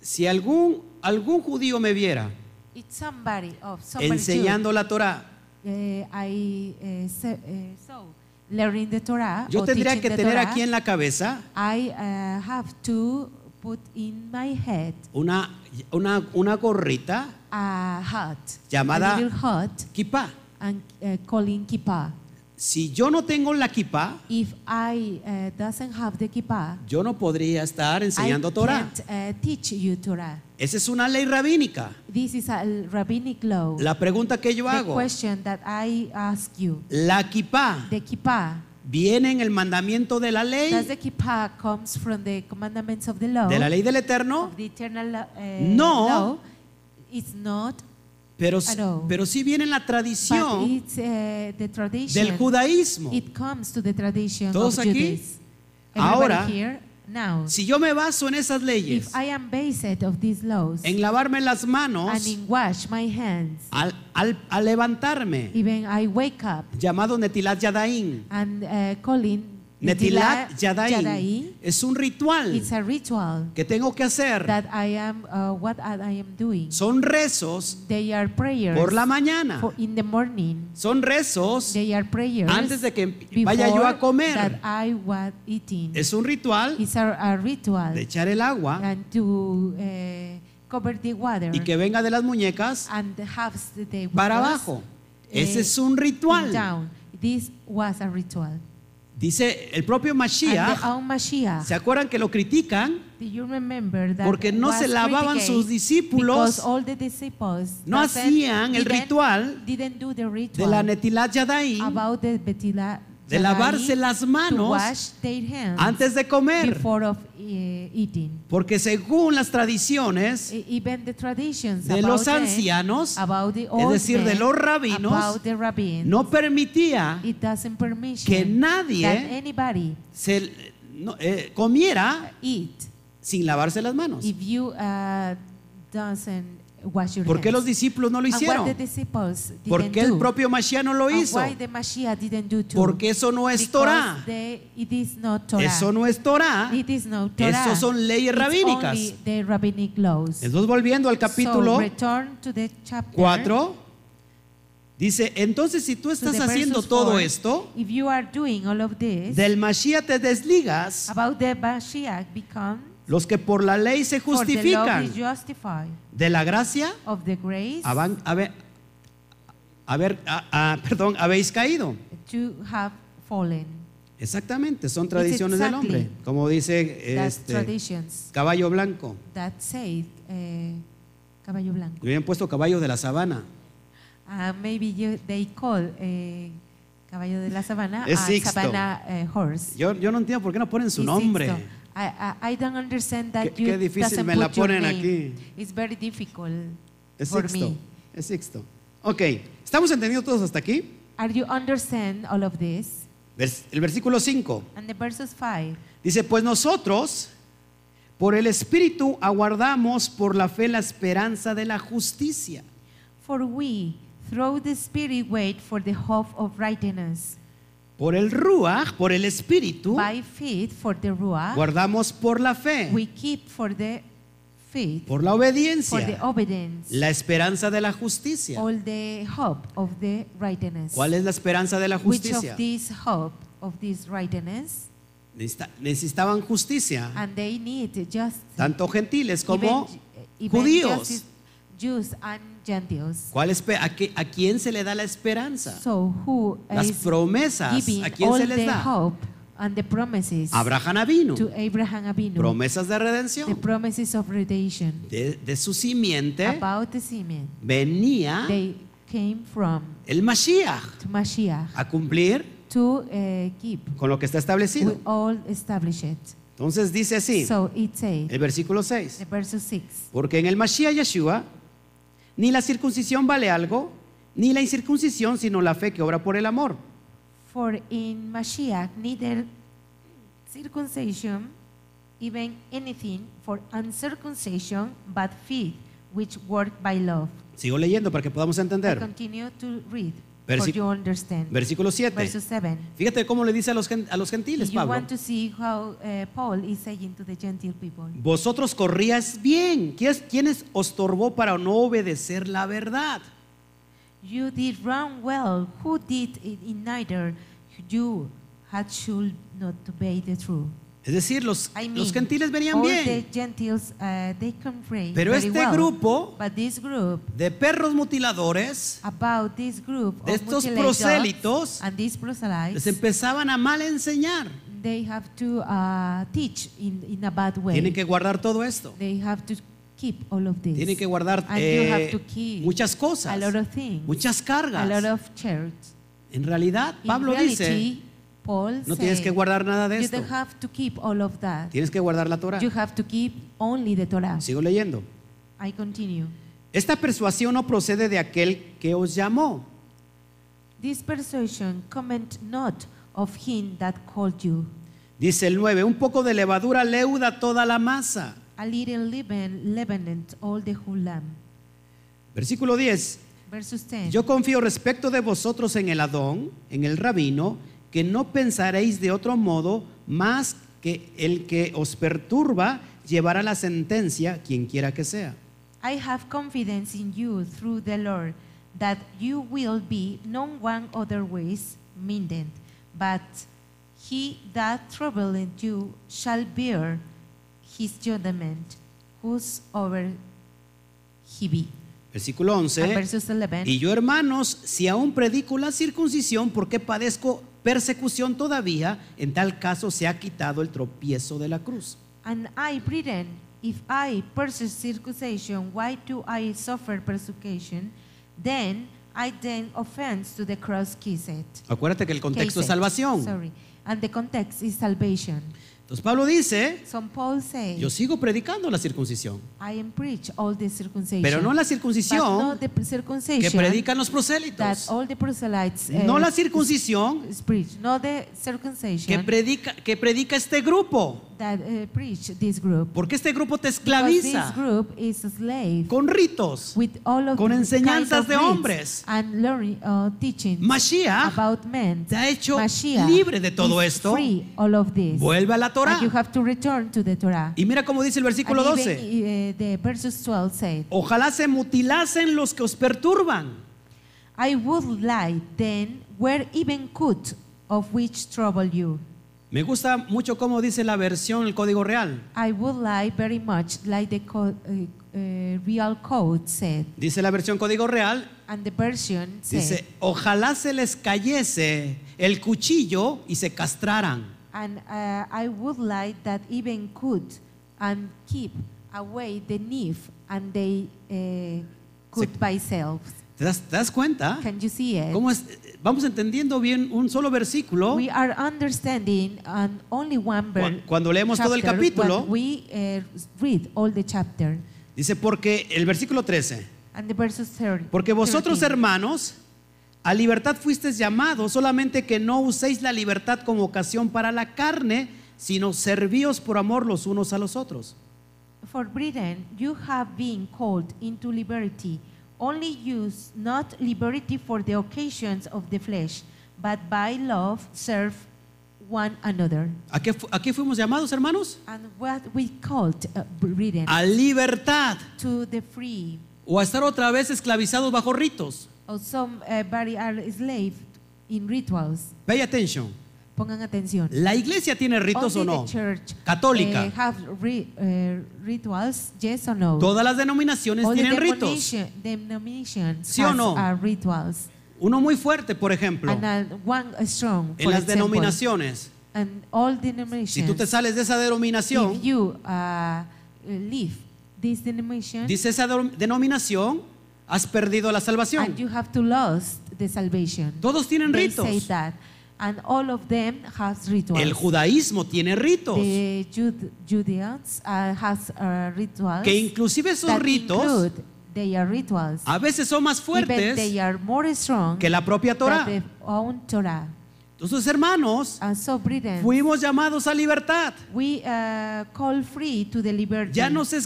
[SPEAKER 1] Si algún, algún judío me viera
[SPEAKER 2] It's somebody of somebody
[SPEAKER 1] enseñando la Torah,
[SPEAKER 2] Jew. Eh, I eh, se- eh, so learning the Torah.
[SPEAKER 1] yo
[SPEAKER 2] or
[SPEAKER 1] tendría
[SPEAKER 2] teaching
[SPEAKER 1] que
[SPEAKER 2] the
[SPEAKER 1] tener
[SPEAKER 2] Torah,
[SPEAKER 1] aquí en la cabeza
[SPEAKER 2] I uh, have to put in my head
[SPEAKER 1] una, una, una gorrita
[SPEAKER 2] a hat,
[SPEAKER 1] Llamada-
[SPEAKER 2] a little hat,
[SPEAKER 1] kipá.
[SPEAKER 2] and uh, calling kippah.
[SPEAKER 1] Si yo no tengo la kipá,
[SPEAKER 2] If I uh, doesn't have the kippah,
[SPEAKER 1] yo no podría estar enseñando
[SPEAKER 2] I
[SPEAKER 1] Torah.
[SPEAKER 2] can't uh, teach you Torah.
[SPEAKER 1] Esa es una ley rabínica.
[SPEAKER 2] This is a rabbinic law.
[SPEAKER 1] La pregunta que yo
[SPEAKER 2] the
[SPEAKER 1] hago,
[SPEAKER 2] question that I ask you,
[SPEAKER 1] ¿la kipá
[SPEAKER 2] the kippah.
[SPEAKER 1] viene en el mandamiento de la ley,
[SPEAKER 2] Does the kippah comes from the commandments of the law?
[SPEAKER 1] de la ley del Eterno?
[SPEAKER 2] Of the eternal uh,
[SPEAKER 1] No.
[SPEAKER 2] law? It's not,
[SPEAKER 1] Pero,
[SPEAKER 2] I know.
[SPEAKER 1] pero sí viene en la
[SPEAKER 2] but
[SPEAKER 1] tradición
[SPEAKER 2] it's uh, the tradition.
[SPEAKER 1] del judaísmo.
[SPEAKER 2] It comes to the tradition
[SPEAKER 1] Todos
[SPEAKER 2] of
[SPEAKER 1] aquí.
[SPEAKER 2] Judaism. Everybody
[SPEAKER 1] Ahora,
[SPEAKER 2] here, now,
[SPEAKER 1] Si yo me baso en esas leyes,
[SPEAKER 2] if I am based of these laws
[SPEAKER 1] en lavarme las
[SPEAKER 2] and
[SPEAKER 1] manos,
[SPEAKER 2] in wash my hands,
[SPEAKER 1] al, al- al levantarme,
[SPEAKER 2] even I wake up
[SPEAKER 1] llamado Netilat Yadaín,
[SPEAKER 2] and uh, calling
[SPEAKER 1] Netilat
[SPEAKER 2] Yadaí,
[SPEAKER 1] Yadaín es un ritual
[SPEAKER 2] it's a ritual
[SPEAKER 1] que tengo que hacer.
[SPEAKER 2] that I am, uh, what I I am doing.
[SPEAKER 1] Son rezos
[SPEAKER 2] They are prayers.
[SPEAKER 1] por la mañana.
[SPEAKER 2] For in the morning,
[SPEAKER 1] Son rezos
[SPEAKER 2] they are prayers.
[SPEAKER 1] antes de que em,
[SPEAKER 2] before
[SPEAKER 1] vaya yo a
[SPEAKER 2] That
[SPEAKER 1] comer.
[SPEAKER 2] I was eating.
[SPEAKER 1] Es un ritual
[SPEAKER 2] It's a, a ritual.
[SPEAKER 1] de echar el agua
[SPEAKER 2] And to eh, cover the water.
[SPEAKER 1] Ah. y que venga de las muñecas
[SPEAKER 2] and have the day
[SPEAKER 1] para
[SPEAKER 2] was
[SPEAKER 1] abajo. Ese
[SPEAKER 2] eh,
[SPEAKER 1] es un ritual.
[SPEAKER 2] Down. This was a ritual.
[SPEAKER 1] Dice el propio
[SPEAKER 2] And the
[SPEAKER 1] Mashiach.
[SPEAKER 2] own Mashiach.
[SPEAKER 1] ¿Se acuerdan que lo critican?
[SPEAKER 2] Do you remember oh. that
[SPEAKER 1] porque no
[SPEAKER 2] was
[SPEAKER 1] se lavaban
[SPEAKER 2] criticate
[SPEAKER 1] sus
[SPEAKER 2] because
[SPEAKER 1] discípulos
[SPEAKER 2] all the disciples
[SPEAKER 1] no
[SPEAKER 2] doesn't-
[SPEAKER 1] hacían el
[SPEAKER 2] didn't-
[SPEAKER 1] ritual
[SPEAKER 2] didn't do the
[SPEAKER 1] de
[SPEAKER 2] ritual
[SPEAKER 1] la Netilat Yadaí
[SPEAKER 2] about the betila-
[SPEAKER 1] de
[SPEAKER 2] Yadaí
[SPEAKER 1] lavarse las
[SPEAKER 2] to
[SPEAKER 1] manos
[SPEAKER 2] wash their hands
[SPEAKER 1] antes de comer.
[SPEAKER 2] before of eh, eating.
[SPEAKER 1] Porque según las tradiciones
[SPEAKER 2] E- Even the traditions
[SPEAKER 1] de
[SPEAKER 2] about
[SPEAKER 1] los
[SPEAKER 2] them,
[SPEAKER 1] ancianos,
[SPEAKER 2] about the
[SPEAKER 1] es
[SPEAKER 2] old
[SPEAKER 1] decir, de
[SPEAKER 2] men,
[SPEAKER 1] los rabinos,
[SPEAKER 2] about the rabbins,
[SPEAKER 1] no permitía
[SPEAKER 2] it doesn't permission
[SPEAKER 1] que nadie
[SPEAKER 2] that anybody
[SPEAKER 1] se no, eh, comiera
[SPEAKER 2] eat
[SPEAKER 1] sin lavarse las manos.
[SPEAKER 2] if you uh, doesn't wash your
[SPEAKER 1] ¿Por qué
[SPEAKER 2] hands.
[SPEAKER 1] los discípulos no lo
[SPEAKER 2] And what the
[SPEAKER 1] hicieron?
[SPEAKER 2] disciples didn't
[SPEAKER 1] ¿Por qué el
[SPEAKER 2] do.
[SPEAKER 1] propio Mashiach no lo
[SPEAKER 2] And
[SPEAKER 1] hizo?
[SPEAKER 2] why the Mashiach didn't do too.
[SPEAKER 1] Porque eso no es
[SPEAKER 2] Because
[SPEAKER 1] Torah.
[SPEAKER 2] they- it is not Torah.
[SPEAKER 1] Eso no es Torah.
[SPEAKER 2] It is not Torah.
[SPEAKER 1] Esas son leyes
[SPEAKER 2] It's
[SPEAKER 1] rabínicas.
[SPEAKER 2] only the rabbinic laws.
[SPEAKER 1] Entonces volviendo al
[SPEAKER 2] so
[SPEAKER 1] capítulo
[SPEAKER 2] return to the chapter
[SPEAKER 1] 4, dice, entonces si tú
[SPEAKER 2] to the
[SPEAKER 1] estás haciendo
[SPEAKER 2] verses
[SPEAKER 1] todo
[SPEAKER 2] four.
[SPEAKER 1] esto,
[SPEAKER 2] If you are doing all of this,
[SPEAKER 1] del Mashiach te desligas,
[SPEAKER 2] about the Mashiach become
[SPEAKER 1] los que por la ley se
[SPEAKER 2] for the law
[SPEAKER 1] justifican,
[SPEAKER 2] is justified
[SPEAKER 1] de la gracia,
[SPEAKER 2] of the grace
[SPEAKER 1] haban- habe- a ver, a- a- perdón, habéis caído.
[SPEAKER 2] to have fallen.
[SPEAKER 1] Exactamente, son tradiciones del
[SPEAKER 2] exactly
[SPEAKER 1] hombre, como dice
[SPEAKER 2] That's
[SPEAKER 1] este,
[SPEAKER 2] traditions
[SPEAKER 1] caballo blanco.
[SPEAKER 2] that said eh, Caballo Blanco.
[SPEAKER 1] Le habían puesto caballos de la sabana.
[SPEAKER 2] Uh, maybe you, they call eh, caballo de la sabana
[SPEAKER 1] Es
[SPEAKER 2] a
[SPEAKER 1] Sixto.
[SPEAKER 2] sabana eh, horse.
[SPEAKER 1] Yo, yo no entiendo por qué no ponen su
[SPEAKER 2] It's
[SPEAKER 1] nombre.
[SPEAKER 2] Sixto. I, I, I don't understand that
[SPEAKER 1] Qué-
[SPEAKER 2] you
[SPEAKER 1] qué difícil
[SPEAKER 2] doesn't
[SPEAKER 1] me la
[SPEAKER 2] put your
[SPEAKER 1] ponen
[SPEAKER 2] name.
[SPEAKER 1] aquí.
[SPEAKER 2] It's very difficult
[SPEAKER 1] Es
[SPEAKER 2] for
[SPEAKER 1] sexto.
[SPEAKER 2] me.
[SPEAKER 1] Es sexto. Ok, ¿estamos entendiendo todos hasta aquí?
[SPEAKER 2] Are you understand all of this?
[SPEAKER 1] Vers- El versículo 5
[SPEAKER 2] And the verses 5.
[SPEAKER 1] dice, pues nosotros por el Espíritu aguardamos por la fe la esperanza de la justicia.
[SPEAKER 2] For we, through the Spirit, wait for the hope of righteousness.
[SPEAKER 1] Por el Ruach, por el Espíritu,
[SPEAKER 2] By faith, for the Ruach,
[SPEAKER 1] guardamos por la fe,
[SPEAKER 2] we keep for the faith,
[SPEAKER 1] por la
[SPEAKER 2] for the
[SPEAKER 1] obediencia,
[SPEAKER 2] obedience,
[SPEAKER 1] la esperanza de la justicia.
[SPEAKER 2] all the hope of the righteousness.
[SPEAKER 1] ¿Cuál es la esperanza de la
[SPEAKER 2] which of
[SPEAKER 1] justicia?
[SPEAKER 2] these hope of this righteousness
[SPEAKER 1] Necesita- Necesitaban justicia,
[SPEAKER 2] and they need just
[SPEAKER 1] tanto gentiles como
[SPEAKER 2] even
[SPEAKER 1] judíos.
[SPEAKER 2] justice, Jews and Gentiles.
[SPEAKER 1] ¿Cuál espe- a, qué- a quién se le da la esperanza?
[SPEAKER 2] So who
[SPEAKER 1] Las
[SPEAKER 2] is
[SPEAKER 1] promesas,
[SPEAKER 2] giving
[SPEAKER 1] ¿a quién
[SPEAKER 2] all
[SPEAKER 1] se les
[SPEAKER 2] the
[SPEAKER 1] da?
[SPEAKER 2] hope and the promises
[SPEAKER 1] Abraham Avino,
[SPEAKER 2] to Abraham Avinu,
[SPEAKER 1] promesas de
[SPEAKER 2] the
[SPEAKER 1] redención.
[SPEAKER 2] promises of redemption
[SPEAKER 1] De, de su simiente
[SPEAKER 2] about the semen.
[SPEAKER 1] venía
[SPEAKER 2] They came from
[SPEAKER 1] el Mashiach
[SPEAKER 2] to Mashiach
[SPEAKER 1] a cumplir
[SPEAKER 2] to uh, keep.
[SPEAKER 1] con lo que está establecido.
[SPEAKER 2] We all establish it.
[SPEAKER 1] Entonces dice así,
[SPEAKER 2] So it says,
[SPEAKER 1] el versículo
[SPEAKER 2] the
[SPEAKER 1] 6,
[SPEAKER 2] verse 6.
[SPEAKER 1] porque en el Mashiach Yeshua ni la circuncisión vale algo, ni la incircuncisión, sino la fe que obra por el amor.
[SPEAKER 2] For in Mashiach neither circumcision, even anything for uncircumcision, but faith which work by love.
[SPEAKER 1] Sigo leyendo para que podamos
[SPEAKER 2] I
[SPEAKER 1] entender.
[SPEAKER 2] continue to read for
[SPEAKER 1] Versi-
[SPEAKER 2] you understand.
[SPEAKER 1] Versículo 7.
[SPEAKER 2] Verse 7.
[SPEAKER 1] Fíjate cómo le dice a los, gen- a los
[SPEAKER 2] If
[SPEAKER 1] gentiles,
[SPEAKER 2] you
[SPEAKER 1] Pablo.
[SPEAKER 2] want to see how uh, Paul is saying to the Gentile people,
[SPEAKER 1] Vosotros corrías bien. ¿Quién- ¿Quiénes os torbó para no obedecer la verdad?
[SPEAKER 2] you did wrong well. Who did it in neither? You had should not obey the truth.
[SPEAKER 1] Es decir, los,
[SPEAKER 2] I mean,
[SPEAKER 1] los gentiles venían
[SPEAKER 2] all
[SPEAKER 1] bien.
[SPEAKER 2] the Gentiles, uh, they convey
[SPEAKER 1] Pero
[SPEAKER 2] very
[SPEAKER 1] este
[SPEAKER 2] well.
[SPEAKER 1] grupo
[SPEAKER 2] But this group,
[SPEAKER 1] de perros mutiladores
[SPEAKER 2] about this group
[SPEAKER 1] De
[SPEAKER 2] of
[SPEAKER 1] estos
[SPEAKER 2] mutilators
[SPEAKER 1] prosélitos,
[SPEAKER 2] and
[SPEAKER 1] les
[SPEAKER 2] these proselytes,
[SPEAKER 1] empezaban a mal enseñar.
[SPEAKER 2] they have to uh, teach in, in a bad way.
[SPEAKER 1] Tienen que guardar todo esto.
[SPEAKER 2] they have to keep all of this.
[SPEAKER 1] Tienen que guardar
[SPEAKER 2] and
[SPEAKER 1] eh,
[SPEAKER 2] you have to keep
[SPEAKER 1] muchas cosas,
[SPEAKER 2] a lot of things,
[SPEAKER 1] muchas
[SPEAKER 2] a lot
[SPEAKER 1] cargas.
[SPEAKER 2] of church.
[SPEAKER 1] En realidad,
[SPEAKER 2] In
[SPEAKER 1] Pablo dice,
[SPEAKER 2] reality, Paul
[SPEAKER 1] no tienes
[SPEAKER 2] say,
[SPEAKER 1] que guardar nada de
[SPEAKER 2] You
[SPEAKER 1] esto.
[SPEAKER 2] don't have to keep all of that.
[SPEAKER 1] Tienes que guardar la Torah.
[SPEAKER 2] You have to keep only the Torah.
[SPEAKER 1] Sigo leyendo.
[SPEAKER 2] I continue.
[SPEAKER 1] Esta persuasión no procede de aquel que os llamó.
[SPEAKER 2] This persuasion comment not of him that called you.
[SPEAKER 1] Dice el 9, un poco de levadura leuda toda la masa.
[SPEAKER 2] A little leaven leaveneth all the whole lamb.
[SPEAKER 1] Versículo 10,
[SPEAKER 2] Versus 10.
[SPEAKER 1] yo confío respecto de vosotros en el Adón, en el rabino, que no pensaréis de otro modo más que el que os perturba llevará la sentencia quien quiera que sea.
[SPEAKER 2] I have confidence in you through the Lord that you will be no one other ways minded, but he that troubleth you shall bear his judgment, whosoever he be.
[SPEAKER 1] Versículo
[SPEAKER 2] And
[SPEAKER 1] 11,
[SPEAKER 2] versus 11.
[SPEAKER 1] y yo hermanos, si aún predico la circuncisión, ¿por qué padezco persecución todavía? En tal caso se ha quitado el tropiezo de la cruz.
[SPEAKER 2] And I, Britain, if I pursue circumcision, why do I suffer persecution? Then I then offense to the cross kissed.
[SPEAKER 1] Acuérdate que el contexto es
[SPEAKER 2] Kissed,
[SPEAKER 1] salvación.
[SPEAKER 2] Sorry. And the context is salvation.
[SPEAKER 1] Entonces Pablo dice,
[SPEAKER 2] So Paul says,
[SPEAKER 1] yo sigo predicando la circuncisión,
[SPEAKER 2] I am preach all the circumcision.
[SPEAKER 1] pero no la
[SPEAKER 2] but not
[SPEAKER 1] circuncisión
[SPEAKER 2] the
[SPEAKER 1] que
[SPEAKER 2] circumcision
[SPEAKER 1] predican los
[SPEAKER 2] that
[SPEAKER 1] prosélitos,
[SPEAKER 2] all the proselytes eh,
[SPEAKER 1] no la circuncisión
[SPEAKER 2] is preach, not the circumcision
[SPEAKER 1] que predica, que predica este grupo,
[SPEAKER 2] that eh, preach this group.
[SPEAKER 1] porque este grupo te
[SPEAKER 2] Because this
[SPEAKER 1] esclaviza
[SPEAKER 2] group is a slave
[SPEAKER 1] con ritos.
[SPEAKER 2] with all of
[SPEAKER 1] con
[SPEAKER 2] these
[SPEAKER 1] enseñanzas
[SPEAKER 2] kinds of
[SPEAKER 1] de
[SPEAKER 2] myths
[SPEAKER 1] hombres.
[SPEAKER 2] and learning uh, teaching
[SPEAKER 1] Mashiach
[SPEAKER 2] about men.
[SPEAKER 1] te ha hecho
[SPEAKER 2] Mashiach
[SPEAKER 1] libre de todo
[SPEAKER 2] is
[SPEAKER 1] esto.
[SPEAKER 2] Free all of this.
[SPEAKER 1] Vuelve a la
[SPEAKER 2] And you
[SPEAKER 1] Torah.
[SPEAKER 2] have to return to the Torah.
[SPEAKER 1] Y mira cómo dice el versículo
[SPEAKER 2] And
[SPEAKER 1] 12.
[SPEAKER 2] even, uh, the verses 12 said,
[SPEAKER 1] Ojalá se mutilasen los que os perturban.
[SPEAKER 2] I would lie then where even could of which trouble you.
[SPEAKER 1] Me gusta mucho cómo dice la versión, el código real.
[SPEAKER 2] I would lie very much like the co- uh, uh, real code said.
[SPEAKER 1] Dice la versión código real,
[SPEAKER 2] And the version said,
[SPEAKER 1] dice, ojalá se les cayese el cuchillo y se castraran.
[SPEAKER 2] And uh, I would like that even could and keep away the knife and they uh, could
[SPEAKER 1] Sí.
[SPEAKER 2] by selves.
[SPEAKER 1] ¿Te das, te das cuenta?
[SPEAKER 2] Can you see it?
[SPEAKER 1] ¿Cómo es? Vamos entendiendo bien un solo versículo
[SPEAKER 2] We are understanding and only one verse.
[SPEAKER 1] Cu- cuando leemos todo el capítulo.
[SPEAKER 2] we uh, read all the chapter
[SPEAKER 1] Dice, porque el versículo 13,
[SPEAKER 2] and the verses 30.
[SPEAKER 1] porque vosotros
[SPEAKER 2] 13.
[SPEAKER 1] hermanos, a libertad fuisteis llamados, solamente que no uséis la libertad como ocasión para la carne, sino servíos por amor los unos a los otros.
[SPEAKER 2] For Britain, you have been called into liberty. Only use not liberty for the occasions of the flesh, but by love serve one another.
[SPEAKER 1] ¿A qué, fu- a qué fuimos llamados, hermanos?
[SPEAKER 2] And what we called uh, Britain
[SPEAKER 1] A libertad
[SPEAKER 2] to the free,
[SPEAKER 1] o a estar otra vez esclavizados bajo ritos.
[SPEAKER 2] or some uh, very are enslaved in rituals.
[SPEAKER 1] Pay attention.
[SPEAKER 2] Pongan atención.
[SPEAKER 1] ¿La iglesia tiene ritos
[SPEAKER 2] Only
[SPEAKER 1] o no?
[SPEAKER 2] the church,
[SPEAKER 1] Católica.
[SPEAKER 2] eh, have ri- eh, rituals, yes or no?
[SPEAKER 1] Todas las denominaciones
[SPEAKER 2] All the
[SPEAKER 1] tienen ritos.
[SPEAKER 2] denomination- denominations
[SPEAKER 1] ¿Sí o
[SPEAKER 2] has,
[SPEAKER 1] no?
[SPEAKER 2] uh, rituals.
[SPEAKER 1] Uno muy fuerte, por ejemplo,
[SPEAKER 2] And uh, one uh, strong,
[SPEAKER 1] en
[SPEAKER 2] for
[SPEAKER 1] las
[SPEAKER 2] example.
[SPEAKER 1] denominaciones.
[SPEAKER 2] And all
[SPEAKER 1] Si tú te
[SPEAKER 2] denominations.
[SPEAKER 1] sales de esa denominación,
[SPEAKER 2] If you uh, leave this denomination,
[SPEAKER 1] Dice esa dom- denominación, has perdido la
[SPEAKER 2] and
[SPEAKER 1] salvación.
[SPEAKER 2] you have to lose the salvation.
[SPEAKER 1] Todos tienen
[SPEAKER 2] They
[SPEAKER 1] ritos.
[SPEAKER 2] say that. And all of them has rituals.
[SPEAKER 1] El judaísmo tiene ritos,
[SPEAKER 2] The Jud- Judeans uh, has uh, rituals.
[SPEAKER 1] que inclusive esos
[SPEAKER 2] that
[SPEAKER 1] ritos
[SPEAKER 2] include their rituals.
[SPEAKER 1] a veces son más
[SPEAKER 2] Even they
[SPEAKER 1] fuertes
[SPEAKER 2] are more strong
[SPEAKER 1] que la propia Torah.
[SPEAKER 2] than their own Torah.
[SPEAKER 1] Entonces, hermanos,
[SPEAKER 2] And so Britain,
[SPEAKER 1] fuimos llamados a libertad.
[SPEAKER 2] we uh, call free to the liberty.
[SPEAKER 1] Ya no se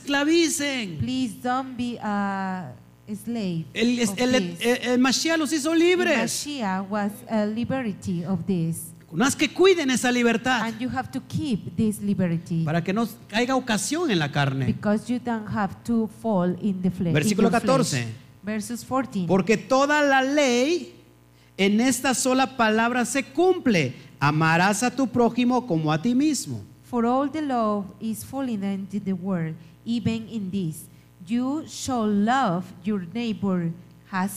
[SPEAKER 1] esclavicen.
[SPEAKER 2] Please don't be a slave.
[SPEAKER 1] El,
[SPEAKER 2] of
[SPEAKER 1] el, el,
[SPEAKER 2] this.
[SPEAKER 1] el Mashiach los hizo
[SPEAKER 2] The
[SPEAKER 1] libres.
[SPEAKER 2] Mashiach was a liberty of this.
[SPEAKER 1] Más que cuiden esa libertad
[SPEAKER 2] And you have to keep this liberty
[SPEAKER 1] Ah. para que no caiga ocasión en la carne.
[SPEAKER 2] because you don't have to fall in the flesh. in
[SPEAKER 1] Versículo
[SPEAKER 2] your
[SPEAKER 1] 14.
[SPEAKER 2] flesh. Verses 14.
[SPEAKER 1] Porque toda la ley en esta sola palabra se cumple. Amarás a tu prójimo como a ti mismo.
[SPEAKER 2] For all the law is fallen into the word, even in this. You shall love your neighbor as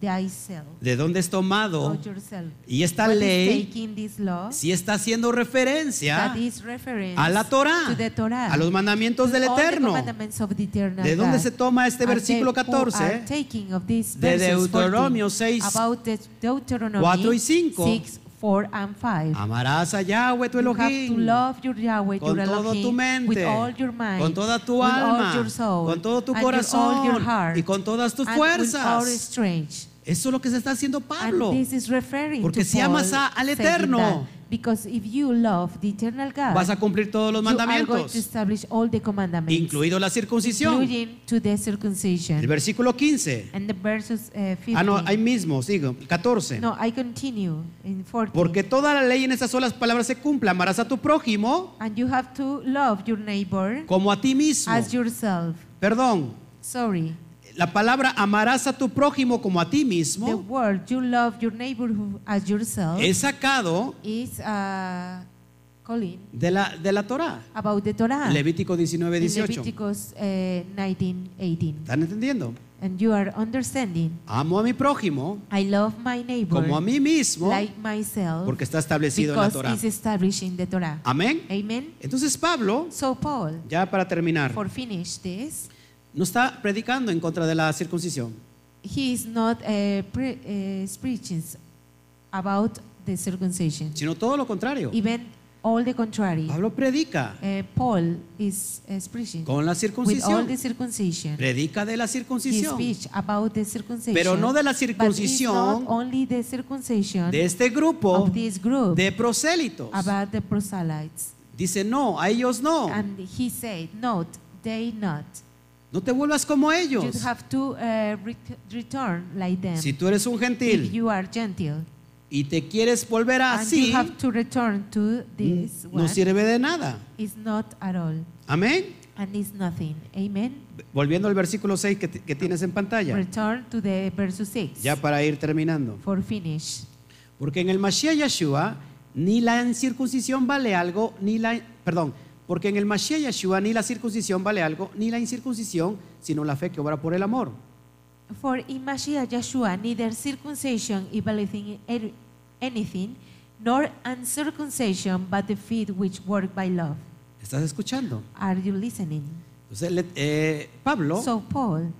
[SPEAKER 2] thyself.
[SPEAKER 1] ¿De dónde es
[SPEAKER 2] Or
[SPEAKER 1] tomado?
[SPEAKER 2] yourself.
[SPEAKER 1] Y esta
[SPEAKER 2] What is
[SPEAKER 1] ley
[SPEAKER 2] taking this law
[SPEAKER 1] sí está haciendo referencia
[SPEAKER 2] that is reference
[SPEAKER 1] a la Torah,
[SPEAKER 2] to the Torah.
[SPEAKER 1] a los mandamientos del
[SPEAKER 2] All the
[SPEAKER 1] Eterno.
[SPEAKER 2] commandments of the eternal
[SPEAKER 1] ¿De dónde
[SPEAKER 2] God.
[SPEAKER 1] se toma este
[SPEAKER 2] And
[SPEAKER 1] versículo
[SPEAKER 2] they who are
[SPEAKER 1] 14?
[SPEAKER 2] taking of these
[SPEAKER 1] de
[SPEAKER 2] verses 14,
[SPEAKER 1] Deuteronomio 6,
[SPEAKER 2] about the Deuteronomio
[SPEAKER 1] 4 y 5.
[SPEAKER 2] 6, 4 and 5.
[SPEAKER 1] Amarás a Yahweh tu
[SPEAKER 2] You have to
[SPEAKER 1] Elohim
[SPEAKER 2] love your Yahweh,
[SPEAKER 1] con
[SPEAKER 2] your
[SPEAKER 1] todo
[SPEAKER 2] Elohim,
[SPEAKER 1] tu
[SPEAKER 2] with
[SPEAKER 1] mente,
[SPEAKER 2] all your mind,
[SPEAKER 1] con toda tu
[SPEAKER 2] with all
[SPEAKER 1] alma,
[SPEAKER 2] your soul,
[SPEAKER 1] con todo tu
[SPEAKER 2] and your- all your
[SPEAKER 1] corazón
[SPEAKER 2] heart,
[SPEAKER 1] y con todas tus
[SPEAKER 2] and with all
[SPEAKER 1] fuerzas.
[SPEAKER 2] strength.
[SPEAKER 1] Eso es lo que se está haciendo Pablo.
[SPEAKER 2] And this is referring
[SPEAKER 1] Porque
[SPEAKER 2] to
[SPEAKER 1] si
[SPEAKER 2] Paul
[SPEAKER 1] amas a- al
[SPEAKER 2] saying
[SPEAKER 1] Eterno,
[SPEAKER 2] that, because if you love the eternal God,
[SPEAKER 1] Vas a cumplir todos los
[SPEAKER 2] you are going
[SPEAKER 1] mandamientos,
[SPEAKER 2] to establish all the commandments,
[SPEAKER 1] incluido la circuncisión.
[SPEAKER 2] including to the
[SPEAKER 1] El
[SPEAKER 2] circumcision.
[SPEAKER 1] versículo 15.
[SPEAKER 2] And the verses uh, 15.
[SPEAKER 1] Ah, no, ahí mismo, sigo, el 14.
[SPEAKER 2] No, I continue in 14.
[SPEAKER 1] Porque toda la ley en esas solas palabras se cumpla. Amarás a tu prójimo
[SPEAKER 2] and you have to love your neighbor
[SPEAKER 1] como a ti mismo.
[SPEAKER 2] as yourself.
[SPEAKER 1] Perdón,
[SPEAKER 2] Sorry.
[SPEAKER 1] la palabra amarás a tu prójimo como a ti
[SPEAKER 2] The
[SPEAKER 1] mismo
[SPEAKER 2] word you love your neighbor who- as yourself
[SPEAKER 1] es sacado
[SPEAKER 2] is uh, calling
[SPEAKER 1] de la, de la Torah.
[SPEAKER 2] about the Torah.
[SPEAKER 1] Levítico 19,
[SPEAKER 2] in
[SPEAKER 1] 18.
[SPEAKER 2] Leviticus uh, 19, 18.
[SPEAKER 1] ¿Están entendiendo?
[SPEAKER 2] and you are understanding.
[SPEAKER 1] Amo a mi prójimo
[SPEAKER 2] I love my neighbor
[SPEAKER 1] como a mí mismo
[SPEAKER 2] like myself
[SPEAKER 1] porque está establecido en la
[SPEAKER 2] because
[SPEAKER 1] Torah.
[SPEAKER 2] it's established in the Torah.
[SPEAKER 1] Amén.
[SPEAKER 2] Amen.
[SPEAKER 1] Entonces Pablo,
[SPEAKER 2] So Paul,
[SPEAKER 1] ya para terminar,
[SPEAKER 2] for finish this,
[SPEAKER 1] no está predicando en contra de la circuncisión.
[SPEAKER 2] he is not uh, pre- uh, preaching about the circumcision.
[SPEAKER 1] sino todo lo contrario.
[SPEAKER 2] Even all the contrary,
[SPEAKER 1] Pablo predica
[SPEAKER 2] uh, Paul is uh, preaching
[SPEAKER 1] con la
[SPEAKER 2] with all the
[SPEAKER 1] circuncisión.
[SPEAKER 2] circumcision.
[SPEAKER 1] Predica de la
[SPEAKER 2] He
[SPEAKER 1] circuncisión,
[SPEAKER 2] speech about the circumcision.
[SPEAKER 1] pero no de la
[SPEAKER 2] but it's not
[SPEAKER 1] circuncisión
[SPEAKER 2] only the circumcision
[SPEAKER 1] de este grupo
[SPEAKER 2] of this group
[SPEAKER 1] de prosélitos.
[SPEAKER 2] about the proselytes.
[SPEAKER 1] Dice, no, a ellos no.
[SPEAKER 2] And he said, not, they not.
[SPEAKER 1] No te vuelvas como ellos.
[SPEAKER 2] You have to uh, ret- return like them.
[SPEAKER 1] Si tú eres un
[SPEAKER 2] if
[SPEAKER 1] gentil
[SPEAKER 2] you are gentle.
[SPEAKER 1] y te quieres volver
[SPEAKER 2] And
[SPEAKER 1] así,
[SPEAKER 2] you have to return to this
[SPEAKER 1] Ah, Mm, no
[SPEAKER 2] one.
[SPEAKER 1] sirve de nada.
[SPEAKER 2] It's not at all.
[SPEAKER 1] Amén.
[SPEAKER 2] And it's nothing. Amen.
[SPEAKER 1] Volviendo al versículo 6 que, t- que tienes en pantalla,
[SPEAKER 2] Return to the verse 6
[SPEAKER 1] ya para ir terminando.
[SPEAKER 2] for finish.
[SPEAKER 1] Porque en el Mashiach Yeshua ni la incircuncisión vale algo, ni la. Perdón, porque en el Mashiach Yeshua ni la circuncisión vale algo, ni la incircuncisión, sino la fe que obra por el amor.
[SPEAKER 2] For in Mashiach Yeshua neither circumcision evaluating anything, nor uncircumcision, but the feet which work by love.
[SPEAKER 1] ¿Estás escuchando?
[SPEAKER 2] Are you listening?
[SPEAKER 1] Entonces, le- eh, Pablo,
[SPEAKER 2] So Paul,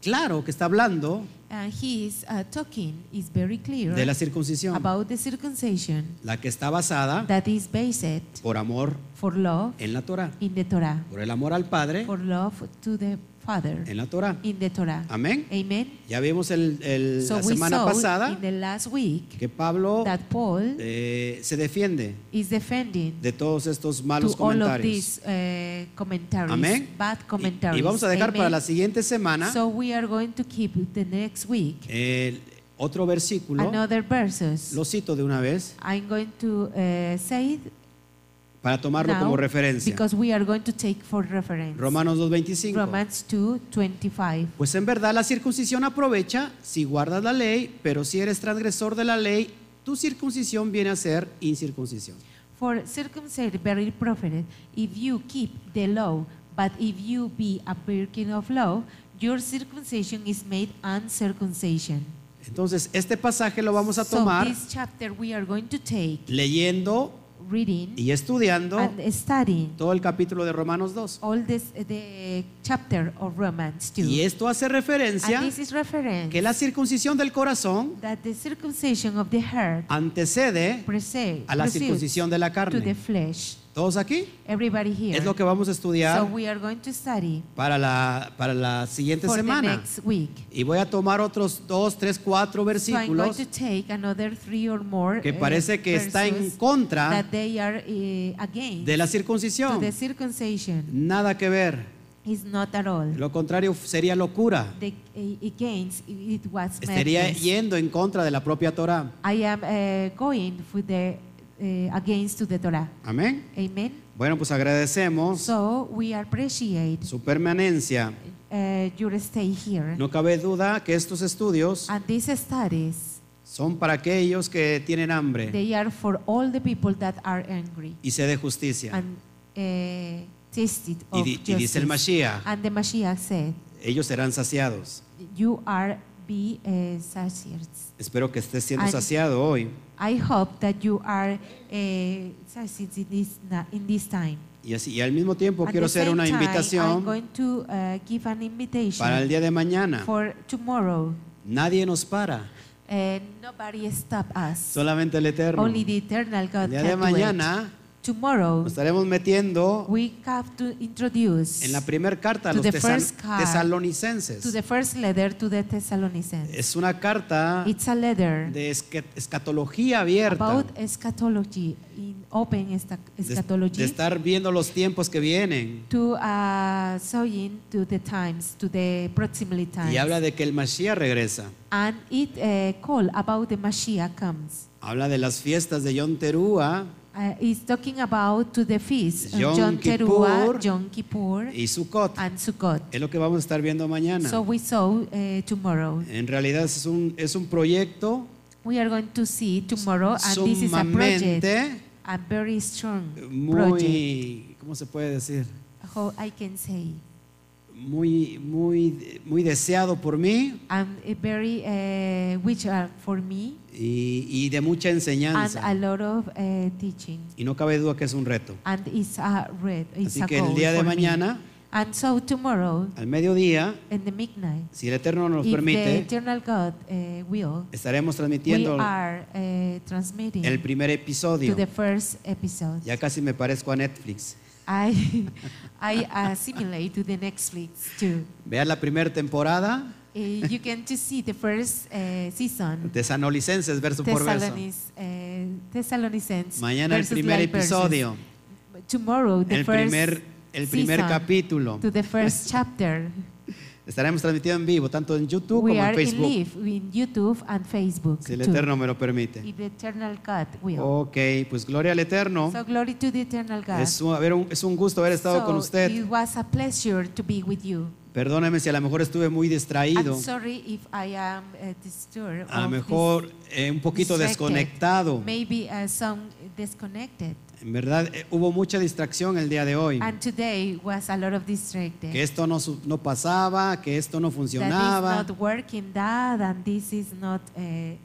[SPEAKER 1] claro que está hablando
[SPEAKER 2] uh, he is uh, talking, is very clear
[SPEAKER 1] de la circuncisión,
[SPEAKER 2] about the circumcision
[SPEAKER 1] la que está basada
[SPEAKER 2] that is based
[SPEAKER 1] por amor
[SPEAKER 2] for love
[SPEAKER 1] en la Torah,
[SPEAKER 2] in the Torah,
[SPEAKER 1] por el amor al Padre
[SPEAKER 2] for love to the Father
[SPEAKER 1] en la Torah.
[SPEAKER 2] in the Torah.
[SPEAKER 1] Amén.
[SPEAKER 2] Amen.
[SPEAKER 1] Ya vimos el- el-
[SPEAKER 2] So
[SPEAKER 1] la
[SPEAKER 2] we
[SPEAKER 1] semana
[SPEAKER 2] saw in
[SPEAKER 1] pasada
[SPEAKER 2] the last week
[SPEAKER 1] que Pablo
[SPEAKER 2] that Paul
[SPEAKER 1] eh, se defiende
[SPEAKER 2] is defending
[SPEAKER 1] de todos estos malos
[SPEAKER 2] to all of
[SPEAKER 1] comentarios.
[SPEAKER 2] these uh, commentaries,
[SPEAKER 1] Amén.
[SPEAKER 2] bad
[SPEAKER 1] Y,
[SPEAKER 2] commentaries.
[SPEAKER 1] y vamos a dejar
[SPEAKER 2] Amen.
[SPEAKER 1] para la siguiente semana
[SPEAKER 2] So we are going to keep the next week
[SPEAKER 1] el otro versículo.
[SPEAKER 2] another verses.
[SPEAKER 1] Lo cito de una vez
[SPEAKER 2] I'm going to uh, say it
[SPEAKER 1] para tomarlo
[SPEAKER 2] now
[SPEAKER 1] como referencia.
[SPEAKER 2] because we are going to take for reference
[SPEAKER 1] Romanos 2.25.
[SPEAKER 2] Romans 2, 25.
[SPEAKER 1] Pues en verdad la circuncisión aprovecha si guardas la ley, pero si eres transgresor de la ley, tu circuncisión viene a ser incircuncisión.
[SPEAKER 2] For circumcised very prophet, if you keep the law, but if you be a breaking of law, your circumcision is made uncircumcision.
[SPEAKER 1] Entonces, este pasaje lo vamos a
[SPEAKER 2] So
[SPEAKER 1] tomar
[SPEAKER 2] this chapter we are going to take
[SPEAKER 1] leyendo
[SPEAKER 2] reading
[SPEAKER 1] y estudiando
[SPEAKER 2] and studying
[SPEAKER 1] todo el capítulo de Romanos 2.
[SPEAKER 2] all this the chapter of Romans 2.
[SPEAKER 1] Y esto hace referencia
[SPEAKER 2] and this is reference
[SPEAKER 1] que la circuncisión del corazón
[SPEAKER 2] that the circumcision of the heart
[SPEAKER 1] antecede
[SPEAKER 2] prece-
[SPEAKER 1] a la
[SPEAKER 2] proceeds
[SPEAKER 1] circuncisión de la
[SPEAKER 2] to the
[SPEAKER 1] carne.
[SPEAKER 2] flesh.
[SPEAKER 1] ¿Todos aquí?
[SPEAKER 2] Everybody here.
[SPEAKER 1] Es lo que vamos a
[SPEAKER 2] so
[SPEAKER 1] estudiar
[SPEAKER 2] we are going to study
[SPEAKER 1] para la, para la siguiente
[SPEAKER 2] for the
[SPEAKER 1] semana.
[SPEAKER 2] next week.
[SPEAKER 1] Y voy a tomar otros dos, tres, cuatro
[SPEAKER 2] So I'm going
[SPEAKER 1] versículos
[SPEAKER 2] to take another three or more
[SPEAKER 1] que
[SPEAKER 2] eh,
[SPEAKER 1] parece que está en
[SPEAKER 2] verses
[SPEAKER 1] contra
[SPEAKER 2] that they are eh, against
[SPEAKER 1] de la
[SPEAKER 2] to
[SPEAKER 1] circuncisión.
[SPEAKER 2] the circumcision
[SPEAKER 1] Nada que ver.
[SPEAKER 2] is not at all.
[SPEAKER 1] Lo contrario sería locura.
[SPEAKER 2] The, eh, against it was
[SPEAKER 1] Estaría
[SPEAKER 2] madness.
[SPEAKER 1] yendo en contra de la propia Torah.
[SPEAKER 2] I am eh, going for the eh, against to the Torah.
[SPEAKER 1] Amén.
[SPEAKER 2] Amen.
[SPEAKER 1] Bueno, pues agradecemos
[SPEAKER 2] So we appreciate
[SPEAKER 1] su permanencia.
[SPEAKER 2] eh, your stay here. Ah.
[SPEAKER 1] No cabe duda que estos estudios
[SPEAKER 2] And these studies,
[SPEAKER 1] son para aquellos que tienen hambre
[SPEAKER 2] they are for all the people that are angry
[SPEAKER 1] y sed de justicia.
[SPEAKER 2] and eh, tasted
[SPEAKER 1] Y,
[SPEAKER 2] of
[SPEAKER 1] di- y dice el
[SPEAKER 2] justice.
[SPEAKER 1] Mashiach,
[SPEAKER 2] And the Mashiach said,
[SPEAKER 1] ellos serán saciados.
[SPEAKER 2] You are be uh, satiated.
[SPEAKER 1] Espero que estés siendo
[SPEAKER 2] Ay.
[SPEAKER 1] saciado hoy
[SPEAKER 2] I hope that you are uh, satiated in this, na- in this time.
[SPEAKER 1] y así y al mismo tiempo
[SPEAKER 2] At
[SPEAKER 1] quiero
[SPEAKER 2] the
[SPEAKER 1] hacer
[SPEAKER 2] same
[SPEAKER 1] una
[SPEAKER 2] time, I'm
[SPEAKER 1] invitación
[SPEAKER 2] going to uh, give an invitation
[SPEAKER 1] para el día de mañana.
[SPEAKER 2] for tomorrow.
[SPEAKER 1] Nadie nos para,
[SPEAKER 2] Uh, nobody stop us.
[SPEAKER 1] solamente el eterno.
[SPEAKER 2] Only the eternal God
[SPEAKER 1] El día de
[SPEAKER 2] can do it.
[SPEAKER 1] mañana
[SPEAKER 2] Tomorrow,
[SPEAKER 1] nos estaremos metiendo
[SPEAKER 2] we have to introduce
[SPEAKER 1] en la primera carta a
[SPEAKER 2] To
[SPEAKER 1] los
[SPEAKER 2] the
[SPEAKER 1] tesan-
[SPEAKER 2] first card. to
[SPEAKER 1] tesalonicenses.
[SPEAKER 2] the first letter to the Thessalonians.
[SPEAKER 1] Es una carta
[SPEAKER 2] It's a letter
[SPEAKER 1] de esque- escatología abierta,
[SPEAKER 2] about eschatology, in open esta-
[SPEAKER 1] de, de
[SPEAKER 2] eschatology.
[SPEAKER 1] estar viendo los tiempos que vienen.
[SPEAKER 2] to uh, sowing to the times, to the proximity times.
[SPEAKER 1] Y habla de que el Mashiach regresa.
[SPEAKER 2] and it uh, call about the Mashiach comes.
[SPEAKER 1] Habla de las fiestas de Yom Teruah
[SPEAKER 2] Uh, it's talking about to the feast, uh,
[SPEAKER 1] Yom
[SPEAKER 2] Yom
[SPEAKER 1] Kippur.
[SPEAKER 2] Teruah, Yom Kippur,
[SPEAKER 1] y Sukkot.
[SPEAKER 2] and Sukkot.
[SPEAKER 1] Es lo que vamos a estar viendo mañana.
[SPEAKER 2] So we saw uh, tomorrow.
[SPEAKER 1] En realidad es un, es un proyecto
[SPEAKER 2] We are going to see tomorrow, Oh, and this is a project,
[SPEAKER 1] sumamente
[SPEAKER 2] a very strong project.
[SPEAKER 1] muy, ¿cómo se puede decir?
[SPEAKER 2] How I can say,
[SPEAKER 1] muy, muy, muy deseado por mí
[SPEAKER 2] and a very uh, which are for me
[SPEAKER 1] y, y de mucha
[SPEAKER 2] and a
[SPEAKER 1] enseñanza.
[SPEAKER 2] lot of uh, teaching
[SPEAKER 1] Y no cabe duda que es un reto.
[SPEAKER 2] and it's a red it's
[SPEAKER 1] Así
[SPEAKER 2] a
[SPEAKER 1] que el
[SPEAKER 2] goal
[SPEAKER 1] día de
[SPEAKER 2] for me.
[SPEAKER 1] mañana,
[SPEAKER 2] and so tomorrow
[SPEAKER 1] al mediodía,
[SPEAKER 2] in the midnight
[SPEAKER 1] si el Eterno nos
[SPEAKER 2] if the
[SPEAKER 1] permite,
[SPEAKER 2] eternal God uh, will
[SPEAKER 1] estaremos
[SPEAKER 2] we
[SPEAKER 1] transmitiendo
[SPEAKER 2] are uh, transmitting
[SPEAKER 1] el primer
[SPEAKER 2] to
[SPEAKER 1] episodio.
[SPEAKER 2] the first episode
[SPEAKER 1] Ya casi me parezco a Netflix.
[SPEAKER 2] I I assimilate to the Netflix too
[SPEAKER 1] Vean la primera temporada,
[SPEAKER 2] Uh, you can just see the first uh, season
[SPEAKER 1] Tesanolicenses verso por verso.
[SPEAKER 2] Thessalonic- eh, Thessalonicenses.
[SPEAKER 1] Mañana el
[SPEAKER 2] versus
[SPEAKER 1] primer
[SPEAKER 2] like verses.
[SPEAKER 1] episodio,
[SPEAKER 2] Tomorrow, the
[SPEAKER 1] el
[SPEAKER 2] first
[SPEAKER 1] primer, el primer
[SPEAKER 2] season
[SPEAKER 1] capítulo.
[SPEAKER 2] To the first chapter.
[SPEAKER 1] Estaremos transmitiendo en vivo, tanto en YouTube
[SPEAKER 2] we
[SPEAKER 1] como
[SPEAKER 2] are
[SPEAKER 1] en Facebook.
[SPEAKER 2] in live in YouTube and Facebook.
[SPEAKER 1] Si el
[SPEAKER 2] too,
[SPEAKER 1] Eterno me lo permite.
[SPEAKER 2] If the eternal God will.
[SPEAKER 1] Ok, pues gloria al Eterno.
[SPEAKER 2] So glory to the eternal God.
[SPEAKER 1] Oh. Es un, a ver, un- es un gusto haber estado
[SPEAKER 2] so
[SPEAKER 1] con usted.
[SPEAKER 2] It was a pleasure to be with you.
[SPEAKER 1] Perdóname si a lo mejor estuve muy distraído,
[SPEAKER 2] I'm sorry if I am uh, disturbed.
[SPEAKER 1] a lo
[SPEAKER 2] of this-
[SPEAKER 1] mejor eh, un poquito
[SPEAKER 2] distracted.
[SPEAKER 1] desconectado.
[SPEAKER 2] Maybe uh, some disconnected.
[SPEAKER 1] En verdad, eh, hubo mucha distracción el día de hoy.
[SPEAKER 2] And today was a lot of
[SPEAKER 1] Que
[SPEAKER 2] distracted.
[SPEAKER 1] esto no, su- no pasaba, que esto no
[SPEAKER 2] That
[SPEAKER 1] funcionaba,
[SPEAKER 2] is not working that, and this is not a,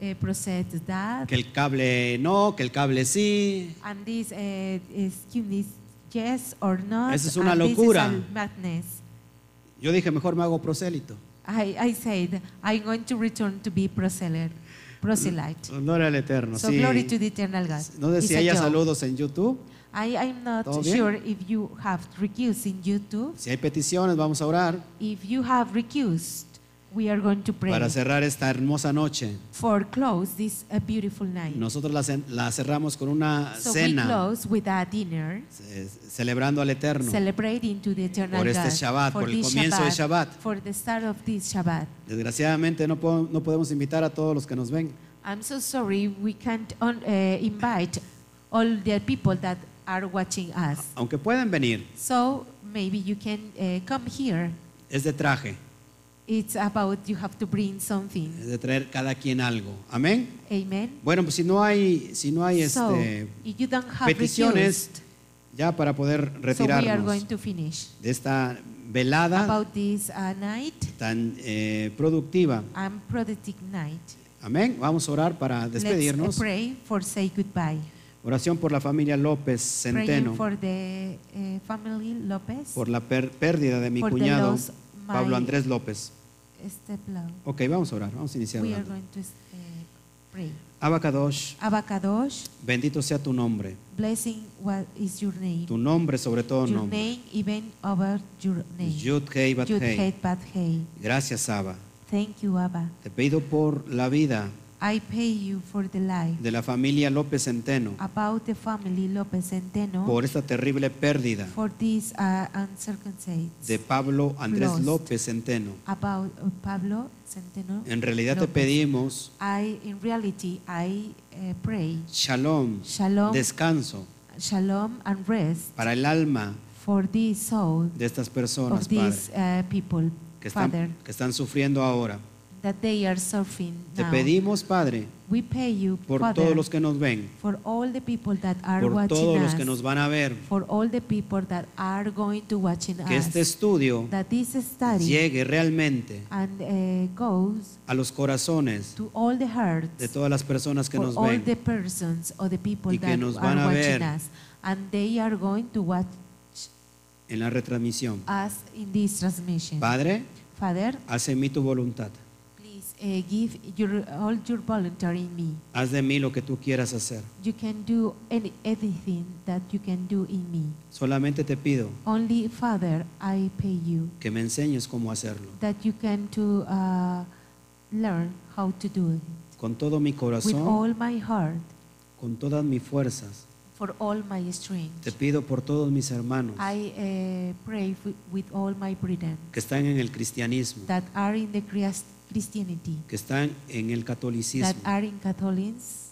[SPEAKER 2] a process that,
[SPEAKER 1] que el cable no, que el cable sí.
[SPEAKER 2] and this eh, is is yes or not.
[SPEAKER 1] Eso es una
[SPEAKER 2] and this is
[SPEAKER 1] locura.
[SPEAKER 2] a madness.
[SPEAKER 1] Yo dije, mejor me hago prosélito.
[SPEAKER 2] I, I said, I'm going to return to be proselyte. proselyte.
[SPEAKER 1] Gloria al Eterno.
[SPEAKER 2] So
[SPEAKER 1] Mm, sí.
[SPEAKER 2] glory to the eternal God.
[SPEAKER 1] No sé
[SPEAKER 2] It's
[SPEAKER 1] si
[SPEAKER 2] a
[SPEAKER 1] haya
[SPEAKER 2] joke.
[SPEAKER 1] saludos en YouTube.
[SPEAKER 2] I, I'm not
[SPEAKER 1] ¿Todo bien?
[SPEAKER 2] sure if you have recused in YouTube.
[SPEAKER 1] Si hay peticiones, vamos a orar
[SPEAKER 2] If you have recused, we are going to pray
[SPEAKER 1] para cerrar esta hermosa noche.
[SPEAKER 2] for close this a beautiful night.
[SPEAKER 1] Nosotros la, cen- la cerramos con una
[SPEAKER 2] So we
[SPEAKER 1] cena
[SPEAKER 2] close with a dinner
[SPEAKER 1] ce- celebrando al Eterno.
[SPEAKER 2] celebrating to the eternal
[SPEAKER 1] Por este
[SPEAKER 2] God,
[SPEAKER 1] Shabbat,
[SPEAKER 2] for
[SPEAKER 1] por el
[SPEAKER 2] this
[SPEAKER 1] comienzo de Shabbat.
[SPEAKER 2] for the start of this Shabbat.
[SPEAKER 1] Desgraciadamente no, po- no podemos invitar a todos los que nos ven,
[SPEAKER 2] I'm so sorry we can't on, uh, invite all the people that are watching us.
[SPEAKER 1] aunque pueden venir.
[SPEAKER 2] So maybe you can uh, come here.
[SPEAKER 1] Es de traje,
[SPEAKER 2] It's about you have to bring
[SPEAKER 1] es
[SPEAKER 2] something.
[SPEAKER 1] de traer cada quien algo. Amén.
[SPEAKER 2] Amen.
[SPEAKER 1] Bueno, pues si no hay, si no hay
[SPEAKER 2] so
[SPEAKER 1] este,
[SPEAKER 2] if you don't have
[SPEAKER 1] peticiones,
[SPEAKER 2] recused,
[SPEAKER 1] ya para poder
[SPEAKER 2] so we are
[SPEAKER 1] retirarnos
[SPEAKER 2] going to finish
[SPEAKER 1] de esta velada
[SPEAKER 2] about this uh, night
[SPEAKER 1] tan eh, productiva.
[SPEAKER 2] and productive night.
[SPEAKER 1] Amén. Vamos a orar para
[SPEAKER 2] Let's
[SPEAKER 1] despedirnos.
[SPEAKER 2] uh, pray for say goodbye.
[SPEAKER 1] Oración por la familia López
[SPEAKER 2] Praying
[SPEAKER 1] Centeno,
[SPEAKER 2] for the eh, family López.
[SPEAKER 1] por la per- pérdida de mi
[SPEAKER 2] for the
[SPEAKER 1] cuñado
[SPEAKER 2] loss, my-
[SPEAKER 1] Pablo Andrés López.
[SPEAKER 2] Este plan.
[SPEAKER 1] Ok, vamos a orar, vamos a iniciar.
[SPEAKER 2] We are
[SPEAKER 1] orando.
[SPEAKER 2] going to eh, pray.
[SPEAKER 1] Abacadosh,
[SPEAKER 2] Abacadosh,
[SPEAKER 1] bendito sea tu nombre,
[SPEAKER 2] blessing what is your name.
[SPEAKER 1] tu nombre sobre todo
[SPEAKER 2] your
[SPEAKER 1] nombre.
[SPEAKER 2] name even over your name.
[SPEAKER 1] Yud Hei Bat
[SPEAKER 2] Yud,
[SPEAKER 1] Hei.
[SPEAKER 2] Hey, Bat, Hey.
[SPEAKER 1] Gracias, Abba.
[SPEAKER 2] Thank you, Abba.
[SPEAKER 1] Te pido por la vida
[SPEAKER 2] I pay you for the life
[SPEAKER 1] de la familia López Centeno,
[SPEAKER 2] about the family López Centeno
[SPEAKER 1] por esta terrible pérdida
[SPEAKER 2] for this uh, uncircumcised
[SPEAKER 1] de Pablo Andrés
[SPEAKER 2] Lost.
[SPEAKER 1] López Centeno.
[SPEAKER 2] about uh, Pablo Centeno.
[SPEAKER 1] En realidad te
[SPEAKER 2] López.
[SPEAKER 1] pedimos
[SPEAKER 2] I, in reality, I eh, pray
[SPEAKER 1] shalom,
[SPEAKER 2] Shalom.
[SPEAKER 1] descanso
[SPEAKER 2] shalom and rest
[SPEAKER 1] para el alma
[SPEAKER 2] for this soul
[SPEAKER 1] de estas personas,
[SPEAKER 2] of
[SPEAKER 1] Padre,
[SPEAKER 2] these uh, people,
[SPEAKER 1] que
[SPEAKER 2] Father,
[SPEAKER 1] están, que están sufriendo ahora.
[SPEAKER 2] that they are suffering
[SPEAKER 1] Te
[SPEAKER 2] now.
[SPEAKER 1] pedimos, Padre,
[SPEAKER 2] we pay you,
[SPEAKER 1] por
[SPEAKER 2] Father,
[SPEAKER 1] todos los que nos ven,
[SPEAKER 2] for all the people that are
[SPEAKER 1] por
[SPEAKER 2] watching
[SPEAKER 1] todos
[SPEAKER 2] us,
[SPEAKER 1] los que nos van a ver,
[SPEAKER 2] for all the people that are going to watching
[SPEAKER 1] que
[SPEAKER 2] us,
[SPEAKER 1] este estudio
[SPEAKER 2] that this study
[SPEAKER 1] llegue realmente
[SPEAKER 2] and uh, goes
[SPEAKER 1] a los corazones
[SPEAKER 2] to all the hearts
[SPEAKER 1] de todas las personas que
[SPEAKER 2] for
[SPEAKER 1] nos
[SPEAKER 2] all
[SPEAKER 1] ven
[SPEAKER 2] the persons or the people
[SPEAKER 1] Y que
[SPEAKER 2] that
[SPEAKER 1] nos
[SPEAKER 2] are
[SPEAKER 1] van a
[SPEAKER 2] watching
[SPEAKER 1] ver.
[SPEAKER 2] us, and they are going to watch
[SPEAKER 1] en la retransmisión.
[SPEAKER 2] us in this transmission.
[SPEAKER 1] Padre,
[SPEAKER 2] Father,
[SPEAKER 1] haz en mí tu voluntad.
[SPEAKER 2] Please uh, give your, all your voluntary in me.
[SPEAKER 1] Haz de mí lo que tú quieras hacer.
[SPEAKER 2] You can do any, anything that you can do in me.
[SPEAKER 1] Solamente te pido
[SPEAKER 2] Only Father, I pay you
[SPEAKER 1] que me enseñes cómo hacerlo.
[SPEAKER 2] that you can to uh, learn how to do it
[SPEAKER 1] Con todo mi
[SPEAKER 2] with
[SPEAKER 1] corazón,
[SPEAKER 2] all my heart,
[SPEAKER 1] con todas mis fuerzas.
[SPEAKER 2] for all my
[SPEAKER 1] Te
[SPEAKER 2] strength.
[SPEAKER 1] pido por todos mis hermanos
[SPEAKER 2] I uh, pray with, with all my brethren
[SPEAKER 1] que están en el cristianismo,
[SPEAKER 2] that are in the Christ- Christianity,
[SPEAKER 1] que están en el
[SPEAKER 2] that
[SPEAKER 1] catolicismo.
[SPEAKER 2] are in Catholics.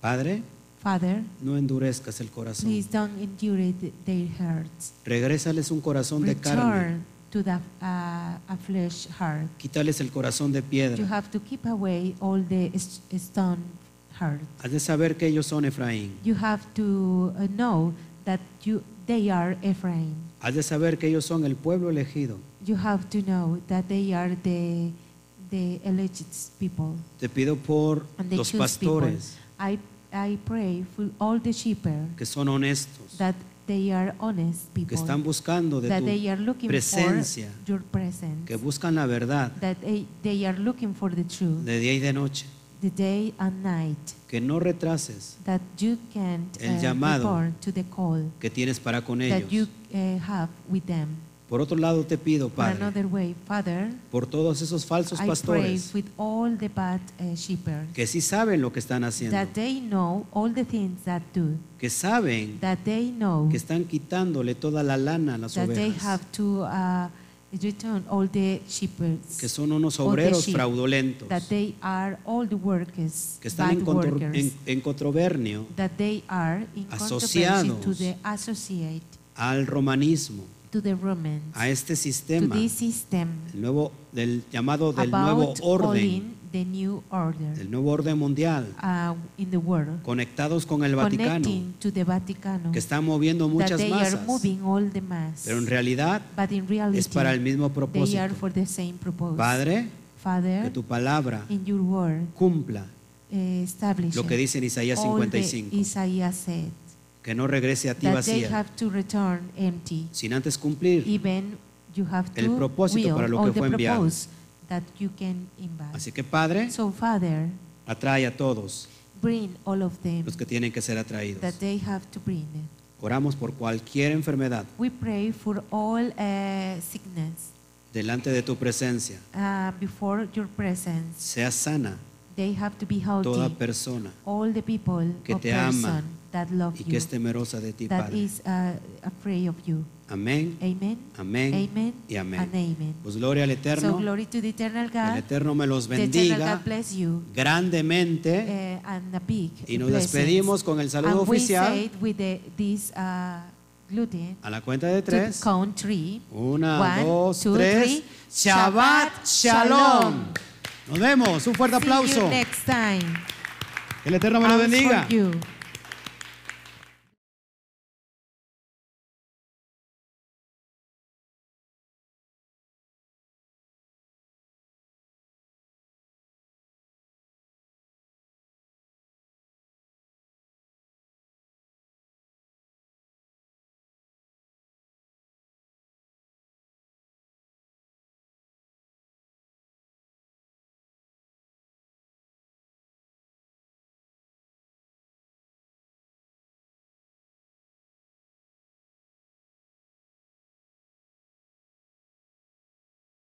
[SPEAKER 1] Padre,
[SPEAKER 2] Father,
[SPEAKER 1] no endurezcas el corazón.
[SPEAKER 2] please don't endure it, their hearts.
[SPEAKER 1] Regrésales un corazón de carne.
[SPEAKER 2] Return to the uh, a flesh heart.
[SPEAKER 1] Quítales el corazón de
[SPEAKER 2] You
[SPEAKER 1] piedra.
[SPEAKER 2] have to keep away all the s- stone heart.
[SPEAKER 1] Has de saber que ellos son Efraín,
[SPEAKER 2] You have to uh, know that you they are Ephraim,
[SPEAKER 1] Has de saber que ellos son el pueblo elegido,
[SPEAKER 2] You have to know that they are the, the alleged people.
[SPEAKER 1] Te pido por
[SPEAKER 2] And the
[SPEAKER 1] los
[SPEAKER 2] choose people.
[SPEAKER 1] pastores
[SPEAKER 2] I, I pray for all the shepherd
[SPEAKER 1] que son honestos,
[SPEAKER 2] that they are honest
[SPEAKER 1] que
[SPEAKER 2] people,
[SPEAKER 1] están buscando de
[SPEAKER 2] that they are
[SPEAKER 1] tu
[SPEAKER 2] looking
[SPEAKER 1] presencia,
[SPEAKER 2] for your presence,
[SPEAKER 1] que buscan la verdad
[SPEAKER 2] that they, they are looking for the truth,
[SPEAKER 1] de día y de noche,
[SPEAKER 2] the day and night,
[SPEAKER 1] que no retrases
[SPEAKER 2] that you can't
[SPEAKER 1] El
[SPEAKER 2] uh,
[SPEAKER 1] llamado
[SPEAKER 2] report to the call
[SPEAKER 1] que tienes para con
[SPEAKER 2] that
[SPEAKER 1] ellos.
[SPEAKER 2] you uh, have with them.
[SPEAKER 1] Por otro lado te pido,
[SPEAKER 2] But
[SPEAKER 1] Padre,
[SPEAKER 2] another way, Father,
[SPEAKER 1] por todos esos falsos
[SPEAKER 2] I pray
[SPEAKER 1] pastores
[SPEAKER 2] with all the bad uh, shepherds
[SPEAKER 1] que sí saben lo que están haciendo,
[SPEAKER 2] that they know all the things that do,
[SPEAKER 1] que saben
[SPEAKER 2] that they know
[SPEAKER 1] que están quitándole toda la lana a las
[SPEAKER 2] that they
[SPEAKER 1] ovejas,
[SPEAKER 2] have to uh, return all the shepherds,
[SPEAKER 1] que son unos
[SPEAKER 2] all the
[SPEAKER 1] obreros
[SPEAKER 2] sheep,
[SPEAKER 1] fraudulentos,
[SPEAKER 2] that they are all the workers,
[SPEAKER 1] que están en
[SPEAKER 2] bad
[SPEAKER 1] contro-
[SPEAKER 2] workers,
[SPEAKER 1] en- en controvernio
[SPEAKER 2] that they are in contribution to
[SPEAKER 1] Asociados.
[SPEAKER 2] the associate,
[SPEAKER 1] al romanismo,
[SPEAKER 2] to the Romans,
[SPEAKER 1] a este
[SPEAKER 2] to
[SPEAKER 1] sistema
[SPEAKER 2] this system
[SPEAKER 1] el nuevo, del llamado del nuevo
[SPEAKER 2] about
[SPEAKER 1] orden,
[SPEAKER 2] calling the new order
[SPEAKER 1] del nuevo orden mundial,
[SPEAKER 2] uh, in the world,
[SPEAKER 1] conectados con el Vaticano,
[SPEAKER 2] connecting to the Vaticano,
[SPEAKER 1] que está moviendo
[SPEAKER 2] that
[SPEAKER 1] muchas
[SPEAKER 2] they are
[SPEAKER 1] masas,
[SPEAKER 2] moving all the mass,
[SPEAKER 1] pero en realidad
[SPEAKER 2] but in
[SPEAKER 1] es para el
[SPEAKER 2] reality
[SPEAKER 1] mismo
[SPEAKER 2] they
[SPEAKER 1] propósito.
[SPEAKER 2] are for the same purpose.
[SPEAKER 1] Padre, que
[SPEAKER 2] Father,
[SPEAKER 1] tu palabra
[SPEAKER 2] in your word,
[SPEAKER 1] cumpla
[SPEAKER 2] eh, establish
[SPEAKER 1] lo que dice en Isaías
[SPEAKER 2] all the
[SPEAKER 1] 55,
[SPEAKER 2] Isaiah said,
[SPEAKER 1] que no regrese a ti
[SPEAKER 2] that they
[SPEAKER 1] vacía,
[SPEAKER 2] have to return empty.
[SPEAKER 1] sin antes cumplir.
[SPEAKER 2] Even you have to
[SPEAKER 1] El propósito
[SPEAKER 2] will
[SPEAKER 1] para lo
[SPEAKER 2] all
[SPEAKER 1] que
[SPEAKER 2] the
[SPEAKER 1] fue enviado.
[SPEAKER 2] purpose that you can invite.
[SPEAKER 1] Así que Padre,
[SPEAKER 2] So Father,
[SPEAKER 1] atrae a todos
[SPEAKER 2] bring all of them
[SPEAKER 1] los que tienen que ser atraídos.
[SPEAKER 2] that they have to bring.
[SPEAKER 1] Oramos por cualquier enfermedad
[SPEAKER 2] We pray for all uh, sickness
[SPEAKER 1] delante de tu presencia.
[SPEAKER 2] uh, before your presence.
[SPEAKER 1] Sea sana
[SPEAKER 2] They have to be healthy.
[SPEAKER 1] toda persona
[SPEAKER 2] all the people
[SPEAKER 1] que
[SPEAKER 2] or
[SPEAKER 1] te ama
[SPEAKER 2] person that love
[SPEAKER 1] y
[SPEAKER 2] you,
[SPEAKER 1] que es temerosa de ti,
[SPEAKER 2] that
[SPEAKER 1] Padre.
[SPEAKER 2] is uh, afraid of you.
[SPEAKER 1] Amén,
[SPEAKER 2] Amen.
[SPEAKER 1] amén
[SPEAKER 2] Amen.
[SPEAKER 1] y
[SPEAKER 2] And
[SPEAKER 1] amén.
[SPEAKER 2] amen.
[SPEAKER 1] Pues gloria al
[SPEAKER 2] So
[SPEAKER 1] Eterno.
[SPEAKER 2] glory to the eternal
[SPEAKER 1] Que el
[SPEAKER 2] God.
[SPEAKER 1] Eterno me los
[SPEAKER 2] The eternal God
[SPEAKER 1] bendiga
[SPEAKER 2] bless you. eh,
[SPEAKER 1] grandemente.
[SPEAKER 2] and a big
[SPEAKER 1] Y nos
[SPEAKER 2] blessings.
[SPEAKER 1] despedimos con el saludo
[SPEAKER 2] and We
[SPEAKER 1] oficial
[SPEAKER 2] said with the, this uh, gluten
[SPEAKER 1] a la cuenta de tres.
[SPEAKER 2] to count three.
[SPEAKER 1] Una,
[SPEAKER 2] One,
[SPEAKER 1] dos,
[SPEAKER 2] two,
[SPEAKER 1] tres.
[SPEAKER 2] three.
[SPEAKER 1] Shabbat
[SPEAKER 2] Shabbat
[SPEAKER 1] Shalom.
[SPEAKER 2] Shalom.
[SPEAKER 1] Nos vemos. Un fuerte
[SPEAKER 2] See you
[SPEAKER 1] aplauso.
[SPEAKER 2] next time.
[SPEAKER 1] Que el Eterno me los
[SPEAKER 2] Ours for
[SPEAKER 1] bendiga.
[SPEAKER 2] you.